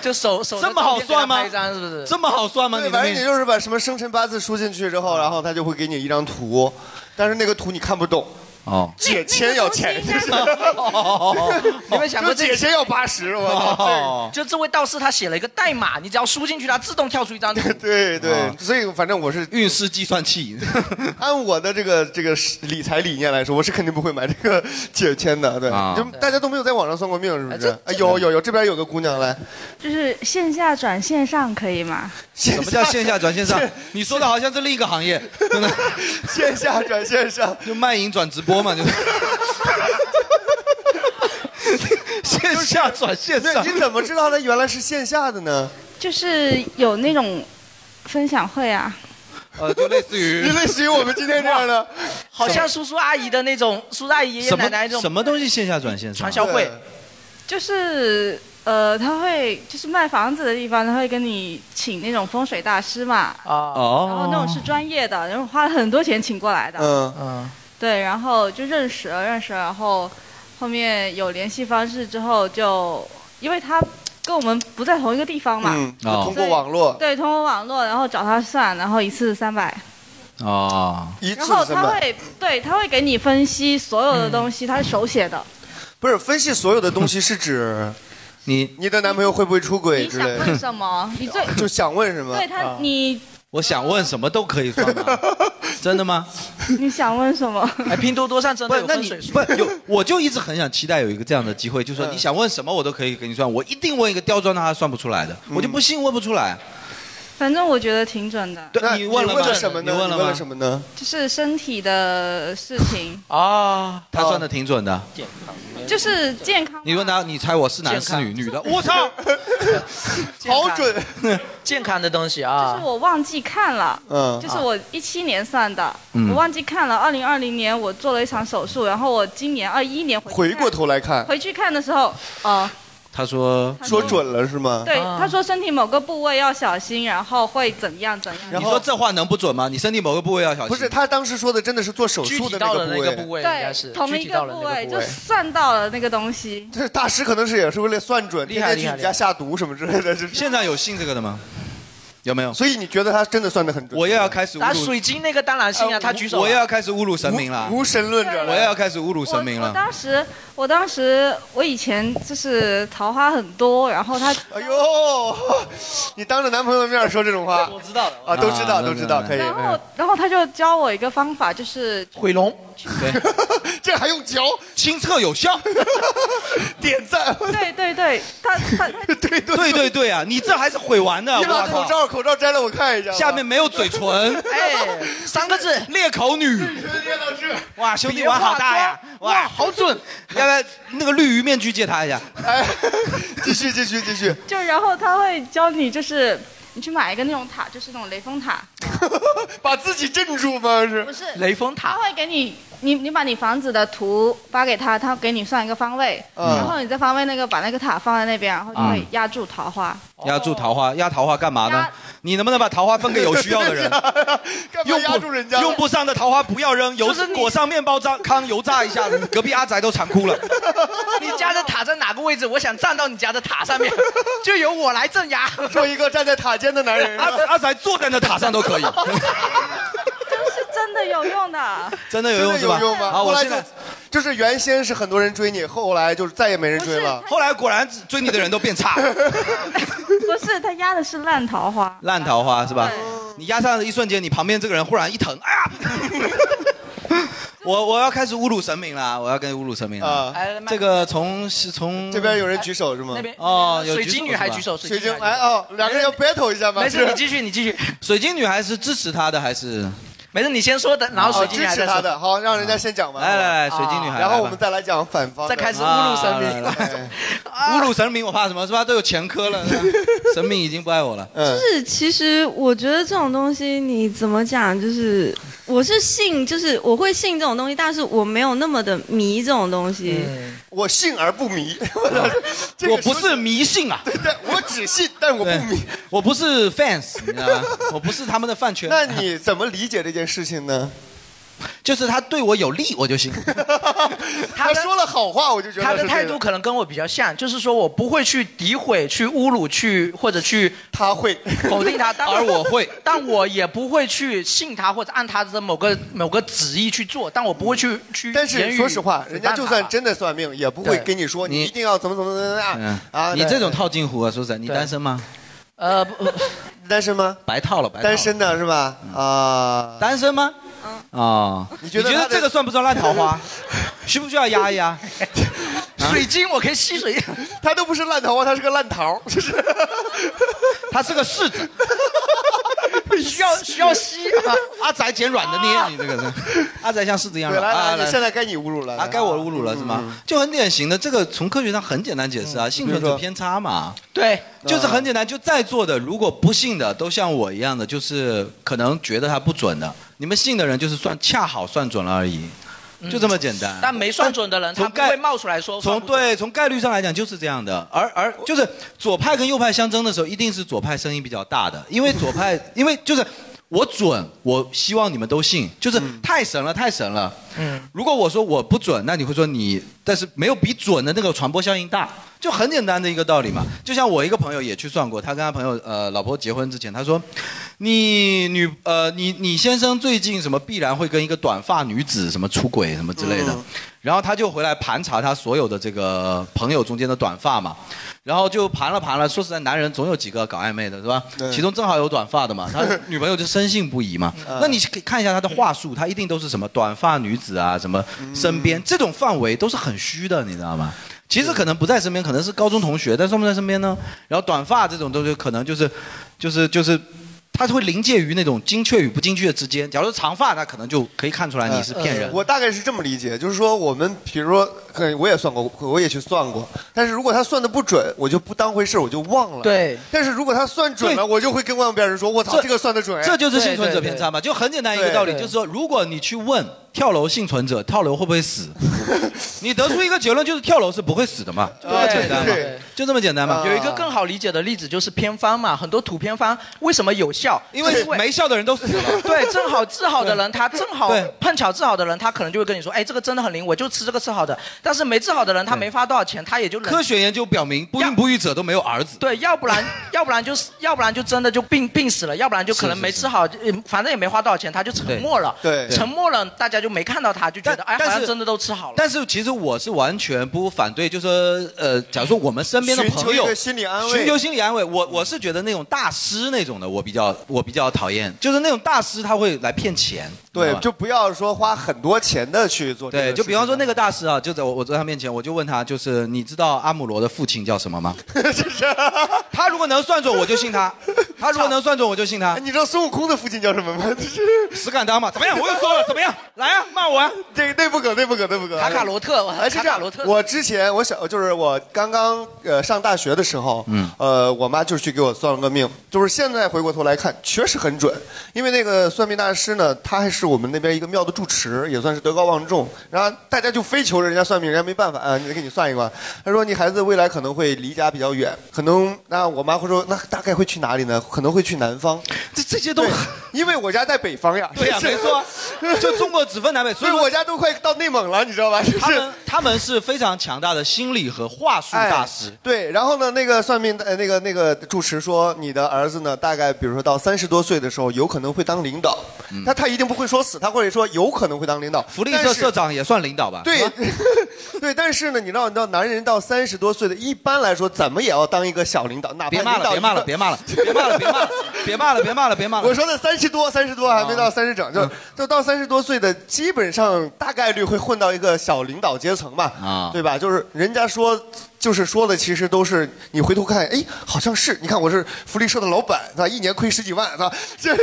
C: 就手手
D: 这么好算吗
C: 拍一张是不是？
D: 这么好算吗？
A: 对，
D: 你的
A: 反正
D: 命
A: 你就是把什么生辰八字输进去之后，
D: 啊
A: 然后他就会给你一张图，但是那个图你看不懂。
D: 哦，
A: 解签要钱，
C: 你们想过
A: 就解签要八十，我
D: 哦
A: 操！
C: 就这位道士他写了一个代码，你只要输进去，他自动跳出一张图。
A: 对对对，所以反正我是
D: 哦运势计算器。
A: 按我的这个这个理财理念来说，我是肯定不会买这个解签的。对，
D: 啊哎
A: 就大家都没有在网上算过命，是不是？
O: 这
A: 啊有有有，这边有个姑娘来，
O: 就是线下转线上可以吗？
D: 什么叫线下转线上？你说的好像是另一个行业，真的。
A: 线下转线上，
D: 就卖淫转直播嘛，就是。 线下转线上，
A: 你怎么知道它原来是线下的呢？
O: 就是有那种分享会啊，
D: 呃，就类似 于，
A: 就类似于我们今天这样的，
C: 好像叔叔阿姨的那种，叔叔阿姨、爷爷
D: 什
C: 奶奶这
D: 么
C: 种
D: 什么东西线下转线上？
C: 传销会。
O: 就是呃，他会就是卖房子的地方，他会跟你请那种风水大师嘛，
A: 嗯
C: 啊
D: 哦
O: 然后那种是专业的，然后花了很多钱请过来的，啊
A: 嗯
D: 啊
C: 嗯，
O: 对，然后就认识了，认识了，然后后面有联系方式之后就，因为他跟我们不在同一个地方嘛，
A: 嗯，
D: 哦
A: 通过网络，
O: 对，通过网络，然后找他算，然后一次三百，
D: 哦，
A: 一
O: 然
A: 次
O: 后
A: 三
O: 他
A: 百，
O: 会对他会给你分析所有的东西，他是手写的，
A: 不是分析所有的东西是指
D: 你
A: 你的男朋友会不会出轨
O: 你
A: 之
O: 想
A: 类
O: 问
A: 的，
O: 什么？你最
A: 嗯 就啊想问什么？
O: 对他你
D: 我想问什么都可以算吗？真的吗？
O: 你想问什么？
C: 哎，拼多多上真
D: 不
C: 的
D: 是
C: 有，
D: 那
C: 分
D: 你
C: 水术。
D: 不有？我就一直很想期待有一个这样的机会，就说
C: 嗯
D: 你
C: 嗯
D: 想问什么我都可以给你算，我一定问一个刁钻到他算不出来的，我就不信问不出来。
O: 反正我觉得挺准的，
A: 那
D: 你问了吗
A: 问了什么呢？
D: 你问了吗，
A: 你问了什么呢？
O: 就是身体的事情
D: 啊，他算的挺准的。
O: 就是健康。
D: 你问他，你猜我是男是女？ 女的，我操！
A: 好准，
C: 健康的东西
O: 就是
C: 啊。
O: 我忘记看了，
C: 嗯
O: 就是我一七年算的，
A: 啊嗯
O: 我忘记看了。二零二零年我做了一场手术，然后我今年二一年回
A: 回过头来看，
O: 回去看的时候，哦、
D: 他说
A: 说准了是吗？
O: 对，他说身体某个部位要小心，然后会怎样怎样。
D: 你说这话能不准吗？你身体某个部位要小心。
A: 不是，他当时说的真的是做手术的那个部位，
O: 对，同一个部位就算到了那个东西。
A: 就是大师可能是也是为了算准，
D: 厉害
A: 天天去
D: 厉害
A: 你家下毒什么之类的。现
D: 在有信这个的吗？有没有？
A: 所以你觉得他真的算的很准？
D: 我又要开始
C: 打
D: 侮
C: 水
D: 辱，呃
C: 晶那个当然信啊，他举手了。
D: 我又要开始侮辱神明了。
A: 无神论者
D: 我又要开始侮辱神明
O: 我
D: 了。
O: 当时，我当时，我以前就是桃花很多，然后他，
A: 哎呦，你当着男朋友的面说这种话，我知道啊，都知道，
D: 啊
A: 都知道，
D: 那
A: 可以。
O: 然后，然后他就教我一个方法，就是
C: 毁容，
A: 这还用教？
D: 亲测有 效。
A: 点赞。
O: 对对 对，他他他
D: 对对对啊，你这还是毁完的。
A: 你把
D: 我靠
A: 口罩口罩摘了，我看一下吧。
D: 下面没有嘴 唇。
C: 哎，三个字，
D: 裂口女。哇，兄弟玩好大呀！哇，好准！ 要不要那个绿鱼面具借他一下？
A: 哎 继续继续继续。
O: 就然后他会教你，就是你去买一个那种塔，就是那种雷峰塔，
A: 把自己镇住吗？是
O: 不是
C: 雷峰
O: 他
C: 塔。
O: 会给你，你你把你房子的图发给他，他给你算一个方位，
D: 嗯
O: 然后你再方位那个把那个塔放在那边，然后就会
D: 嗯
O: 压住桃花。
D: 压住桃花，压桃花干嘛呢？你能不能把桃花分给有需要的 人？用不用不上的桃花不要扔，油裹上面包渣糠油炸一下，隔壁阿宅都馋哭了。
C: 你家的塔在哪个位置？我想站到你家的塔上面，就由我来镇压。
A: 做一个站在塔尖的男 人。
D: 阿阿宅坐在那塔上都可以，
O: 是真的有用的。
D: 真的有用
A: 真
D: 是
A: 的
D: 吧？
A: 有用吗？
D: 好，
A: 后
D: 我
A: 来
D: 现
A: 就
D: 在
A: 就是原先是很多人追你，后来就是再也没人追了。
D: 后来果然追你的人都变差，
O: 不是，他压的是烂桃花。
D: 烂桃花是吧？你压上的一瞬间，你旁边这个人忽然一疼，哎呀！ 我我要开始侮辱神明了，我要跟侮辱神明了
A: 啊。
D: 这个从是从
A: 这边有人举手是吗？
D: 那边哦有
C: 水
D: 举手
C: 晶女孩
D: 是吧
C: 举手，
A: 水
C: 晶
A: 晶
C: 女
A: 来
C: 孩
A: 哦，两个人要 battle 一下吗？
C: 没事，
A: 是
C: 你继续，你继续。
D: 水晶女孩是支持他的还是？
C: 没事，你先说的，然后
A: 哦
C: 水晶
A: 支
C: 女孩
A: 持
C: 再
A: 他
C: 说。
A: 的，好，让人家先讲完。
D: 来
A: 好吧啊
D: 来来，水晶女孩，来
A: 然后
D: 吧
A: 我们再来讲反方的，
D: 再开始侮辱神明
A: 啊来来 来
D: 侮辱神明，我怕什么是吧？都有前科了， 神明已经不爱我了。
A: 嗯
N: 就是其实我觉得这种东西你怎么讲，就是我是信，就是我会信这种东西，但是我没有那么的迷这种东西。
A: 我信而不迷，
D: 我不是迷信啊，
A: 对，我只信，但我不迷，
D: 我不是 fans，你知道吗？ 我不是他们的饭圈。
A: 那你怎么理解这件事情呢？
D: 就是他对我有利，我就信。
A: 他说了好话，我就觉得
C: 他的
A: 是
C: 态
A: 对
C: 度可能跟我比较像，就是说我不会去诋毁、去侮辱、去或者去
A: 他会
C: 否定 他，但
D: 而我会，
C: 但我也不会去信他或者按他的某个某个旨意去做，但我不会去去。
A: 但是说实话，人家就算真的算命，也 不会
C: 对
A: 跟你说你
D: 你
A: 一定要怎么怎么怎么
D: 嗯
A: 样啊。
D: 你这种
A: 对
D: 套近乎啊，说实在，你单身吗？
C: 呃，
A: 单身吗？
D: 白套了，白套了嗯
A: 单身的是吧？啊，
D: 单身吗？哦，你
A: 觉得他的
D: 这个算不算烂桃 花？需不需要压一压？
C: 水晶我可以吸水，
A: 他都不是烂桃啊花，他是个烂桃， 就是
D: 他是个柿子，
C: 需要需要吸 啊。
D: 阿宅捡软的捏，你这个是阿宅像柿子一样
A: 啊对，
D: 软。啊
A: 来来，你现在该你侮辱了嗯
D: 啊，该我侮辱了是吗？就很典型的，这个从科学上很简单解释啊，幸存者偏差嘛。
C: 对，
A: 嗯
D: 就是很简单，就在座的如果不信的，都像我一样的，就是可能觉得它不准的。你们信的人就是算恰好算准了而已，就这么简单。
C: 但没算准的人，他
D: 从
C: 不会冒出来说。
D: 从对从概率上来讲就是这样的，而而就是左派跟右派相争的时候，一定是左派声音比较大的，因为左派因为就是我准，我希望你们都信，就是太神了，太神了。
C: 嗯，
D: 如果我说我不准，那你会说你，但是没有比准的那个传播效应大，就很简单的一个道理嘛。就像我一个朋友也去算过，他跟他朋友呃老婆结婚之前，他说你女呃你你先生最近什么必然会跟一个短发女子什么出轨什么之类的，然后他就回来盘查他所有的这个朋友中间的短发嘛，然后就盘了盘了，说实在，男人总有几个搞暧昧的是吧？其中正好有短发的嘛，他女朋友就深信不疑嘛。那你可以看一下他的话术，他一定都是什么短发女子啊，什么身边、这种范围都是很虚的，你知道吗？其实可能不在身边，可能是高中同学，但算不在身边呢？然后短发这种东西，可能就是，就是就是它会临界于那种精确与不精确之间。假如是长发，那可能就可以看出来你
A: 嗯
D: 是骗人。
A: 呃我大概是这么理解，就是说我们比如说，可能我也算过，我也去算过，但是如果他算的不准，我就不当回事，我就忘了。
C: 对，
A: 但是如果他算准了，我就会跟外边人说，我操，这个算的准。哎
D: 这就是幸存者偏差嘛，就很简单一个道理，就是说，如果你去问跳楼幸存者跳楼会不会 死，你得出一个结论就是跳楼是不会死的嘛，就这么简单嘛
C: 对对，啊
D: 就这么简单嘛。
C: 有一个更好理解的例子就是偏方嘛，很多土偏方为什么有效？
D: 因为没效的人都死了。
C: 对，正好治好的人，他正好
D: 对
C: 碰巧治好的人，他可能就会跟你说，哎，这个真的很灵，我就吃这个吃好的。但是没治好的人，他没花多少钱，他也就忍
D: 科学研究表明，不孕不育者都没有儿子。
C: 对，要不然要不然就是要不然就真的就病病死了，要不然就可能没吃好，呃反正也没花多少钱，他就沉默了。
D: 对对
C: 沉默了，大家就没看到他，就觉得哎，好
D: 但
C: 像
D: 是
C: 真的都吃好了。
D: 但是其实我是完全不反对，就是说呃，假如说我们身边的
A: 寻求
D: 朋
A: 一
D: 友
A: 个心理安慰
D: 寻求心理安慰，我我是觉得那种大师那种的，我比较我比较讨厌，就是那种大师他会来骗钱，
A: 对，
D: 就。
A: 就不要说花很多钱的去做这个事
D: 嗯对，
A: 情。
D: 就比方说那个大师啊，就在我我在他面前，我就问他，就是你知道阿姆罗的父亲叫什么 吗？他如果能算准，我就信他；他如果能算准，我就信他。
A: 哎你知道孙悟空的父亲叫什么吗？
D: 石敢当嘛？怎么样？我又说了，怎么样？来啊，骂我啊！
A: 这对不可，对不可，对不可。
C: 卡卡罗特，
A: 哎，是
C: 卡
A: 这
C: 卡
A: 样
C: 罗特，。
A: 我之前我小就是我刚刚呃上大学的时候，嗯，呃，我妈就是去给我算了个命，就是现在回过头来看，确实很准。因为那个算命大师呢，他还是我们那边一个庙的住持，也算是德高望重。然后大家就非求人家算命，人家没办法啊，你给你算一卦。他说你孩子未来可能会离家比较远，可能那我妈会说那大概会去哪里呢？可能会去南方。
D: 这这些都，
A: 因为我家在北方呀。
D: 对呀、
A: 是
D: 没 错啊，就中国只分南北，所
A: 所
D: 以
A: 以
D: 说
A: 我家都快到内蒙了，你知道吧？就是
D: 他们他们是非常强大的心理和话术
A: 哎
D: 大师。
A: 对，然后呢，那个算命的呃，那个那个主持说，你的儿子呢，大概比如说到三十多岁的时候，有可能会当领导，那、他一定不会说死，他或者说有可能会当领导。
D: 嗯福利
A: 但
D: 社
A: 是
D: 社长也算领导吧？
A: 对， 对，但是呢，你知道，你知道，男人到三十多岁的，一般来说怎么也要当一个小领导，哪怕
D: 别骂了，别骂了，别骂了，别骂了，别骂了，别骂了，别骂了，别骂了。啊 嗯
A: 我说的三十多，三十多还没到三十整，就就到三十多岁的，基本上大概率会混到一个小领导阶层吧，
D: 啊
A: 对吧？就是人家说，就是说的，其实都是你回头看，哎，好像是，你看我是福利社的老板，他一年亏十几万，他 这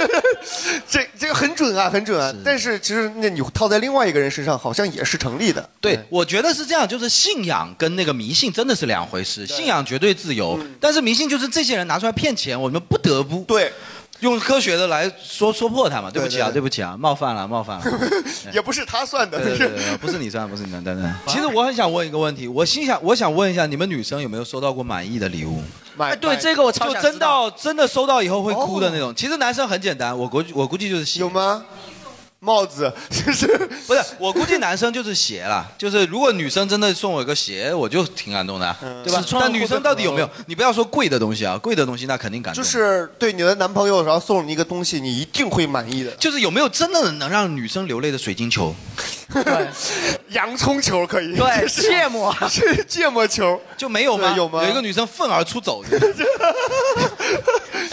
A: 这这个很准啊，很准啊。但是其实那你套在另外一个人身上，好像也是成立的。
D: 对，我觉得是这样，就是信仰跟那个迷信真的是两回事。信仰绝对自由，但是迷信就是这些人拿出来骗钱，我们不得不
A: 嗯对
D: 用科学的来说说破他嘛。对不起啊，
A: 对对
D: 对不起啊，冒犯了，冒犯了。
A: 也不是他算的，
D: 对 对对对，不是你算，不是你算，等等。其实我很想问一个问题，我心想，我想问一下，你们女生有没有收到过满意的礼物？
A: 买
C: 哎
A: 哦
C: 对这个我超
D: 就
C: 想
D: 真
C: 知道
D: 到真的收到以后会哭的那种。其实男生很简单，我估计我估计就是鞋。有
A: 吗？帽子， 就是
D: 不是？我估计男生就是鞋啦，就是如果女生真的送我一个鞋，我就挺感动的啊，对吧
A: 尺？寸
D: 但女生到底有没有
A: 会？
D: 你不要说贵的东西啊，贵的东西那肯定感动。
A: 嗯就是对你的男朋友，然后送你一个东西，你一定会满意的。
D: 就是有没有真的能让女生流泪的水晶球？
A: 洋葱球可以，
D: 对
A: 就是
D: 芥末
A: 是芥末球，
D: 就没有吗？
A: 有吗？
D: 有一个女生愤而出走，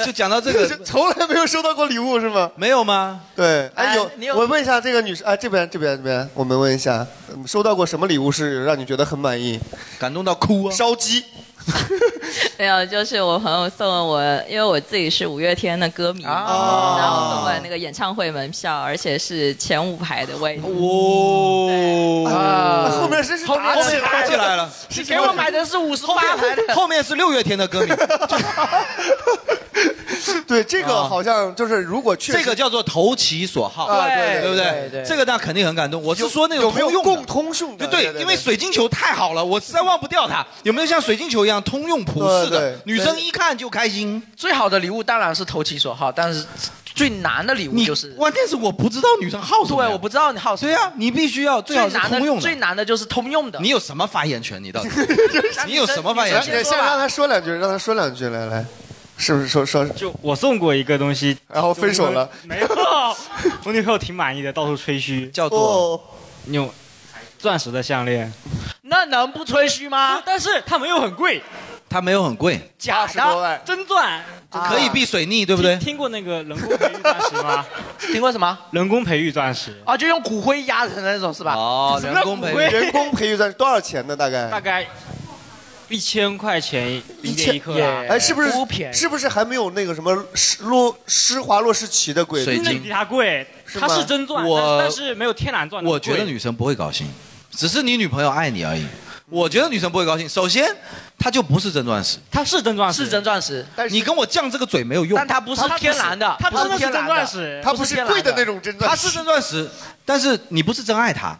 D: 就讲到这个，
A: 从来没有收到过礼物是吗？
D: 没有吗？
A: 对，
D: 哎
A: 哎有
D: 你有，
A: 我问一下这个女生，哎这边这边这边，我们问一下，嗯收到过什么礼物是让你觉得很满意，
D: 感动到哭啊？
A: 烧鸡，
P: 没有，就是我朋友送了我，因为我自己是五月天的歌迷嘛，
C: 啊
P: 然后送我那个演唱会门票，而且是前五排的位置。
D: 哦，
A: 啊后面是
C: 后面
A: 打起来
D: 打起来了，
C: 你给我买的是五十八台的，
D: 后面是六月天的歌迷，
A: 对这个好像就是如果去
D: 这个叫做投其所好，
A: 啊对
D: 对不
A: 对对对
D: 这个那肯定很感动。我是说那种
A: 有没有
D: 通用共
A: 通性
D: 的，对对，因为水晶球太好了，我实在忘不掉它。有没有像水晶球一样通用普世的？女生一看就开心。
C: 最好的礼物当然是投其所好，但是最难的礼物就是
D: 关键是我不知道女生好什么，
C: 对，我不知道你好什么。
D: 对呀，你必须要最好是
C: 难的
D: 通用的
C: 最难的就是通用的。
D: 你有什么发言权？你 到底你有什么发
A: 哎
D: 言
A: 先
D: 权？
A: 先让他说两句，让他说两句，来来，是不是说说？
E: 就我送过一个东西，
A: 然后分手了，
D: 哎
E: 没有，我女朋友挺满意的，到处吹嘘，
D: 叫
A: 做
E: 你有钻石的项链，
C: 那能不吹嘘吗？
E: 但是它没有很贵，
D: 它没有很贵，
E: 假的，真钻，
A: 啊
D: 可以避水逆，对不对？
E: 听过那个人工培育钻石吗？
C: 听过什么？
E: 人工培育钻石，
C: 啊，就用骨灰压成的那种是吧？
D: 哦
C: 什么叫骨灰
A: 人工培育在多少钱呢？大概
E: 大概一千块钱零点一克
A: 也
E: 拉，
A: 哎，是不是
E: 不便宜？
A: 是不是还没有那个什么施洛施华洛世奇的贵？
E: 那比它贵，
A: 是
E: 它
A: 吗
E: 是真钻，
D: 我
E: 但是但是没有天然钻那么
D: 我
E: 贵。
D: 觉得女生不会高兴，只是你女朋友爱你而已。我觉得女生不会高兴。首先，她就不是真钻石，
E: 它是真钻石，
C: 是真钻石，
D: 你跟我犟这个嘴没有用。
C: 但它不是天然的，
E: 它不是
C: 不是天然
E: 它不是真钻石
A: 它不是贵的那种真钻石
D: 它是真钻石，但是你不是真爱她。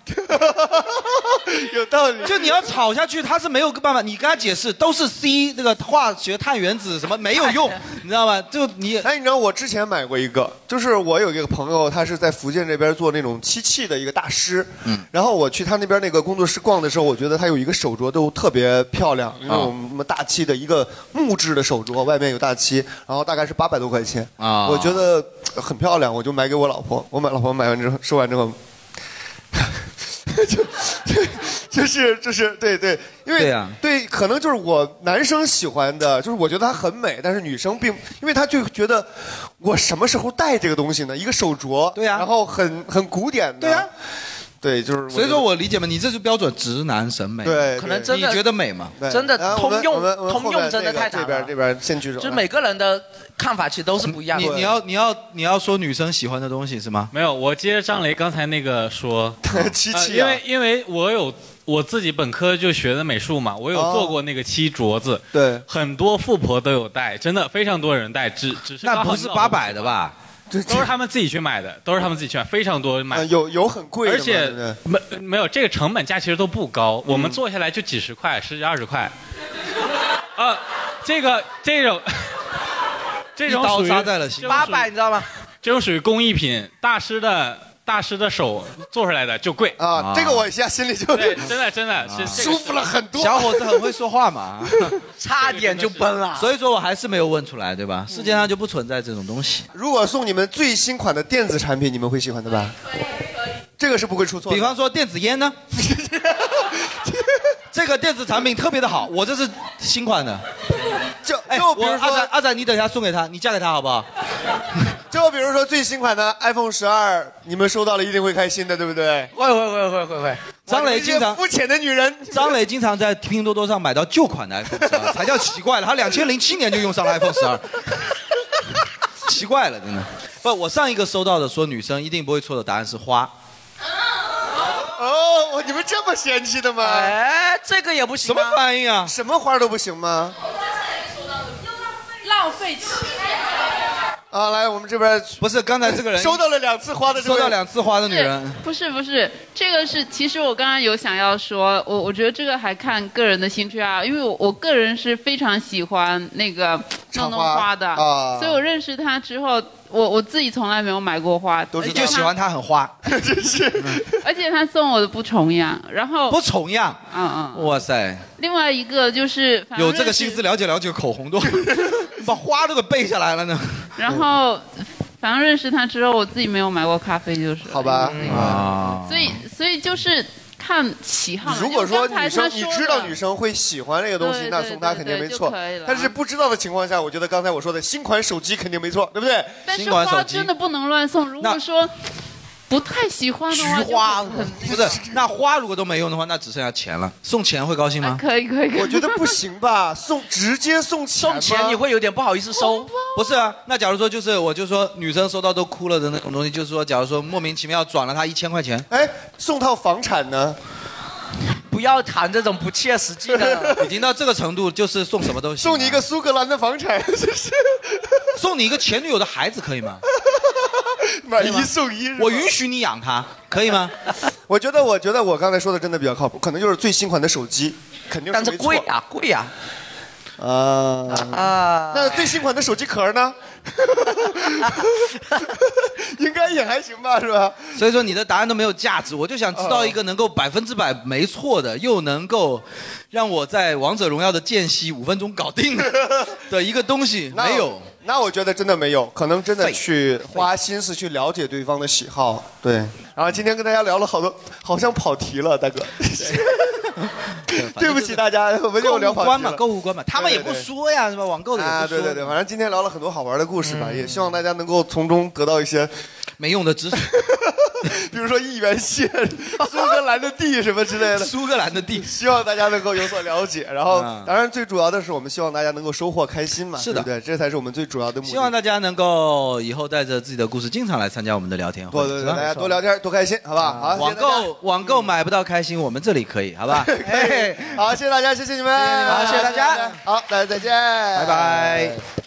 A: 有道理。
D: 就你要吵下去，他是没有办法。你跟他解释都是 C 那个化学碳原子什么没有 用，你知道吗？就你，
A: 哎，你知道我之前买过一个，就是我有一个朋友，他是在福建这边做那种漆器的一个大师，嗯，然后我去他那边那个工作室逛的时候，我觉得他有一个手镯都特别漂亮，
E: 啊
A: 那种什么大漆的一个木质的手镯，外面有大漆，然后大概是八百多块钱
D: 啊
A: 我觉得呃很漂亮，我就买给我老婆。我买老婆买完之后，收完之后。 就就是就是对对，因为
D: 对呀
A: 对，可能就是我男生喜欢的，就是我觉得它很美，但是女生并，因为她就觉得我什么时候戴这个东西呢？一个手镯，对呀、然后很很古典的，对呀、对，就是
D: 所以说我理解嘛，你这是标准直男审美，
A: 对
C: 可能真的
D: 你觉得美吗？
A: 对
C: 真的
A: 啊我们
C: 通用
A: 我们我们
C: 通
A: 后面
C: 用真的
A: 那个
C: 太难
A: 这边
C: 了
A: 这边先举手，
C: 就是每个人的看法其实都是不一样的。
D: 你你要你要你要说女生喜欢的东西是吗？
B: 没有，我接着张雷刚才那个说，
A: 七
B: 七、因为因为我有我自己本科就学的美术嘛，我有
D: 哦
B: 做过那个漆镯子，
A: 对，
B: 很多富婆都有戴，真的非常多人戴，只只是
D: 那
B: 刚好
D: 不是
B: 闹
D: 八百的吧？
B: 都是他们自己去买的，都是他们自己去买，非常多买。
A: 呃有有很贵的
B: 而
A: 嘛
B: 且
A: 对不对
B: 没没有这个成本价其实都不高，我们做下来就几十块，十几二十块。啊，这个这种 这种
D: 一刀
B: 属于
D: 扎在了心
C: 八百，你知道吗？
B: 这种属于工艺品，大师的大师的手做出来的就贵
A: 啊这个我一下心里就
B: 对，真的真的是
A: 舒服了很多
D: 小伙子很会说话 嘛，
C: 差
D: 哎
C: 点就崩了。
D: 所以说我还是没有问出来，对吧？世界上就不存在这种东西。
A: 如果送你们最新款的电子产品，你们会喜欢的吧？这个是不会出错的。
D: 比方说电子 烟呢，这个电子产品特别的好，我这是新款的。
A: 嗯就
D: 哎，
A: 就比
D: 我
A: 如
D: 阿
A: 说
D: 仔阿仔，你等一下送给他，你嫁给他好不好？
A: 就比如说最新款的 iPhone 十二，你们收到了一定会开心的，对不对？
C: 会会会会会会。
D: 张磊经常
A: 肤浅的女人，
D: 张磊经常在拼多多上买到旧款的 iPhone 十二，才叫奇怪了。他两千零七年就用上了 iPhone 十二，奇怪了，真的。不，我上一个收到的说女生一定不会错的答案是花，
A: 哦，你们这么嫌弃的吗？
C: 哎，这个也不行。
A: 什么
D: 反应啊？
A: 什么花都不行吗？
M: 浪费钱。
A: 啊，来，我们这边
D: 不是刚才这个人
A: 收到了两次花的，
D: 收到两次花的女人，
Q: 不是不是，这个是其实我刚刚有想要说，我我觉得这个还看个人的兴趣啊，因为我我个人是非常喜欢那个
A: 插
Q: 弄弄
A: 花
Q: 花的，
A: 啊
Q: 所以我认识他之后，我我自己从来没有买过花，
D: 你就喜欢他很花，
A: 真是
Q: 而且他送我的不重样，然后
D: 不重样。
Q: 嗯嗯，
D: 哇塞，
Q: 另外一个就是反正
D: 有这个
Q: 认识
D: 心思了解了解口红都， 把花都给背下来了呢。
Q: 然后反正认识他之后，我自己没有买过咖啡，就是嗯
A: 好吧？
D: 啊，
Q: 所以所以就是看喜好嘛。
A: 如果说
Q: 就刚才
A: 女生
Q: 他
A: 你
Q: 说
A: 知道
Q: 了
A: 女生会喜欢这个东西，
Q: 对
A: 那
Q: 对
A: 送她
Q: 对
A: 肯定没
Q: 对
A: 错
Q: 就可以了。
A: 但是不知道的情况下，我觉得刚才我说的新款手机肯定没错，对不对？
Q: 但是花真的不能乱送。如果说不太喜欢的话，就
D: 花
Q: 很
D: 不是，那花如果都没用的话，那只剩下钱了。送钱会高兴吗？
Q: 可以可以可以。
A: 我觉得不行吧，送直接送钱吗，送哦
D: 钱你
C: 会有点不好意思收。
D: 不是啊，那假如说就是我就说女生收到都哭了的那种东西，就是说假如说莫名其妙转了她一千块钱，
A: 哎，送套房产呢？
C: 不要谈这种不切实际的。
D: 已经到这个程度，就是送什么都行。
A: 送你一个苏格兰的房 产，这是
D: 送你一个前女友的孩子可以吗？
A: 买一 送一。
D: 我允许你养他，可以吗？
A: 我觉得，我觉得我刚才说的真的比较靠谱，可能就是最新款的手机，肯定
C: 但
A: 是
C: 是
A: 没错
C: 贵呀、贵啊呀、
A: 啊啊！那最新款的手机壳呢？ 应该 也还行吧，是吧？哦
D: 所以说你的答案都没有价值，我就想知道一个能够百分之百没错的，又能够让我在王者荣耀的间隙五分钟搞定 的的一个东西，
A: 那
D: 没有。。
A: 那我觉得真的没有，可能真的去花心思去了解对方的喜好。对，然后今天跟大家聊了好多，好像跑题了，大哥，对不起大家，我们
D: 购
A: 又
D: 物
A: 聊跑题了。
D: 观嘛，购物观嘛，他们也不说呀，是吧？网购的也不
A: 啊，
D: 说。嗯
A: 对对对，反正今天聊了很多好玩的故事吧，也希望大家能够从中得到一些
D: 没用的知识。
A: 比如说一元县、苏格兰的地什么之类的，
D: 苏格兰的地，啊
A: 希望大家能够有所了解。然后，当然最主要的是，我们希望大家能够收获开心嘛，
D: 是的
A: 对不对？这才是我们最主要的目
D: 希
A: 的。
D: 望大家能够以后带着自己的故事经常来参加我们的聊天会，
A: 对对
D: 是
A: 对，
D: 吧
A: 大家多聊天，多开心，好不好？好，
D: 网购网购买不到开心，我们这里可以，好吧？
A: 哎可以，好，谢谢大家，谢谢你们，好，
D: 谢谢大家，
A: 好，大家再见，
D: 拜拜。